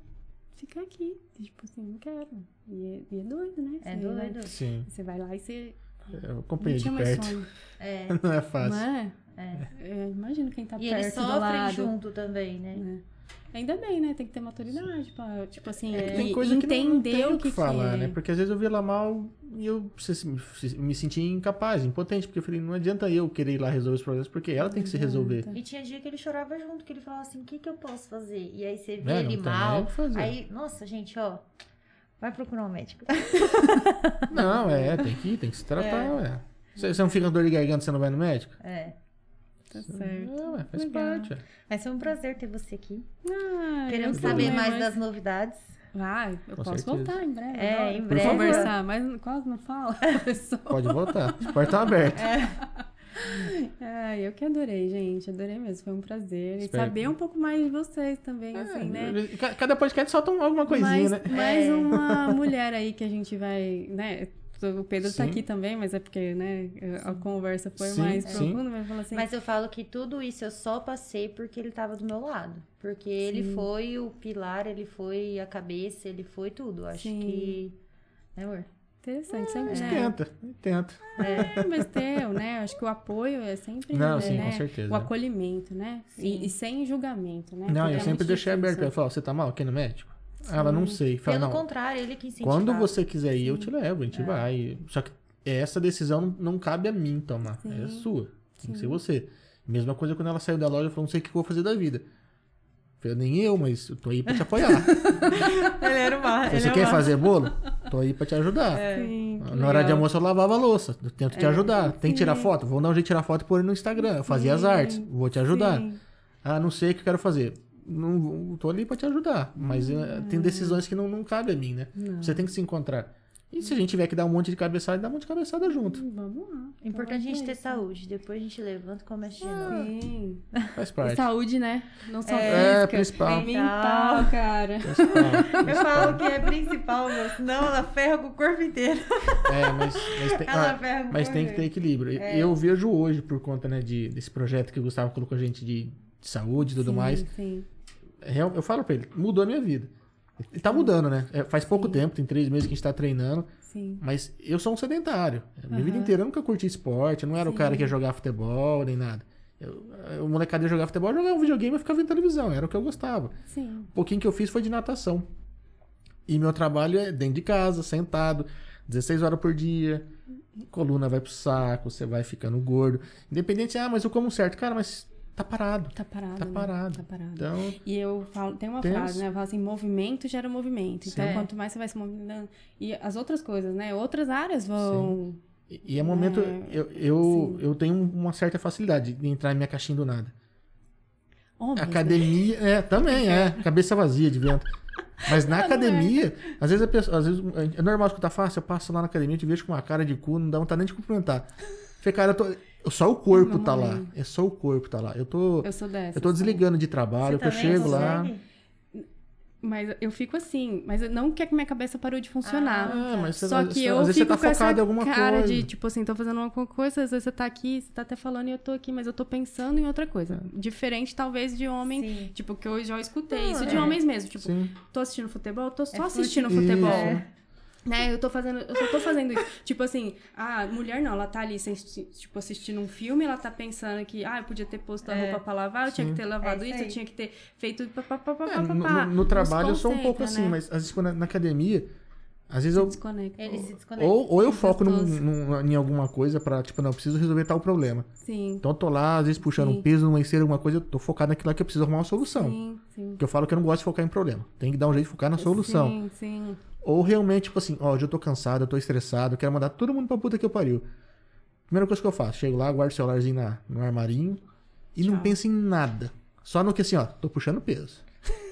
ficar aqui. E, tipo assim, não quero. E é, e é doido, né? É Você vai- doido. Sim. Você vai lá e você Eu não acompanhei de tinha mais perto. sonho. É. Não é fácil. Não é? É. Eu imagino quem tá E perto eles do sofrem lado. junto também, né? né? Ainda bem, né? Tem que ter maturidade pra, tipo assim, É que e- tem coisa que não- não entender tem o que, que falar, é. né? Porque às vezes eu via lá mal e eu se- se- me senti incapaz, impotente, porque eu falei, não adianta eu querer ir lá resolver os problemas, porque ela tem que se resolver. E tinha dia que ele chorava junto, que ele falava assim, o que, que eu posso fazer? E aí você vê Né? Não ele tem nem mal. o que fazer. Aí, nossa, gente, ó, vai procurar um médico. Não, é, tem que ir, tem que se tratar, ué. Você, você não fica com dor de garganta, você não vai no médico? É. Tá certo. Não, ué, faz Legal. parte. ué. Mas foi um prazer ter você aqui. Ah, Queremos eu saber também, mais mas- das novidades. Vai, eu Com posso certeza. voltar em breve. É, adoro em breve. Conversar, mas quase não fala, pessoal. Pode voltar. tá As portas estão abertas. É, eu que adorei, gente. Adorei mesmo, foi um prazer. E Espero saber que- um pouco mais de vocês também, assim, né? É, Ca- Cada podcast solta um- alguma coisinha, mais, né? mais É. uma mulher aí que a gente vai, né? O Pedro tá Sim. aqui também, mas é porque, né, a conversa foi Sim, mais sim. profunda, mas fala assim. Mas eu falo que tudo isso eu só passei porque ele tava do meu lado. Porque ele foi o pilar, ele foi a cabeça, ele foi tudo. Acho Sim. que. Né, amor? Interessante, sempre, né? Tenta, tenta. É, mas teu, né? Acho que o apoio é sempre. Não, né? sim, com certeza. O acolhimento, né? E, e sem julgamento, né? Não, Porque eu é sempre muito deixei aberto. difícil. Ela falou, você tá mal? Quer ir no médico? Ela não sei. Fala, Pelo não, contrário, ele que incentivou. Quando você quiser ir, eu te levo, a É. gente vai. Só que essa decisão não cabe a mim tomar. É Sim. sua. Tem que ser você. Mesma coisa quando ela saiu da loja e falou, não sei o que eu vou fazer da vida. Eu Falei, nem eu, mas eu tô aí pra te apoiar. Ele era uma. É. você quer fazer bolo? Tô aí pra te ajudar. Sim, que Na hora de legal. É, almoço eu lavava a louça. Eu tento te ajudar. Tem que tirar foto? Vou dar um jeito de tirar foto e pôr no Instagram. Eu fazia as Sim. artes. Vou te ajudar. Sim. Ah, não sei o que eu quero fazer. Não Ah. vou- tô ali pra te ajudar. Mas eh, tem decisões que não, não cabe a mim, né? Você tem que se encontrar. E se a gente tiver que dar um monte de cabeçada, dá um monte de cabeçada junto. Vamos lá. O importante é a gente ter isso. saúde. Depois a gente levanta e começa de novo. Sim. Faz E parte. saúde, né? Não só É, física. principal. Mental, cara. Principal, Eu principal. falo que é principal, mas não, ela ferra com o corpo inteiro. É, mas, mas tem, Ela ah, ferra com o mas corpo tem que inteiro. ter equilíbrio. É. Eu vejo hoje, por conta né, de, desse projeto que o Gustavo colocou a gente de, de saúde e tudo Sim, mais, Sim. real- eu falo pra ele, mudou a minha vida. E tá mudando, né? É, faz pouco tempo, tem três meses que a gente tá treinando, Sim. mas eu sou um sedentário. A Minha vida Aham. inteira eu nunca curti esporte, eu não era o cara que ia jogar futebol nem nada. Eu, eu, molecada ia jogar futebol, eu jogava um videogame e ficava vendo televisão, era o que eu gostava. Sim. O pouquinho que eu fiz foi de natação. E meu trabalho é dentro de casa, sentado, 16 horas por dia. Coluna vai pro saco, você vai ficando gordo. Independente, ah, mas eu como certo. Cara, mas tá parado. Tá parado. Tá né? parado. Tá parado. Então, E eu falo, tem uma Tem frase, isso. né? Eu falo assim, movimento gera movimento. Então, Sim. quanto mais você vai se movimentando. E as outras coisas, né? Outras áreas vão. e e é momento. É, eu, eu, eu tenho uma certa facilidade de entrar em minha caixinha do nada. Homens, né? Academia, é, também é. Cabeça vazia de vento. Mas é. na academia, às vezes a pessoa. Às vezes, é normal escutar fácil, eu passo lá na academia, eu te vejo com uma cara de cu, não dá vontade nem de cumprimentar. Falei, cara, eu tô- só o corpo tá lá. Mamãe. É só o corpo tá lá. Eu tô. Eu sou dessa. Eu tô sabe? desligando de trabalho, que eu também chego lá. consegue? Mas eu fico assim, mas eu não quer que minha cabeça parou de funcionar. Ah, mas você, Só às que vezes- eu às vezes fico você tá com essa focado em alguma cara coisa. de, tipo assim, tô fazendo alguma coisa, às vezes você tá aqui, você tá até falando e eu tô aqui, mas eu tô pensando em outra coisa. Diferente, talvez, de homem, Sim. tipo, que eu já escutei Ah, isso de é. homens mesmo. Tipo, Sim. tô assistindo futebol, tô só fute- É. assistindo Isso. futebol. Né, eu tô fazendo, eu só tô fazendo isso. tipo assim, a mulher não, ela tá ali sem- tipo, assistindo um filme, ela tá pensando que, ah, eu podia ter posto a É. roupa pra lavar, eu tinha Sim. que ter lavado É isso isso, eu aí. tinha que ter feito pá, pá, pá, pá, É, pá, no, pá, no- pá. no Nos trabalho eu sou um concentra, pouco assim, né? mas às vezes quando, na academia, às vezes Se eu. desconecta. Ele se é desconecta. Ou, ou eu foco num- Desgostoso. num- em alguma coisa pra, tipo, não, eu preciso resolver tal problema. Sim. Então eu tô lá, às vezes puxando Sim. um peso, uma esteira, alguma coisa, eu tô focado naquilo lá que eu preciso arrumar uma solução. Sim, sim. Porque eu falo que eu não gosto de focar em problema. Tem que dar um jeito de focar na solução. Sim, sim. Ou realmente, tipo assim, ó, hoje eu tô cansado, eu tô estressado, eu quero mandar todo mundo pra puta que eu pariu. Primeira coisa que eu faço, chego lá, guardo o celularzinho na, no armarinho e não Tchau. penso em nada. Só no que assim, ó, tô puxando peso.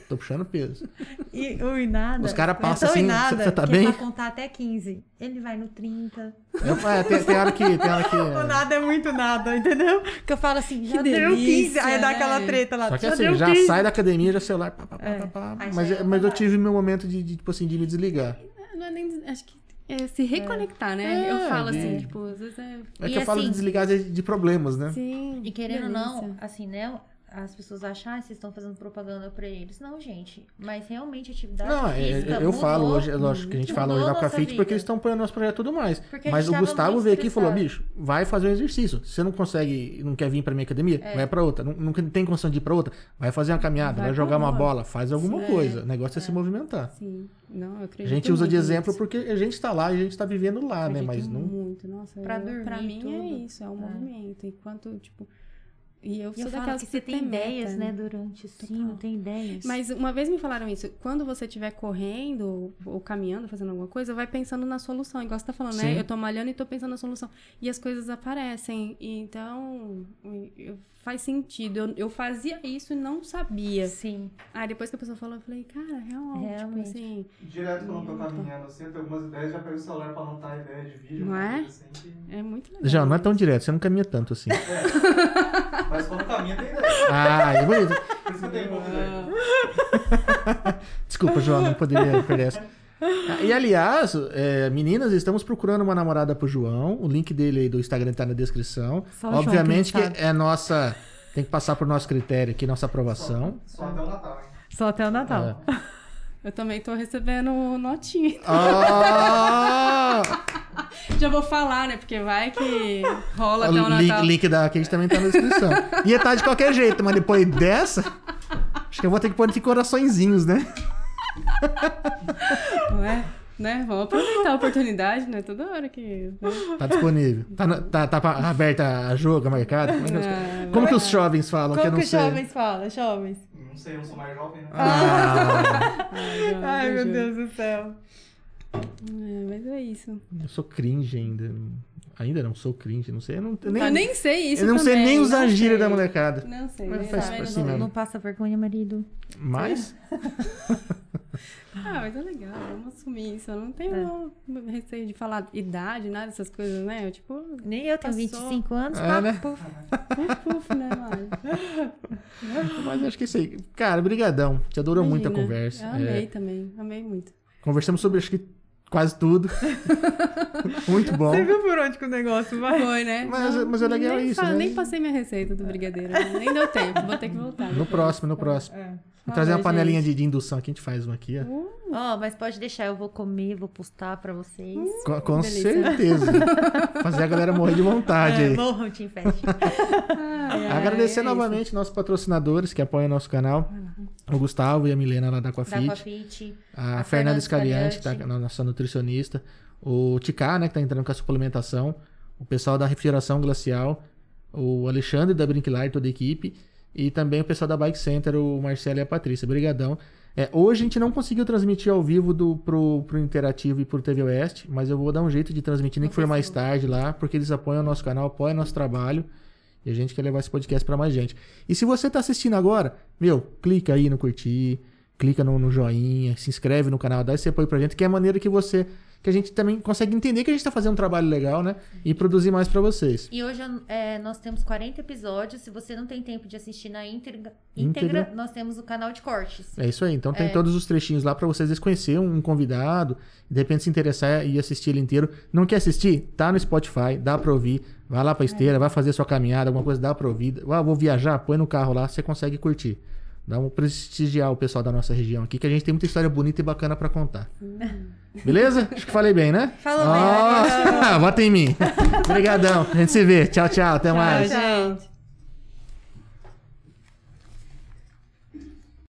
Tô puxando peso. E, ui, nada. Os cara Eu passa tô em assim, nada, "Cê- cê tá que é bem?" Pra contar até 15. Ele vai no 30. Eu- é, tem, tem hora que. Tem hora que O nada é muito nada, entendeu? Que eu falo assim, já Que deu 15. delícia, Aí dá aquela né? treta lá. Só que já assim, deu já 15. sai da academia, já celular, pá, pá, pá, É. pá, pá. Aí Mas, sai é- do mas eu trabalho. tive meu momento de, de, tipo assim, de me desligar. Não é nem. Acho que é se reconectar, né? É, eu falo assim, é. tipo, às vezes é. É E que eu falo de assim- desligar de, de problemas, né? Sim. E querendo ou não, delícia. assim, né? As pessoas acham, ah, vocês estão fazendo propaganda pra eles. Não, gente. Mas realmente a atividade Não, é, física eu falo mudou. Uhum. hoje, é lógico que a gente fala mudou hoje da nossa Cafite porque vida. eles estão apoiando nosso projeto e tudo mais. Porque a Mas gente o tava Gustavo muito veio aqui e falou: estressado. bicho, vai fazer um exercício. Você não consegue, não quer vir pra minha academia? É. Vai pra outra. Não, não tem condição de ir pra outra? Vai fazer uma caminhada, vai, Vai pra jogar uma rua. bola, faz alguma É, coisa. O negócio é, se movimentar. Sim. Não, eu A acredito. gente usa de muito exemplo nisso. porque a gente tá lá e a gente tá vivendo lá, né? Acredito Mas não. Muito, nossa. Pra eu- dormir, pra mim é tudo. isso, é um É. movimento. Enquanto, tipo. E eu E sou eu falo daquelas que você tem meta, ideias, né? Durante o sino, Total. tem ideias. Mas uma vez me falaram isso, quando você estiver correndo ou, ou caminhando, fazendo alguma coisa, vai pensando na solução. Igual você tá falando, Sim. né? Eu tô malhando e tô pensando na solução. E as coisas aparecem. E Então, eu- faz sentido. Eu, eu fazia isso e não sabia. Sim. Aí depois que a pessoa falou, eu falei, cara, realmente, Realmente. tipo assim. Direto quando eu tô Eita. caminhando, assim, eu tenho algumas ideias, já pego o celular pra anotar a ideia de vídeo. Não alguma é? coisa Assim, que- É muito legal. Já, não é tão direto, você não caminha tanto assim. Mas quando caminha tem ideia. ah, é bonito. Por isso que eu tenho pouca ideia. é? Desculpa, João, não poderia perder essa. Ah, E aliás, é, meninas, estamos procurando uma namorada pro João. O link dele aí do Instagram tá na descrição. Só o João Obviamente que que, não é nossa. Tem que passar por nosso critério aqui, nossa aprovação. É. Só até o Natal, hein? Só até o Natal. Eu também tô recebendo notinha. Ah! Já vou falar, né? Porque vai que rola um até o o link, Natal. link da Kate também tá na descrição. Ia estar de qualquer jeito, mas depois dessa. Acho que eu vou ter que pôr de coraçõezinhos, né? Não é? Né? Vamos aproveitar a oportunidade, né? Toda hora que. né? Tá disponível. Tá, na- tá, tá pra- aberta a jogo, a mercado. Como, é que os- Ah, como que os jovens falam? que eu Como não que os sei. jovens falam, jovens? Não sei, eu não sou mais jovem, né? Ah, Ai, já, Ai, meu já. Deus do céu. É, mas é isso. eu sou cringe ainda. Ainda não sou cringe, não sei. Eu não, eu nem, eu Ah, nem sei isso. eu não sei também, nem não usar a gíria sei. da molecada. Não sei. Mas eu faz né? também pra não cima. sei. Não passa vergonha, marido. Mas. Ah, mas é legal, vamos assumir isso. Eu não tenho não, É. receio de falar idade, nada dessas coisas, né? Eu, tipo, Nem eu tá tenho Passou. 25 anos, É, pá, né? puf. puf, puf, né, Mari? Mas acho que é isso aí. Cara, brigadão. Te adorou muito a Imagina. conversa. Eu É, amei também, amei muito. conversamos sobre acho que quase tudo. muito bom. Você viu por onde que o negócio vai? Foi, né? Mas- mas é legal nem isso, fa- né? Nem passei minha receita do brigadeiro, né? nem deu tempo, vou ter que voltar. No próximo, no próximo. É. Vou trazer uma gente. Hum, panelinha de, de indução aqui, a gente faz uma aqui, ó. Ó, mas pode deixar, eu vou comer, vou postar pra vocês. Com, com delícia. certeza. Fazer a galera morrer de vontade aí. É, Bom, Team Fest. Ai, ai, Agradecer é isso. Uhum. novamente nossos patrocinadores que apoiam nosso canal. O Gustavo e a Milena lá Da da Aquafit. Coafit. A, A Fernanda Fernanda Escariante, que tá, Scariante. a nossa nutricionista. O Ticá, né, que tá entrando com a suplementação. O pessoal da refrigeração glacial. O Alexandre da Brinquilar, e toda a equipe. E também o pessoal da Bike Center, o Marcelo e a Patrícia. Obrigadão. É, hoje a gente não conseguiu transmitir ao vivo do, pro, pro Interativo e pro TV Oeste, mas eu vou dar um jeito de transmitir, nem que for mais tarde lá, porque eles apoiam o nosso canal, apoiam o nosso trabalho. E a gente quer levar esse podcast pra mais gente. E se você tá assistindo agora, meu, clica aí no curtir, clica no, no joinha, se inscreve no canal, dá esse apoio pra gente, que é a maneira que você. Que a gente também consegue entender que a gente tá fazendo um trabalho legal, né? E produzir mais pra vocês. E hoje é, nós temos 40 episódios. Se você não tem tempo de assistir na íntegra, Íntegra. íntegra, nós temos o canal de cortes. É isso aí. Então tem todos os trechinhos lá pra vocês desconhecerem um convidado, de repente se interessar e assistir ele inteiro. Não quer assistir? Tá no Spotify, dá pra ouvir. Vai lá pra esteira, vai fazer sua caminhada, alguma coisa dá pra ouvir. Ah, vou viajar, põe no carro lá, você consegue curtir. Dá um prestigiar o pessoal da nossa região aqui, que a gente tem muita história bonita e bacana pra contar. Beleza? Acho que falei bem, né? Falou, Nossa, Vota em mim. Obrigadão. A gente se vê. Tchau, tchau. Até mais. gente.